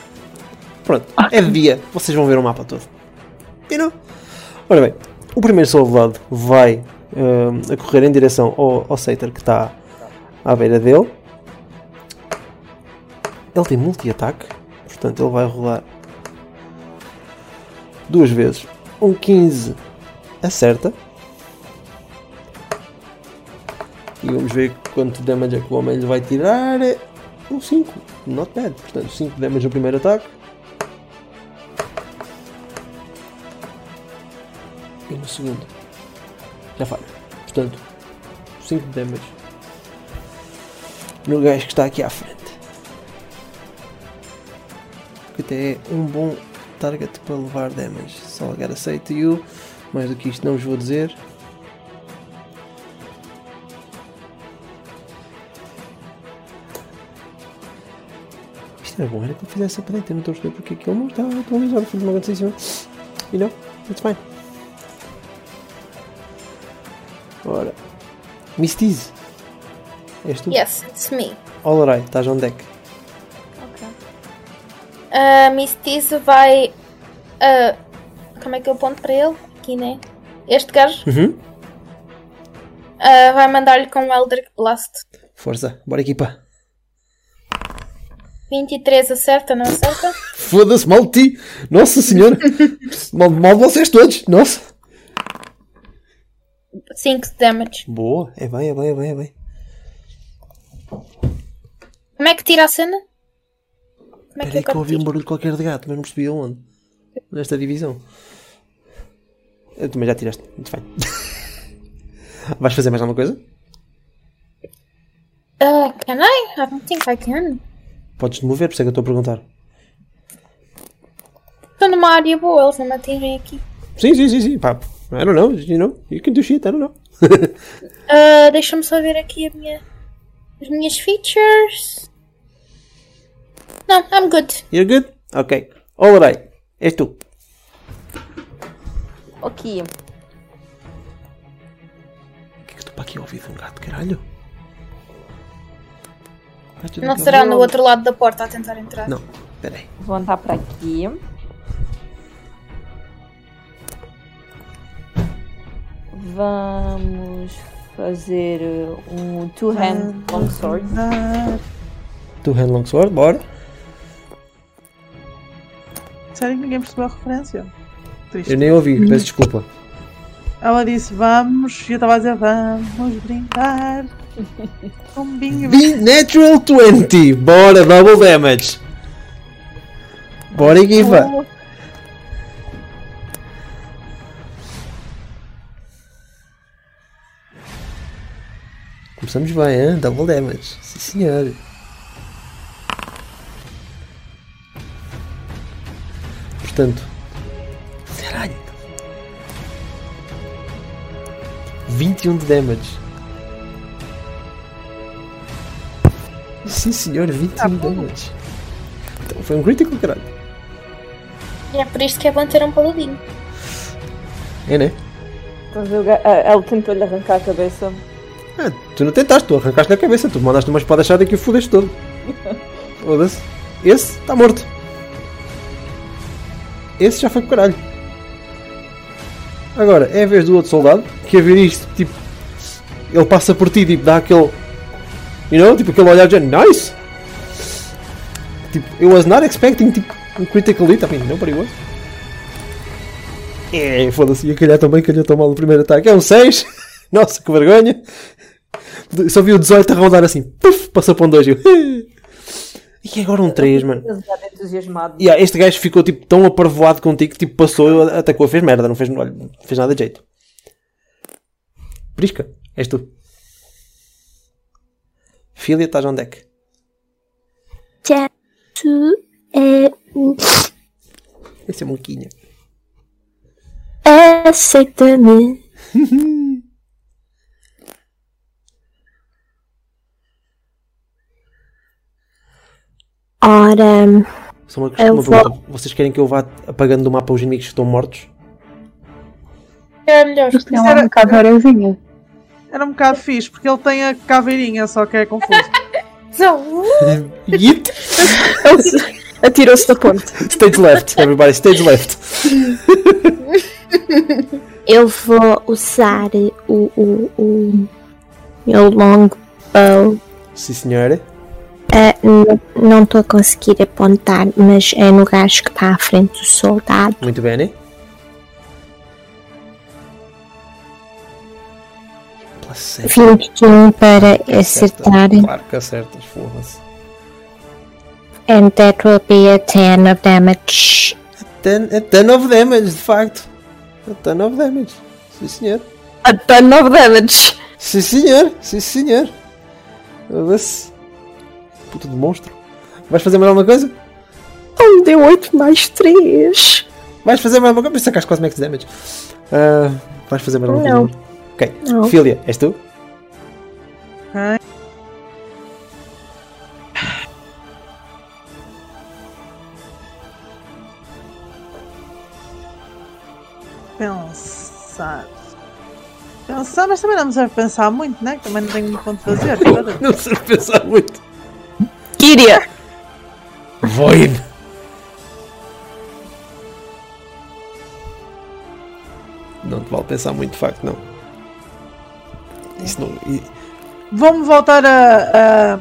Pronto. É de dia. Vocês vão ver o mapa todo. E não? Ora bem, o primeiro soldado vai hum, a correr em direção ao, ao Sator que está à beira dele. Ele tem multi-ataque, portanto ele vai rolar duas vezes. Um 15 acerta. E vamos ver quanto damage é que o homem lhe vai tirar. Um 5, not bad. Portanto, 5 damage no primeiro ataque. E no segundo. Já falha. Portanto, 5 damage. No gajo que está aqui à frente. Que até é um bom target para levar damage. Só I gotta say to you. Mais do que isto não vos vou dizer. Isto era bom, era que eu fizesse a preta, não estou a perceber porque é que ele não está atualizado, foi uma grande decisão. E não, it's fine. Ora, Mistiz, és tu?
Yes, it's me.
All right, estás on deck.
A Miss Tizzo vai. ah, como é que eu aponto para ele? Aqui, né? Este gajo
Uhum.
ah, vai mandar-lhe com o Eldrick Blast.
Força, bora equipa.
23 acerta, não acerta?
Foda-se, mal de ti! Nossa senhora! mal, mal de vocês todos! Nossa!
5 de damage.
Boa, é bem, é bem, é bem, é bem.
Como é que tira a cena? Como
Peraí
é que eu
que eu
quero
ouvi um
tirar?
barulho qualquer de gato, mas não percebi aonde. Nesta divisão. Eu também já tiraste. Muito bem. Vais fazer mais alguma coisa?
Ah, can I? I don't think I can.
Podes te mover, por isso é que eu estou a perguntar.
Estou numa área boa, eles não me atingem aqui.
Sim, sim, sim, sim. Pá, I don't know, you know, you can do shit, I don't know.
Ah, Deixa-me só ver aqui a minha... as minhas features. Não, I'm good.
You're good? Ok. Alright, és tu.
Ok.
O que é que tu para aqui a ouvir de um gato, caralho? Vai tudo
Não
bem.
será no outro lado da porta a tentar entrar.
Não, peraí.
Vou andar para aqui. Vamos fazer uh, um two-hand
Ah.
longsword.
Ah,
Tu hand long sword, bora.
Sério que ninguém percebeu a referência? Triste.
Eu nem ouvi, peço desculpa.
Ela disse vamos, e eu estava a dizer vamos brincar. Um bingo.
Be natural 20! Bora, double damage! Bora, equipa! Começamos bem, hein? Double damage. Sim, senhor. Portanto. Caralho! 21 de damage. Sim, senhor, é 21 de damage. Então, foi um critical, caralho.
É por isso que é bom ter um paladino.
É, né?
Mas eu, ga- ah, ela tentou-lhe arrancar a cabeça.
Ah, tu não tentaste, tu arrancaste na cabeça, tu mandaste uma espada achada que o fudeste todo. Foda-se. Esse está morto. Esse já foi pro caralho. Agora, é a vez do outro soldado que a ver isto, tipo, ele passa por ti, tipo, dá aquele. You know? Tipo, aquele olhar de género, nice! Tipo, eu was not expecting, tipo, um critical hit, I mean, nobody was. É, foda-se, ia calhar tão bem, calhou tão mal no primeiro ataque. É um 6! Nossa, que vergonha! Só vi o 18 a rondar assim, puf, passou para um 2 e eu. E agora um 3, mano.
Demasiado entusiasmado.
Yeah, este gajo ficou tipo tão aparvoado contigo que tipo, passou, atacou, fez merda, não fez, olha, não fez nada de jeito. Prisca, és tu. Filha, estás onde é que?
Tu é
Esse é monquinha.
aceita-me. Ora,
Só uma, questão,
Eu
uma
vou-
pergunta. Vocês querem que eu vá apagando do mapa os inimigos que estão mortos?
É melhor.
Mas tem lá um uma cavarazinha.
Era um bocado fixe, porque ele tem a caveirinha, só que é confuso.
um.
Yeet!
Ele se- atirou-se da ponte.
Stage left, everybody, stage left.
eu vou usar o, o, o meu longbow.
Sim, senhora.
Ah, n- não estou a conseguir apontar, mas é no gajo que está à frente do soldado.
Muito bem, né? Placenta.
21 para
Acerta.
é acertar.
Claro que acertas, foda-se.
And that will be a 10 of damage.
Ten, a ton of damage, de facto. A ton of damage. Sim, senhor.
A ton of damage.
Sim, senhor. Sim, senhor. Foda-se. Puta de monstro. Vais fazer mais alguma coisa?
Ele Então, deu 8 mais 3.
Vais fazer mais alguma coisa? Mas sacaste quase max damage. Ah, vais fazer mais alguma
Não.
coisa? Ok.
Não.
Filia, és tu?
Ok. Pensar. Pensar, mas também não me serve pensar muito, né? Que Também não tenho muito ponto de fazer. cara.
Não sei pensar muito.
Kyria.
Void. Não te vale pensar muito, de facto, não. Isso não. i-
Vou-me voltar a,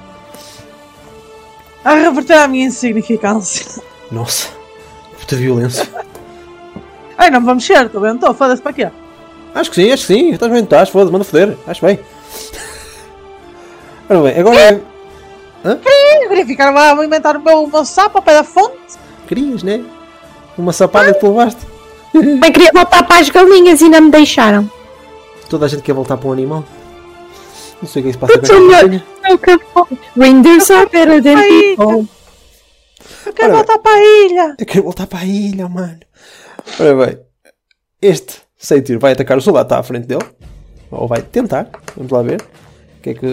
a. a reverter a minha insignificância.
Nossa. Puta violência.
Ai, não me vou mexer, estou bem, estou, foda-se para quê?
Acho que sim, acho que sim. Estás bem, estás, foda-se, manda foder. Acho bem. Ora bem, agora é.
Eu queria ficar lá, vou inventar o meu, o meu sapo ao pé da fonte.
Querias, né? Uma sapada que te levaste.
Bem, queria voltar para as galinhas e não me deixaram.
Toda a gente quer voltar para um animal. Não sei o que é que se passa com
Sou
esta
melhor. Rangers are better than
Ai,
people.
eu quero
Ora bem.
voltar para a ilha.
Eu quero voltar para a ilha, mano. Ora bem, este sem tiro vai atacar o soldado, está à frente dele. Ou vai tentar. Vamos lá ver. O que é que.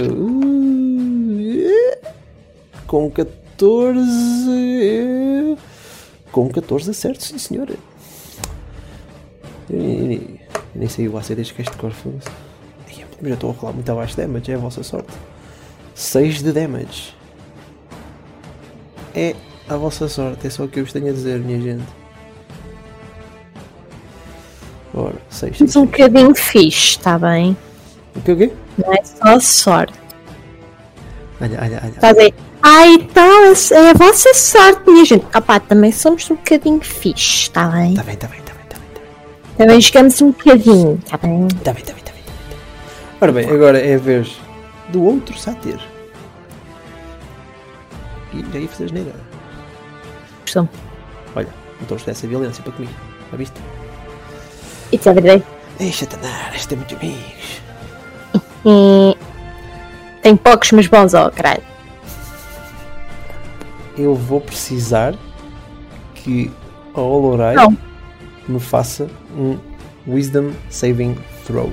Com 14. Com 14 acerto, sim senhora. Eu nem- eu nem- eu nem sei o AC desde que este cor foi. Ai, eu Já estou a rolar muito abaixo de damage, é a vossa sorte. 6 de damage. É a vossa sorte, é só o que eu vos tenho a dizer, minha gente. Ora, 6.
Mas um bocadinho fixe, está bem?
O que o quê?
Não é só sorte.
Olha, olha, olha.
Estás aí. Ah, então é- é a vossa sorte, minha gente. Opá, também somos um bocadinho fixe, está bem?
Tá bem, tá bem, tá bem, tá bem, tá bem.
Também jogamos um bocadinho, está bem?
Tá bem, tá bem, tá bem, tá bem. Ora bem, agora é a vez do outro sátiro. E já ia fazer asneira.
Estão.
Olha, então não estou a essa violência para comigo. Já viste?
It's a verdade.
Deixa-te andar, este é muito amigos.
E... Tem poucos, mas bons, ó, caralho.
Eu vou precisar que a Olorai
Não.
me faça um Wisdom Saving Throw.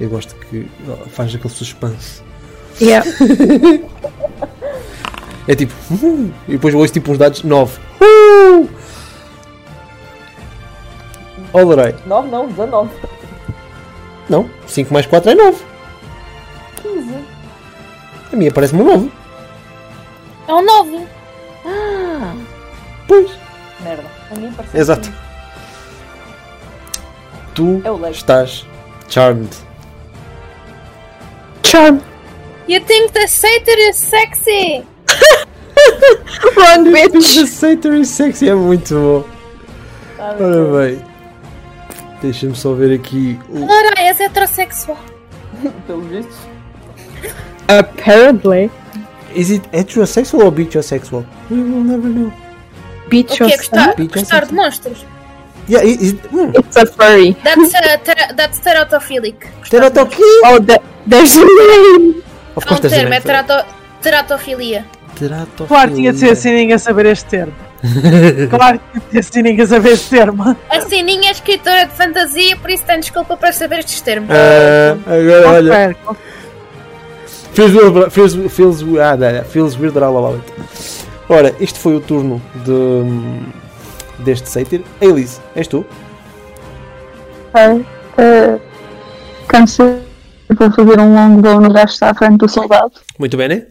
Eu gosto que ela faz aquele suspense.
Yeah.
É tipo. "Hum", e depois ouço tipo uns dados "Uhum." 9. Uh! Olorai.
9 não, 19.
Não, 5 mais 4 é 9. 15. A minha parece-me um novo.
É um novo.
Merda. A mim um parece.
Exato. Tu
É o leite.
estás charmed.
Charm.
You think the satyr is sexy?
Wrong bitch.
The Satyr is sexy é muito bom. Ora bem. Deixa-me só ver aqui. o-
Ora, és heterossexual.
Pelo visto.
Apparently.
Is it heterosexual or bichosexual? We will never know.
Bitch
O que é
or
gostar?
Bitch or
Gostar de
something.
monstros.
Yeah, is it. Hmm.
It's a furry.
That's, uh, ter that's teratophilic.
Teratoki!
Oh, that, there's a name.
Of
Há um
course there's a
termo, é
name for it.
terato teratofilia.
Teratofilia.
Claro, tinha de
Hum.
ser assim ninguém saber este termo. Claro que tinha de ser assim ninguém saber este termo.
Assim, ninguém é escritora de fantasia, por isso tem desculpa para saber estes termos.
Ah, agora olha.
Confere, confere.
Feels weird, feels, feels, ah, dá, dá, feels weird that I love it. Ora, este foi o turno de, deste Satyr. Elise, és tu?
Câncer. Eh, Vou fazer um longo bow no gajo que está à frente do soldado.
Muito bem, né?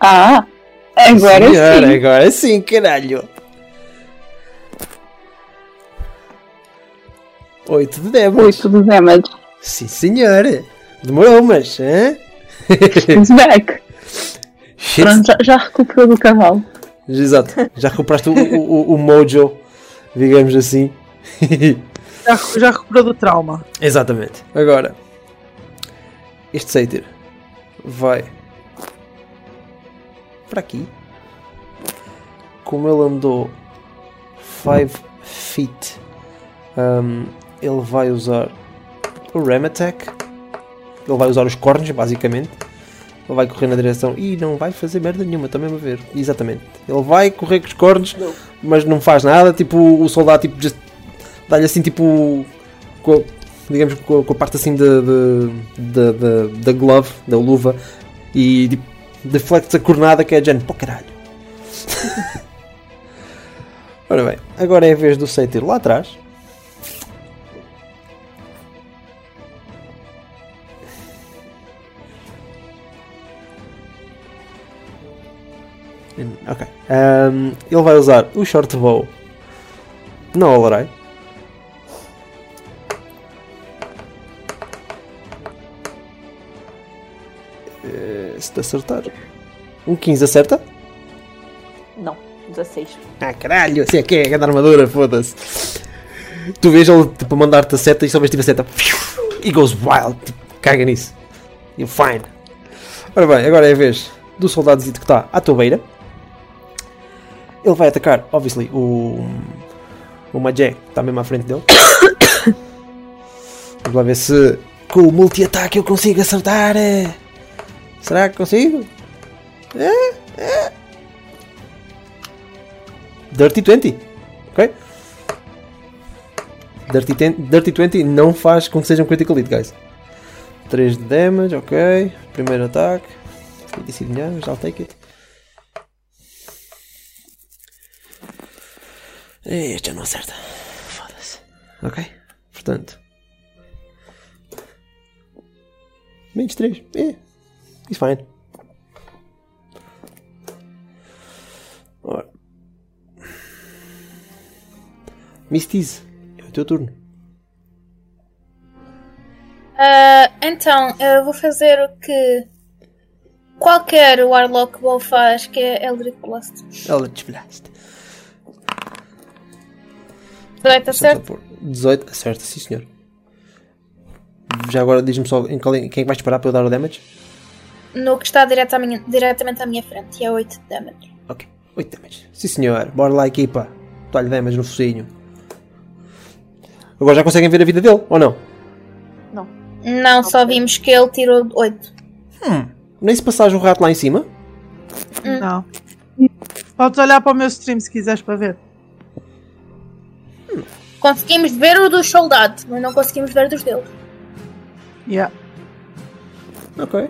Ah! Agora
Senhora,
sim! é
Agora sim, caralho. 8 de damage.
8 de damage.
Sim, senhora. Demorou, mas. Hã?
He's back!
Shit.
Pronto, já, já recuperou do cavalo.
Exato. Já recuperaste o, o, o- o mojo, digamos assim.
Já, recu- já recuperou do trauma.
Exatamente. Agora, este Satyr vai para aqui. Como ele andou 5 feet, hum, ele vai usar o Ram Attack. Ele vai usar os cornos, basicamente. Ele vai correr na direção e não vai fazer merda nenhuma, também a ver. Exatamente. Ele vai correr com os cornos, mas não faz nada. Tipo, o soldado tipo, just- dá-lhe assim, tipo, com a, digamos que com a, com a parte assim da de, de, de- da glove, da luva, e tipo, deflects a cornada que é a Jen. Pô, caralho. Ora bem, agora é a vez do Satyr lá atrás. Hum, Ok. Ahm, ele vai usar o short bow na Olarai. se te acertar. Um 15 acerta?
Não, 16.
Ah, caralho, assim é que é, grande armadura, foda-se. Tu vês ele tipo, a mandar-te a seta e só vês tipo a seta. E goes wild, tipo, caga nisso. You're fine. Ora bem, agora é a vez do soldadozito que está à tua beira. Ele vai atacar, obviously, o. O Majé, que está mesmo à frente dele. Vamos lá ver se com o multi-ataque eu consigo acertar. eh. Será que consigo? É, Dirty 20. Ok? Dirty, ten, Dirty 20 não faz com que seja um critical hit, guys. 3 de damage, ok. Primeiro ataque. 25 damage, I'll take it. Ei, Este já não acerta. Foda-se. Ok? Portanto. Menos 3. É. It's fine. Ora. Mistiz, é o teu turno.
Ah, então, eu vou fazer o que qualquer Warlock Ball faz, que é Eldritch Blast.
Eldritch Blast.
Tá 18, tá certo?
18, acerta, sim senhor. Já agora diz-me só em qual- em quem é que vais parar para eu dar o damage?
No que está direto à minha- diretamente à minha frente, e é 8 de damage.
Ok, 8 damage. Sim senhor, bora lá equipa. Dá-lhe damage no focinho. Agora já conseguem ver a vida dele, ou não?
Não, só vimos que ele tirou 8.
Nem se passares o rato lá em cima.
Não. Podes olhar para o meu stream se quiseres para ver.
Conseguimos ver o dos soldados, mas não conseguimos ver dos dele.
Yeah.
Ok.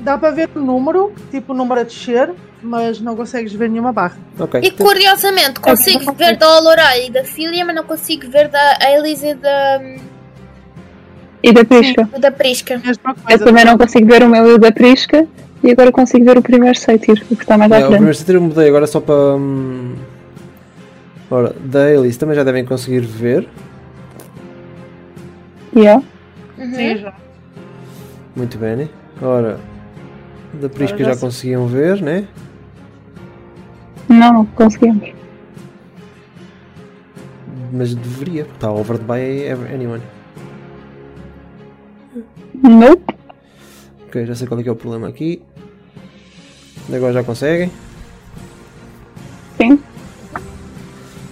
Dá para ver o número, tipo o número a descer, mas não consegues ver nenhuma barra.
Ok.
E curiosamente, consigo ver da Olorai e da Filia, mas não consigo ver da Elise e da.
E da Prisca.
O da Prisca.
Mesma
Eu
coisa.
também não consigo ver o meu e o da Prisca. E agora consigo ver o primeiro Satyr, o que está mais à
É, o
frente.
primeiro setor eu mudei agora só para. hum, Ora, da Elise também já devem conseguir ver.
Yeah.
Sim, já.
Muito bem, né? Ora, da Prisca
Agora
já
já se-
conseguiam ver, né?
Não, conseguimos.
Mas deveria, porque está over by ev- anyone.
Nope.
Ok, já sei qual é que é o problema aqui. Agora já conseguem.
Sim.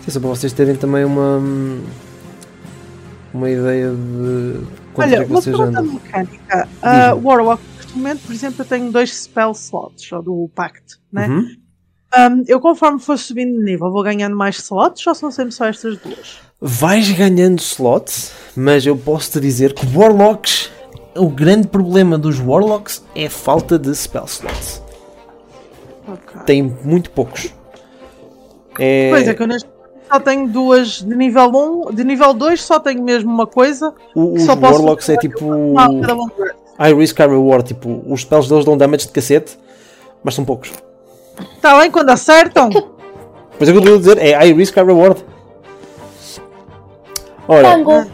Sim, só para vocês terem também uma. hum, Uma ideia de. Quantos
Olha,
é que
uma
vocês
pergunta
andam?
mecânica. Ah, Warlock, neste momento, por exemplo, eu tenho dois spell slots, ou do pacto, né?
Uhum.
Um, eu conforme for subindo de nível, vou ganhando mais slots ou são sempre só estas duas?
Vais ganhando slots, mas eu posso te dizer que Warlocks. O grande problema dos Warlocks é a falta de spell slots.
Ok.
Tem muito poucos. É...
Pois é, que eu neste momento só tenho duas de nível 1, de nível 2 só tenho mesmo uma coisa.
o- os
só posso-
Warlocks é tipo.
Ah, cada um.
High risk, high reward. Tipo, os spells deles dão damage de cacete, mas são poucos.
Está Tá bem quando acertam?
Mas é o que eu estou a dizer, é high risk, high reward. Ora,
Tango.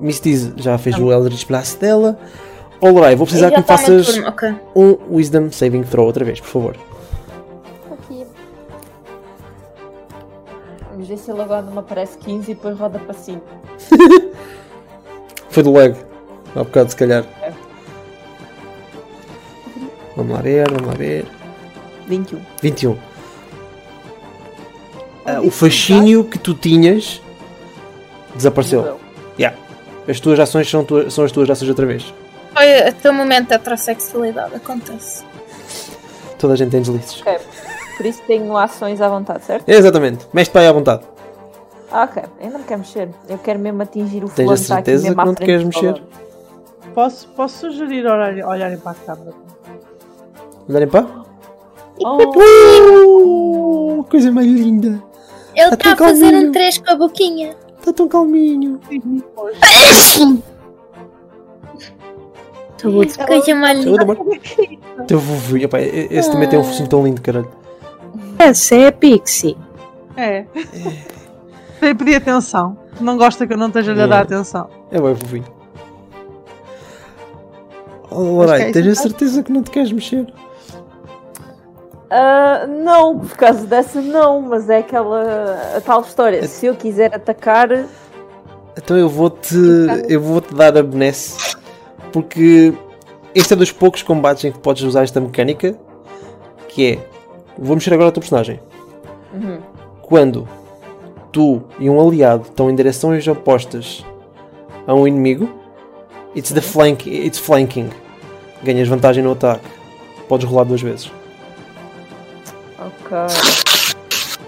Miss Diz já fez o Eldritch Blast dela. Olorei, vou precisar
Já tá
que me
está o meu
faças
turno. Ok.
um Wisdom Saving Throw outra vez, por favor.
Vamos ver se ele agora não me aparece 15 e depois roda para 5.
Foi do lag. Há bocado, se calhar. Vamos lá ver, vamos lá ver.
21.
21. Ah, o fascínio que tu tinhas desapareceu.
Mudou.
As tuas ações são, tua- são as tuas ações outra vez.
Foi o teu momento da heterossexualidade. Acontece.
Toda a gente tem deslizes.
Ok. Por isso tenho ações à vontade, certo?
Exatamente. Mexe para aí à vontade.
Ah, ok. Eu não me quero mexer. Eu quero mesmo atingir o fulano.
Tens a
que está aqui
certeza
mesmo
que
à
não te
frente
queres
do
mexer?
salão.
Posso, posso sugerir olhar- olharem para a câmera?
Olharem para?
Oh,
Oh, coisa mais linda.
Ele
Até
está a fazer
calminho.
um 3 com a boquinha.
Está Tá tão calminho.
Então,
Coisa mais
Teu
linda.
amor. Teu vovinho. Epá, e- Esse também tem um focinho tão lindo, caralho.
Essa é a Pixie.
É. Tem pedir atenção. Não gosta que eu não esteja lhe a dar atenção.
É bem fofinho.
Acho que
Olha,
é
tens Oh, a
isso,
certeza que não te queres mexer?
ah, não, por causa dessa não, mas é aquela a tal história.
É-
Se eu quiser atacar,
Então eu vou-te. Eu vou-te dar a benesse. Porque este é dos poucos combates em que podes usar esta mecânica. Que é. Vou mexer agora o teu personagem. Quando tu e um aliado estão em direções opostas a um inimigo, it's the flank, it's flanking. Ganhas vantagem no ataque. Podes rolar duas vezes.
ok.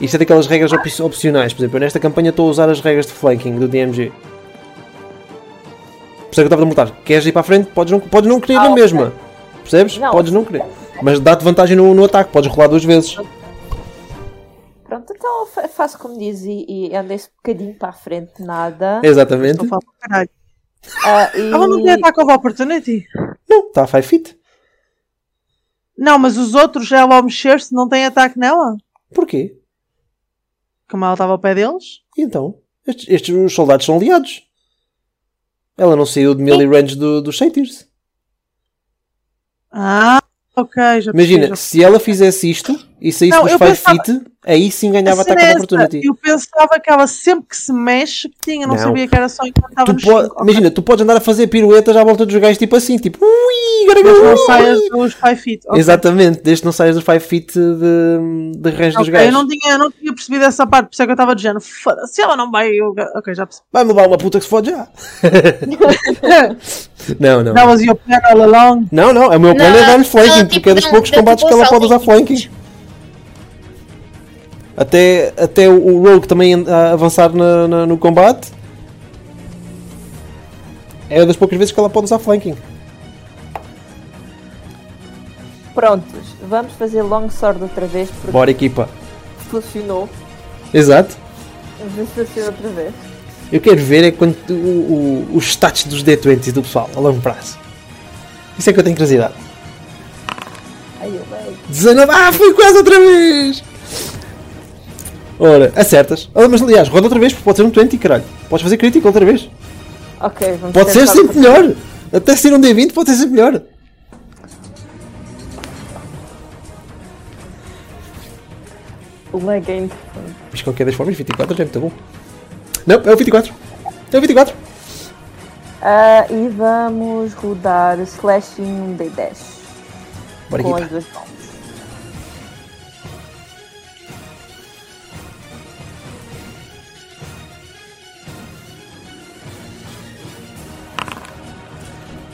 Isto é daquelas regras op- opcionais, por exemplo, eu nesta campanha estou a usar as regras de flanking do DMG. Por isso é que eu estava a perguntar, queres ir para a frente? Podes não, podes não
Ah,
querer na mesma. Percebes?
Não.
Podes não querer. Mas dá-te vantagem no, no ataque, podes rolar duas vezes.
Pronto, então eu fa- faço como diz e, e ando esse bocadinho para a frente, nada.
Exatamente.
Estou a falar para caralho.
Ah, e...
Ela não tem ataque of opportunity?
Não, está a 5 feet.
Não, mas os outros, ela ao mexer-se, não tem ataque nela?
Porquê?
Como ela estava ao pé deles?
E então? Estes, estes- os soldados são aliados. Ela não saiu de melee range do- dos Satyrs.
Ah, ok. Já percebi,
Imagina,
já
se ela fizesse isto e saísse
Não,
dos
eu
5
pensava-
feet, aí sim ganhava
A cena
ataque de
é essa.
opportunity.
Eu pensava que ela sempre que se mexe que tinha, não,
Não.
sabia que era só enquanto estava
Tu
no
po-
chão. Ok.
Imagina, tu podes andar a fazer piruetas à volta dos gajos, tipo assim, tipo, ui,
Mas
garagão,
não
ui.
saias dos 5 feet. ok.
Exatamente, desde que não saias dos 5 feet de, de range dos
Ok, eu
gajos.
não, tinha, eu não tinha percebido essa parte, por isso é que eu estava de género. Foda, se ela não vai. Eu... Ok, já percebi.
Vai-me levar uma puta que se fode já. não, não.
That
Não,
was your plan all along.
não, é o meu plano é
Não,
dar-lhe flanking,
ela, tipo,
porque é dos
deu-
poucos
deu
combates que
tipo um
ela pode usar
saltinho.
flanking. Até, até o- o Rogue também an- a avançar na- na- no combate. É das poucas vezes que ela pode usar flanking.
Prontos, vamos fazer longsword outra vez porque
Bora, equipa.
funcionou.
Exato.
Vamos ver se funciona outra vez.
Eu quero ver é quanto o- o- os status dos D20 do pessoal a longo prazo. Isso é que eu tenho curiosidade. 19. Ah, fui quase outra vez! Ora, acertas. Ah, mas aliás, roda outra vez, porque pode ser um 20, caralho. Podes fazer crítico outra vez.
Ok, vamos
Pode ser
tentar
sempre
fazer-
melhor. Até ser um D20 pode ser sempre melhor.
O lag é inter-
Mas de qualquer das formas, 24 já é muito bom. Não, é o 24. É o 24.
Ah, e vamos rodar Slash em 1D10
Bora
com as
equipa.
duas mãos.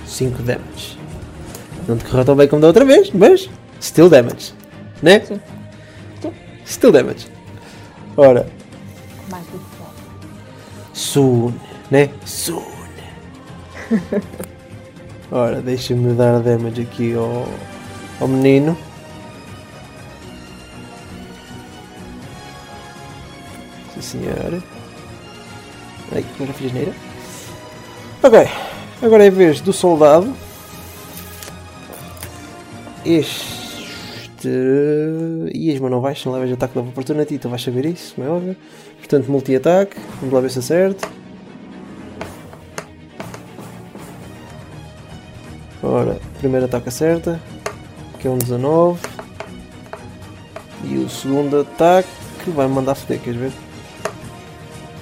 Cinco damage. Não te correu tão bem como da outra vez, mas still damage. Né?
Sim. Sim.
Still damage. Ora,
Mais do que bom.
soon, né? Soon. Ora, deixa-me dar damage aqui ao, ao menino. Sim senhora. Ai, agora fiz neira. Ok, agora é a vez do soldado. Este. Isma não vais, não levas ataque da oportunidade, tu vais saber isso, não é óbvio. Portanto, multi-ataque, vamos lá ver se acerto. Ora, primeiro ataque acerta, que é um 19. E o segundo ataque vai mandar foder, queres ver?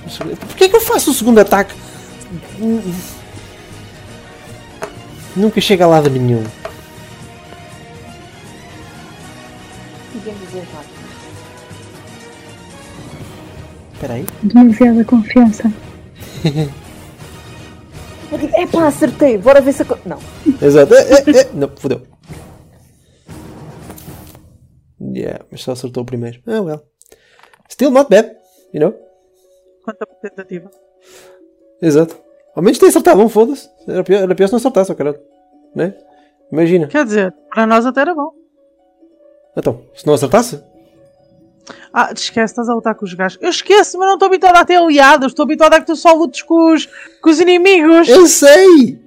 O seg- Porquê é que eu faço o segundo ataque? Nunca chega a lado nenhum. Espera aí.
Demasiada confiança.
É pá, acertei, bora ver se. aco- Não,
Exato. É, é, é. Não, fodeu. Yeah, mas só acertou o primeiro. Ah, well. Still not bad, you know?
Quanto a tentativa?
Exato. Ao menos tem acertado, não foda-se. Era pior, era pior se não acertasse, oh, caralho. Né? Imagina.
Quer dizer, para nós até era bom.
Então, se não acertasse?
Ah, te esquece, estás a lutar com os gajos. Eu esqueço, mas não estou habituada a ter aliados. Estou habituada a que tu só lutes com os, com os inimigos.
Eu sei!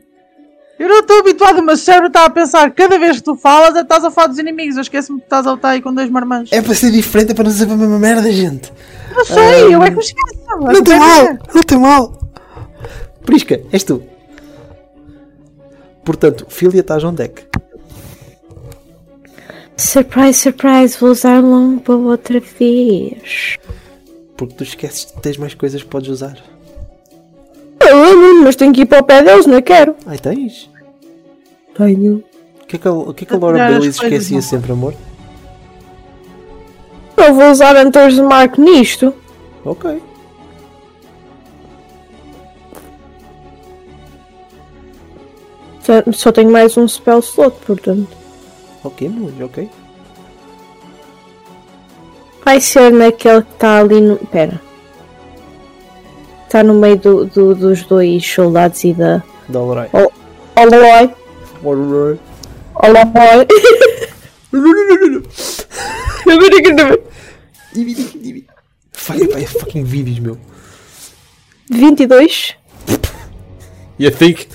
Eu não estou habituada, mas o cérebro está a pensar cada vez que tu falas, é que estás a falar dos inimigos. Eu esqueço-me que estás a lutar aí com dois marmãs.
É para ser diferente, é para não ser a mesma merda, gente.
não sei, eu é que me esqueço. é.
Não tem mal! Não tem mal! Prisca, és tu. Portanto, Filia estás onde é que?
Surprise, surprise, vou usar longbow outra vez.
Porque tu esqueces que tens mais coisas que podes usar.
Eu amo, mas tenho que ir para o pé deles, não é? quero.
Ai, tens?
Tenho.
O que é que a, o que é que a
Para
Laura
tirar as
Bailey
coisas,
esquecia
não.
sempre, amor?
Eu vou usar Hunters de Marco nisto.
Ok.
Só- Só tenho mais um spell slot, portanto.
Ok, Mulher, ok.
Vai ser naquele que está ali no. Pera. Está no meio do- do- dos dois soldados e da.
Dá um o Lorai.
Olá,
Lorai.
olá, olá. Agora que não.
Dividi, dividi. Falha, pá, é fucking vídeos, meu.
22
You think?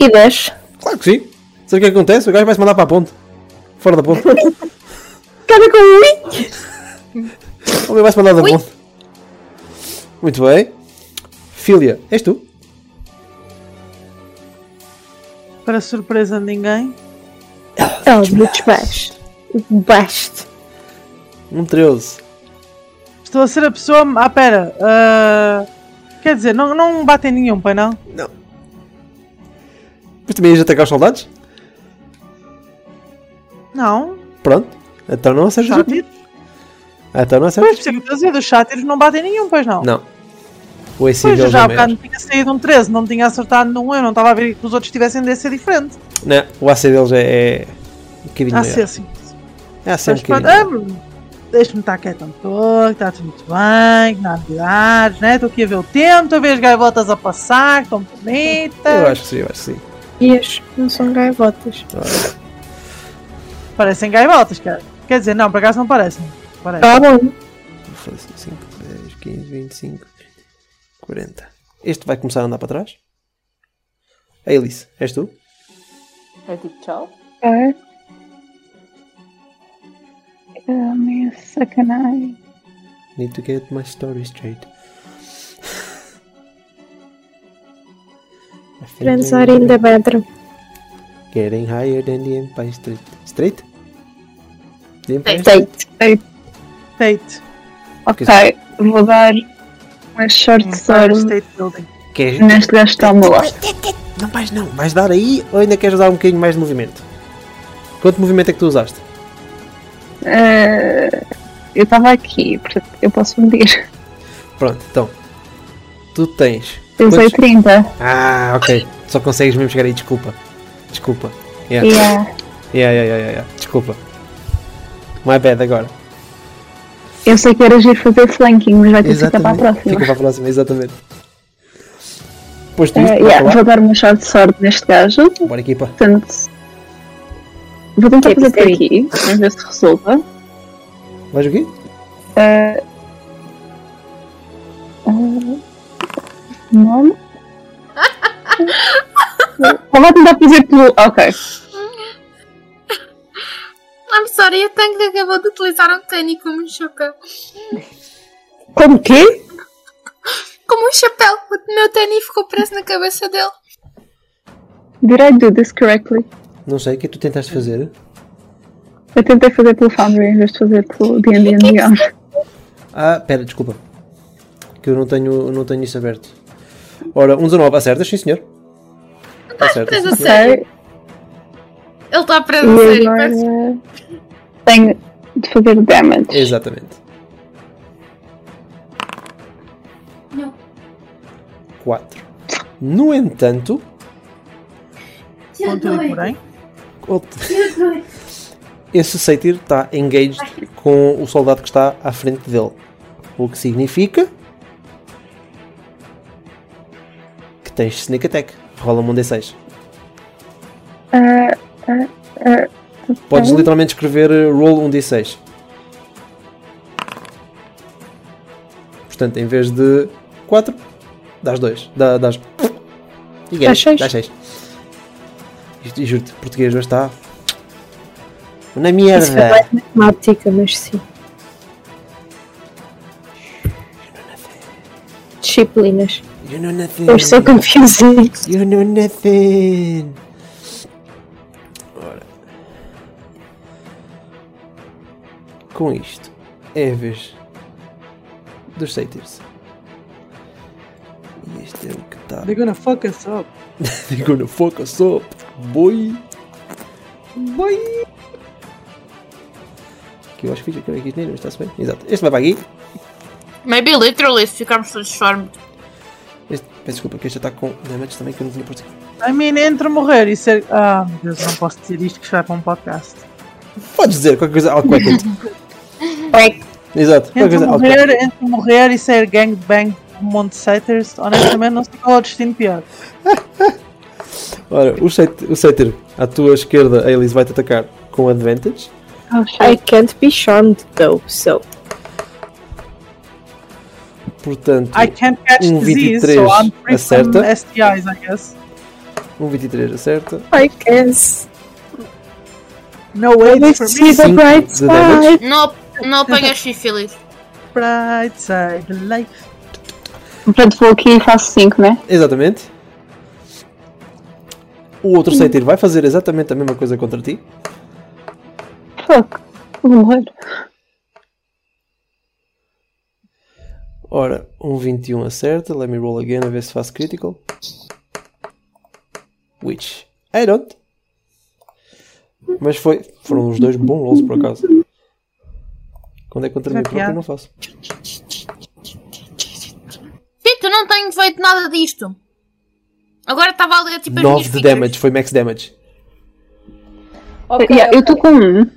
e 10.
Claro que sim. Sabe o que é que acontece? O gajo vai-se mandar para a ponte. Fora da ponte. O
Cada com um i.
homem vai-se mandar da ponte. Muito bem. Filia, és tu?
Para surpresa de ninguém.
Ela muito baixo. Baixo.
Um 13.
Estou a ser a pessoa. Ah, pera. ah, Quer dizer, não, não batem nenhum, pai, não?
Mas também ias atacar os soldados?
Não.
Pronto. Então não acertas. o-
Sátiros.
Então não
Pois,
acertas.
por isso é que eu estou a dizer, dos sátiros não batem nenhum, pois não.
Não. O AC
Pois, eu
deles
já
é
há bocado
maior.
me tinha saído um 13, não me tinha acertado num eu, não estava a ver que os outros tivessem de ser diferente.
Não, o AC deles é... é um bocadinho
Ah,
maior.
sim, sim.
É AC um
Mas
bocadinho
pronto,
maior.
ah, deixa-me estar quieto um pouco, está tudo muito bem, que não há novidades, né? Estou aqui a ver o tempo, estou a ver as gaivotas a passar, que estão
Eu
bonitas.
acho que sim, eu acho que sim.
E as não são gaivotas.
Parecem gaivotas, cara. Quer dizer, não, por acaso não parecem. Parecem.
Tá bom.
assim, Vou fazer 5, 10, 15, 15, 25, 40. Este vai começar a andar para trás. A Elise, és tu?
É tipo tchau.
É. Oh, meu sacanagem.
Need to get my story straight. I think
Friends
I'm
are in the bedroom.
Getting higher than the Empire State. Straight? The Empire State?
Date.
State.
Ok, vou dar uma short
Hum,
Empire
sword
State Building.
Queres?
neste gajo que está ao meu lado.
Não vais não. Vais dar aí ou ainda queres dar um bocadinho mais de movimento? Quanto movimento é que tu usaste?
Eh, eu estava aqui, portanto, eu posso medir.
Pronto, então. Tu tens.
Eu usei
quantos-
30.
Ah, ok. Só consegues mesmo chegar aí, desculpa. Desculpa. Yeah.
Yeah.
Yeah, yeah, yeah, yeah, yeah. Desculpa. My bad agora.
Eu sei que era giro fazer flanking, mas vai ter que ficar para a
Fica
próxima.
para a próxima, exatamente. Posto
Eh,
isto, vai
yeah,
falar.
vou dar uma short sword neste gajo.
Bora equipa.
Portanto, vou
é
tentar
Tipo
fazer por
three.
aqui, vamos ver se resulta.
Vais o quê?
Eh, eh, Não. Ou vou tentar fazer pelo. Ok.
I'm sorry, a Tank acabou de utilizar um tênis como um chapéu.
Como quê?
Como um chapéu! O meu tênis ficou preso na cabeça dele.
Did I do this correctly?
Não sei, o que é que tu tentaste fazer?
Eu tentei fazer pelo Foundry em vez de fazer pelo D&D and Beyond.
Ah, pera, desculpa. Que eu não tenho, não tenho isso aberto. Ora, um 19, acertas, sim senhor. Acertas. sim,
Mas a
senhor.
sério,
Ok.
ele está preso a
E
sério. parece-
agora. Tenho de fazer damage.
Exatamente.
Não.
4. No entanto,
Contudo, porém.
o- esse Seitir está engaged com o soldado que está à frente dele. O que significa que tens sneak attack. Rola um D6.
Ah,
Podes literalmente escrever eh, roll 1d6. Portanto, em vez de 4, dás 2. Dá, dás. E ganhas,
seis.
Dás 6. Isto, juro-te, português hoje está. Na merda!
Isso é mais matemática, mas sim. Disciplinas.
You know nothing!
Eu sou confusing.
You know nothing! Ora. Com isto, é a vez dos satyrs. E este é o que está.
They're gonna fuck us up.
They're gonna fuck us up, boy. Boy. Que eu acho que fiz aqui aqui nele, mas está-se bem. Exato. Este vai para aqui.
Maybe literally, se ficarmos transformed.
Este, peço desculpa, que este está com damage também que eu não tinha posto aqui.
I mean, entre morrer e ser. Ah, meu Deus, não posso dizer isto que isto vai para um podcast.
Podes dizer qualquer coisa ao quacket. Exato, qualquer
Entre
coisa ao
morrer, entre morrer e ser gangbang com um monte de haters, honestamente não sei qual é o destino pior.
Ora, o set- o setter à tua esquerda, a Elise vai-te atacar com advantage.
oh, shit.
I can't be charmed though, so.
Portanto,
I can't catch
Um
disease,
23
so I'm free
acerta.
from STIs, I guess.
um 23 acerta.
I guess.
No way
Let's
for
see
me.
the
Cinco
bright
de damage.
side.
Não, não apanhas sífilis.
Bright side life.
Portanto, vou aqui e faço 5, né?
Exatamente. O outro setter vai fazer exatamente a mesma coisa contra ti.
Fuck. Vou morrer.
Ora, um 21 acerta. Let me roll again a ver se faço critical. Which I don't. Mas foi. Foram os dois bons rolls por acaso. Quando é contra mim próprio, eu não faço.
Tito, não tenho feito nada disto. Agora estava a ler tipo as
9
minhas
de
fichas.
damage, foi max damage.
Ok,
Yeah, eu
ok.
estou com 1. Um.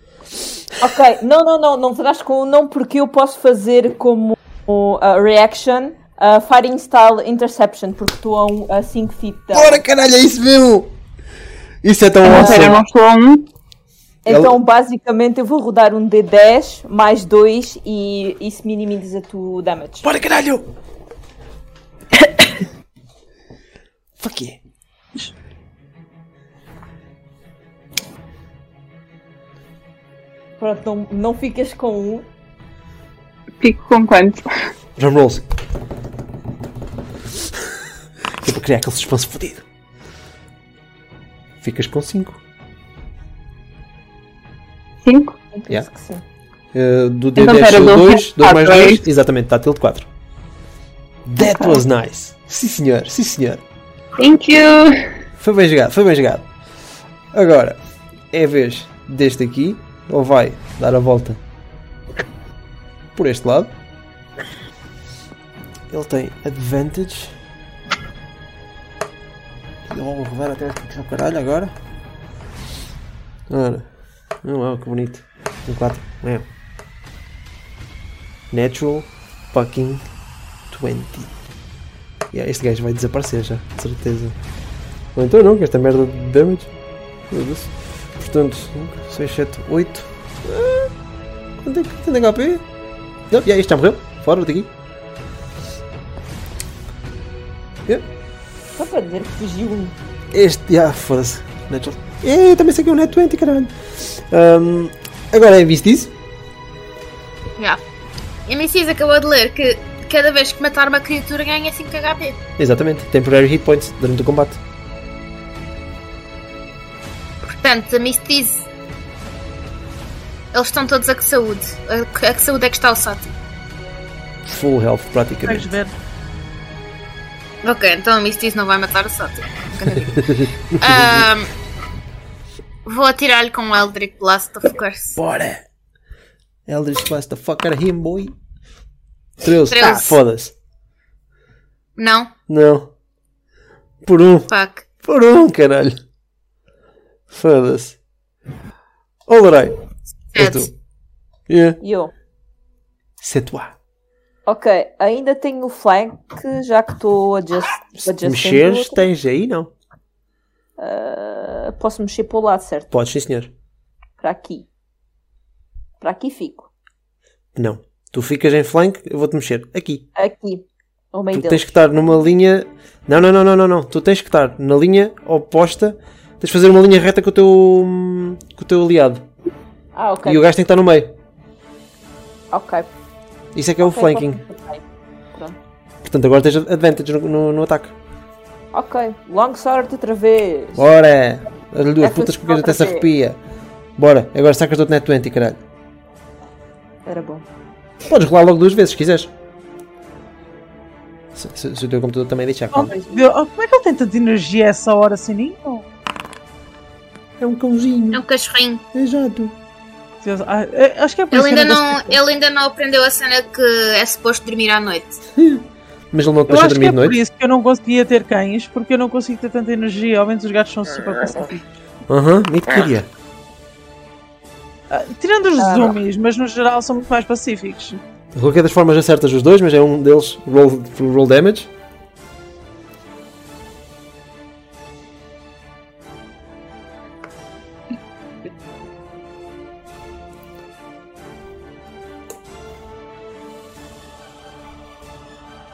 Ok, não, não, não, não terás com o não porque eu posso fazer como uh, reaction uh, fighting style interception porque estou a um- a 5 feet down.
Ora caralho, é isso mesmo! Isso é tão
Não, pera,
awesome!
eu não estou a 1. Um.
Então, basicamente, eu vou rodar um D10 mais 2 e isso minimiza tu o damage.
Bora, caralho! Fuck yeah.
Pronto, não, não ficas com um.
Fico com quanto?
Drum rolls. Que é para criar aquele suspense fodido. Ficas com 5.
Cinco?
Eu penso
Yeah.
que sim.
Eh, do
Então,
D10
pera,
saiu
eu dou
2, 2
quatro,
mais
é
2,
isso?
exatamente, está tilt 4. That was nice. Sim senhor, sim senhor.
Thank you!
Foi bem jogado, foi bem jogado. Agora, é a vez deste aqui, ou vai dar a volta por este lado. Ele tem advantage. Eu vou rodar até aqui ao caralho agora. Ora, oh, que bonito. Tem 4. Natural fucking 20. Yeah, este gajo vai desaparecer já, de certeza. Ou então não, que esta merda de damage. Foda-se. Portanto, 5, 6, 7, 8. Quanto é que tem de HP? Não, yeah, isto já morreu. Fora daqui.
Só para dizer que fugiu um.
Este. Ah, foda-se. Natural. É, também sei que é um Net 20, caralho. Ahm, agora é visto isso.
Já. A Mrs. acabou de ler que cada vez que matar uma criatura ganha 5 HP.
Exatamente. Temporary hit points durante o combate.
Portanto, a Mrs. Eles estão todos a que saúde. A que- a que saúde é que está o sótão.
Full health,
Vais
praticamente.
ver.
Ok, então a Mrs. não vai matar o sótão. Ahm, vou atirar-lhe com o Eldrick Blast, of course.
Bora! Eldritch Blast the fucker him, boy. 13. Ah,
13.
foda-se.
Não?
Não. Por um.
Fuck.
Por um, caralho. Foda-se. Olorei. És
Sete.
tu. Yeah.
E eu.
C'est toi.
Ok, ainda tenho o flank, já que estou adjust,
Se te
adjacente.
mexeres, tens aí, não.
Ah, posso mexer para o lado, certo?
Podes, sim, senhor.
Para aqui. Para aqui fico.
Não. Tu ficas em flank, eu vou-te mexer. Aqui.
Aqui. Ao meio
Tu
deles.
tens que estar numa linha. Não, não, não, não, não, não. Tu tens que estar na linha oposta. Tens de fazer uma linha reta com o teu. hum, com o teu aliado.
Ah, ok.
E o gajo tem que estar no meio.
Ok.
Isso é que é o
Ok,
flanking.
ok. Pronto.
Portanto, agora tens advantage no, no- no ataque.
Ok, long sword outra vez.
Bora! As,
É
as putas
funcional
que o gajo até se
para quê?
arrepia. Bora, agora sacas do outro net 20, caralho.
Era bom.
Podes rolar logo duas vezes, se quiseres. Se, se- se o teu computador também deixar.
Oh, meu Deus. Oh, como é que ele tem tanta energia a essa hora assim? Nem- Oh,
É um cãozinho.
É um cachorrinho.
É jato.
Deus. Ah, eh, acho que é por
Ele
isso que
ainda,
eu
não,
consigo-
ele ainda não aprendeu a cena que é suposto dormir à noite.
Mas ele não te
Eu
deixa
acho que
dormir
é
de
por
noite?
isso que eu não conseguia ter cães, porque eu não consigo ter tanta energia. Ao menos os gatos são super cansativos.
Aham, me queria.
Ah, tirando os zoomies, mas no geral são muito mais pacíficos.
De qualquer das formas acertas os dois, mas é um deles roll, roll damage.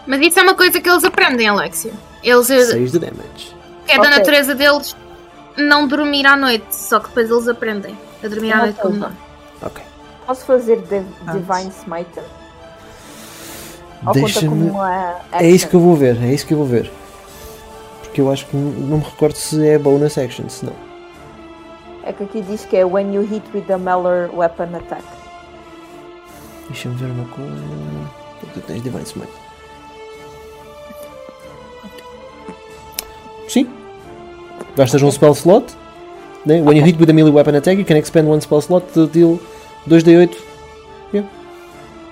Mas isso é uma coisa que eles aprendem, Alexia. Eles, eh,
6 de damage.
que é da
Ok.
natureza deles, não dormir à noite. Só que depois eles aprendem a dormir à
Uma
noite como
coisa.
nós.
Ok.
Posso fazer de- Divine Smite? Ou conta como
Deixa-me.
uma action?
É isso que eu vou ver, é isso que eu vou ver. Porque eu acho que n- não me recordo se é bonus action, se não.
É que aqui diz que é When you hit with a Mallor Weapon Attack.
Deixa-me ver uma coisa. O que é que tu tens de Divine Smite? Sim. Gastas um spell slot. Né? When you hit with a melee weapon attack, you can expend one spell slot to deal 2d8.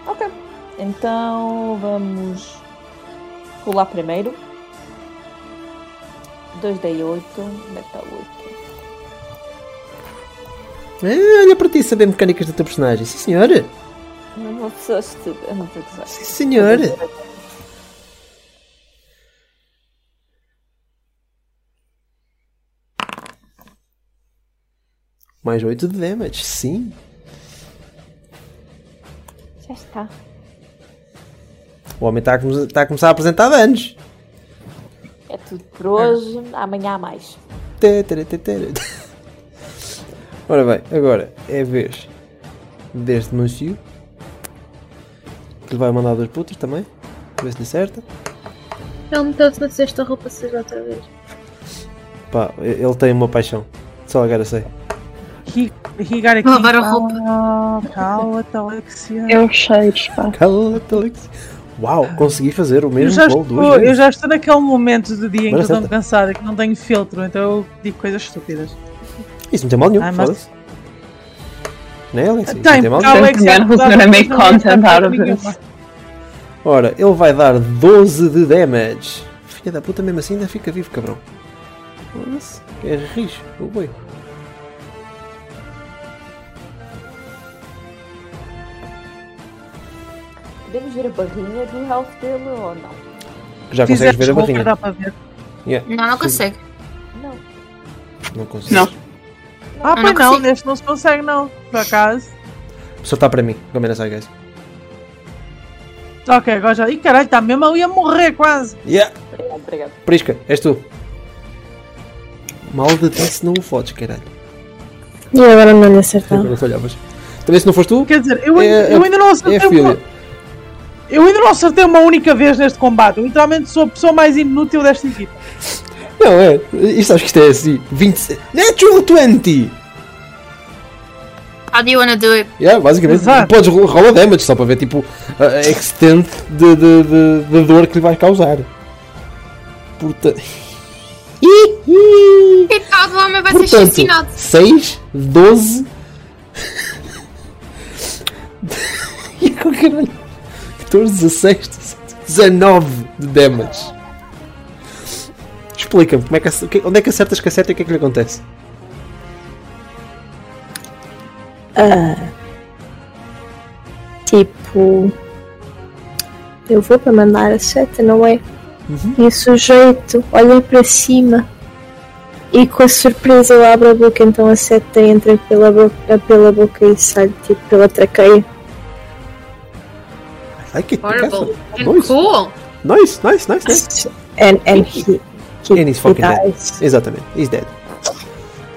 Ok. Então vamos rolar primeiro. 2D8, meta 8.
Ah, olha para ti saber mecânicas do teu personagem. Sim, senhor.
Não é vou precisar estudar. Não vou precisar
Sim, senhor. Mais 8 de damage, sim.
Já está.
O homem está a, come- está a começar a apresentar danos.
É tudo por hoje. Amanhã há mais.
Tê, tê, tê, tê. Ora bem, agora é a vez deste Monsieur que lhe vai mandar dois putos também. Ver se lhe acerta.
Ele meteu-se na sexta roupa suja outra vez.
Pá, ele tem uma paixão. Só agora sei.
He, he got a
Vou lavar a roupa.
Cala-te, Alexia.
É os cheiros, pá.
Cala-te, Alex. Uau, consegui fazer o
Eu
mesmo
já,
gol
estou,
duas
eu
vezes.
já estou naquele momento do dia em que eu
Agora
estou
acerta.
cansada, que não tenho filtro, então eu digo coisas estúpidas.
Isso não tem mal nenhum,
Ah, mas-
foda-se. Né, Alex? Isso
Tem,
não tem mal Ah,
porque
nenhum.
a Alexia
Tem
não
man who's
dá
gonna make
coisa nenhuma,
content out of
nenhuma.
this.
Ora, ele vai dar 12 de damage. Filha da puta, mesmo assim ainda fica vivo, cabrão. Foda-se. É rijo, o boi.
Podemos ver a barrinha do health dele ou não?
Já consegues
Fizeste
ver a
roupa,
barrinha?
dá para ver.
Yeah,
Não, não consegue.
Não.
não consigo.
Não.
Ah,
não
pois não,
consigo.
neste não se consegue, não, por acaso.
Só está para mim. Come on, guys.
Ok, agora já. Ih, caralho, está mesmo ali a morrer quase.
Yeah.
Obrigado, obrigado.
Prisca, és tu. Mal de ti se não o fodes, caralho.
E agora não lhe
Ah.
acertava.
Agora falhavas. Também se não foste tu,
Quer dizer, eu, ainda-
É,
eu ainda não
é
acertei
a
uma,
filha.
eu ainda não acertei uma única vez neste combate. Eu literalmente sou a pessoa mais inútil desta equipa.
Não, é. Isto acho que isto é assim. 20. Natural 20!
How do you wanna do it?
Yeah, basicamente,
Exato.
podes ro- rolar damage só para ver tipo a a extent de, de, de, de dor que lhe vais causar. Porta...
Coitado, o homem vai ser
Portanto,
assassinado.
6, 12. E com caralho. 14, 16, 17, 19 de damage. Explica-me como é que, ace- o que- onde é que acertas cassete e o que é que lhe acontece?
Tipo. Eu vou para mandar a seta, não é? E o sujeito olha para cima e com a surpresa ele abre a boca, então a seta entra pela boca, pela boca e sai tipo pela traqueia.
I like it,
Horrible. And
Dois.
cool.
Nice, nice, nice, nice.
And, and he, he,
And he's
he
fucking
Tá.
dead.
dies.
Exatamente, he's dead.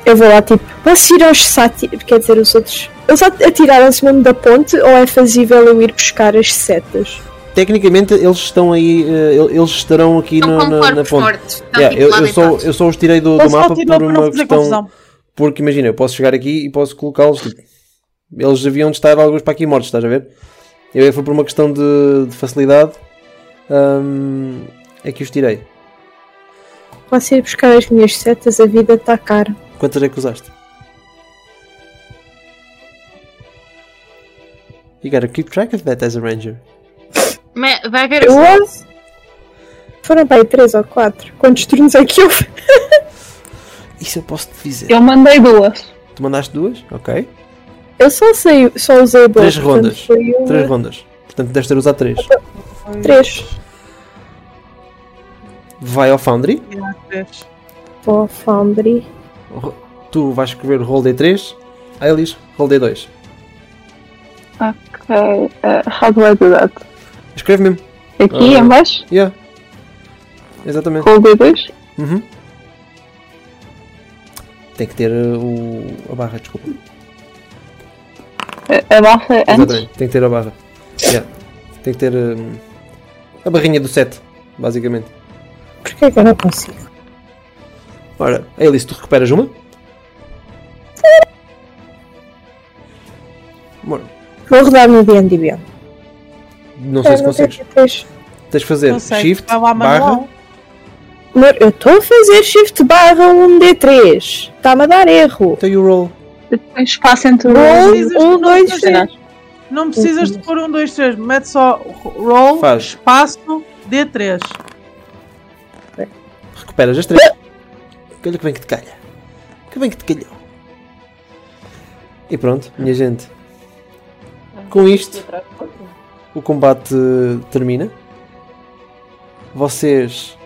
Eu vou lá tipo, posso ir aos sátiros, quer dizer, os outros. Eles at- atiraram-se mesmo da ponte ou é fazível eu ir buscar as setas?
Tecnicamente eles estão aí, eh, el- eles estarão aqui
Estão
na,
com
na- na
corpos
ponte.
mortos. Estão
Yeah,
tipo
eu,
lá
eu só,
deitados.
eu só os tirei do, do
Ou só
mapa
tirou
por
para não
uma
fazer
questão.
confusão.
Porque imagina, eu posso chegar aqui e posso colocá-los. Tipo, eles deviam de estar alguns para aqui mortos, estás a ver? Eu é que foi por uma questão de, de facilidade. hum, é que os tirei.
Posso ir buscar as minhas setas, a vida está cara.
Quantas é que usaste? You gotta keep track of that as a ranger.
Me- Vai ver
Eu ouço. Foram para aí 3 ou 4. Quantos turnos é que houve?
Isso eu posso te dizer.
Eu mandei duas.
Tu mandaste duas? Ok.
Eu só, sei, só usei dois.
Três rondas.
Foi uma,
Três rondas. Portanto, deves ter usado três.
três.
Vai ao Foundry.
Pô, Foundry.
Ro- Tu vais escrever Roll D3. Ailis, Roll D2.
Ok. eh, how do I do that?
Escreve mesmo.
Aqui
Ah.
em baixo?
Yeah. Exatamente.
Com o D2?
Uhum. Tem que ter uh, o... a barra, desculpa.
A- A barra é antes?
Exatamente. Tem que ter a barra. Yeah. Tem que ter um, a barrinha do 7, basicamente.
Porquê é que eu não consigo?
Ora, Alice, tu recuperas uma? Amor,
Vou rodar no D&D Beyond.
não
É,
sei se consegues.
Depois.
Tens de fazer
Consegue,
shift,
vai lá
barra.
manual.
Amor, eu estou a fazer shift barra 1D3. Está-me a dar erro.
Então you roll.
Tem espaço entre
Roll
os.
precisas de
1, 2,
fazer
3.
Não precisas de pôr um, dois, três. Mete só roll,
Faz.
espaço, D3.
Recuperas as três. Olha que bem que te calha. Que bem que te calhou. E pronto, minha gente. Com isto, o combate termina. Vocês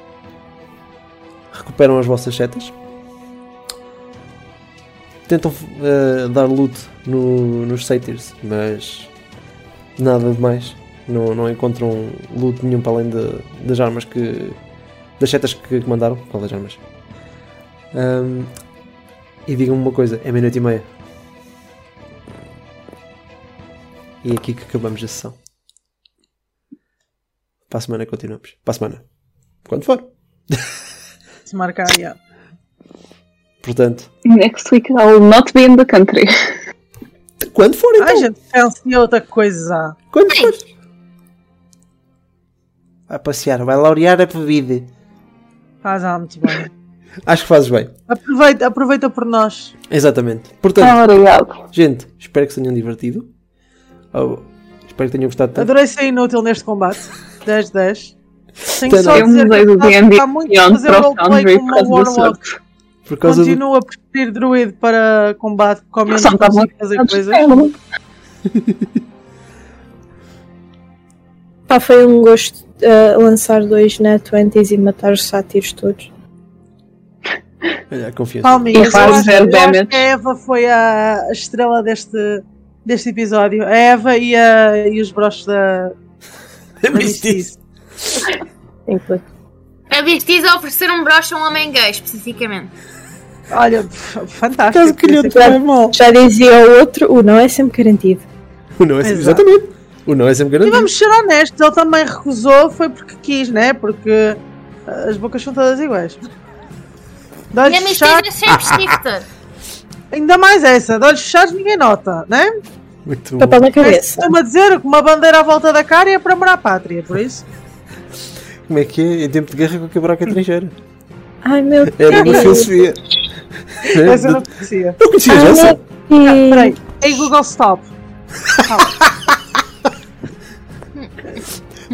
recuperam as vossas setas. tentam eh, dar loot no- nos satyrs, mas nada demais. Não, não encontram loot nenhum para além de- das armas que. das setas que, que mandaram. Qual das armas? Ahm, e digam-me uma coisa: é meia-noite e meia. E é aqui que acabamos a sessão. Para a semana continuamos. Para a semana. Quando for.
Se marcar, yeah.
Portanto,
Next week I will not be in the country.
quando for então.
Ai, gente, pensa em outra coisa.
Quando for. Vai passear, vai laurear a bebida.
Faz ah, muito bem.
Acho que fazes bem.
Aproveita, aproveita por nós.
Exatamente. Portanto,
Ah, Obrigado.
gente, espero que se tenham divertido. Oh, espero que tenham gostado tanto.
Adorei ser inútil neste combate. 10-10. Tenho
Tá
só
Eu
a dizer
mudei do
que
D&D
está muito a
Beyond
fazer
para o
roleplay
Foundry
com
por
uma
causa do
Warlock.
surf.
Por causa do.
Continuo a preferir druid para combate, com menos
Só tá me dá
consigo
vontade
fazer coisas.
é
Pá, foi um gosto eh, lançar dois net 20 e matar os sátiros todos.
Olha, a confiança.
Palminhas,
E
eu
faz
acho,
zero
eu acho
damage.
que a Eva foi a a estrela deste, deste episódio. A Eva e, a- e os broches da,
É
da Mistice.
Enquanto.
A Bistiz a oferecer um broche a um homem gay, especificamente.
Olha, f-
Caso
fantástico.
que lhe
Isso é
é mal.
Já dizia o outro, o não é sempre garantido.
O não é sempre.
Exato.
Exatamente. O não é sempre
E
garantido.
vamos ser honestos, ele também recusou, foi porque quis, né? Porque ah, as bocas são todas iguais. De
e a
olhos
Bistiz
fechados,
é shapeshifter.
ainda mais essa, de olhos fechados ninguém nota, né?
Muito bom.
Papel na
Mas
cabeça.
Estou-me a dizer que uma bandeira à volta da cara é para morar à pátria, por isso.
Como é que é? Em tempo de guerra, qualquer buraco é trincheira.
Ai meu
Era uma
Deus.
filosofia.
Essa
Não
eu não Ah, conhecia.
conhecias
Ai,
essa?
meu
Peraí,
Deus.
ei Google Stop.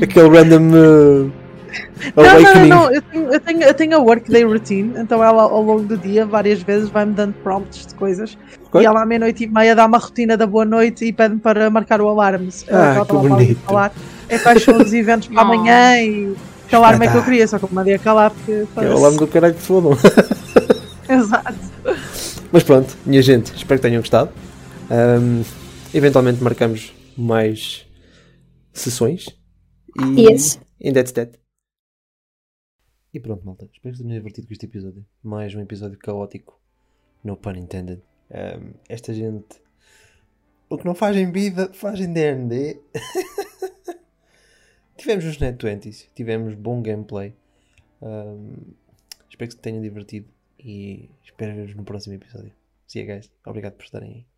Aquele random. uh,
Não, não, não,
Awakening.
não, Eu tenho, eu, tenho, eu tenho a workday routine, então ela ao longo do dia várias vezes vai-me dando prompts de coisas.
Ok.
E ela à meia-noite e meia dá uma rotina da boa noite e pede-me para marcar o alarme. se-
Ah,
ela
que
estava lá a
bonito.
falar. É quais são os eventos para
Oh.
amanhã e que alarme é que eu queria, só que eu mandei a calar porque.
Ah. É o lame do caralho de foda.
Exato.
Mas pronto, minha gente, espero que tenham gostado. Ahm, eventualmente marcamos mais sessões. E
Yes.
And that's that. E pronto, malta. Espero que tenham divertido com este episódio. Mais um episódio caótico. No pun intended. Ahm, esta gente. O que não fazem vida, fazem DND. tivemos os Net 20s, tivemos bom gameplay. Ahm, espero que se tenham divertido e espero ver-vos no próximo episódio. See you guys. Obrigado por estarem aí.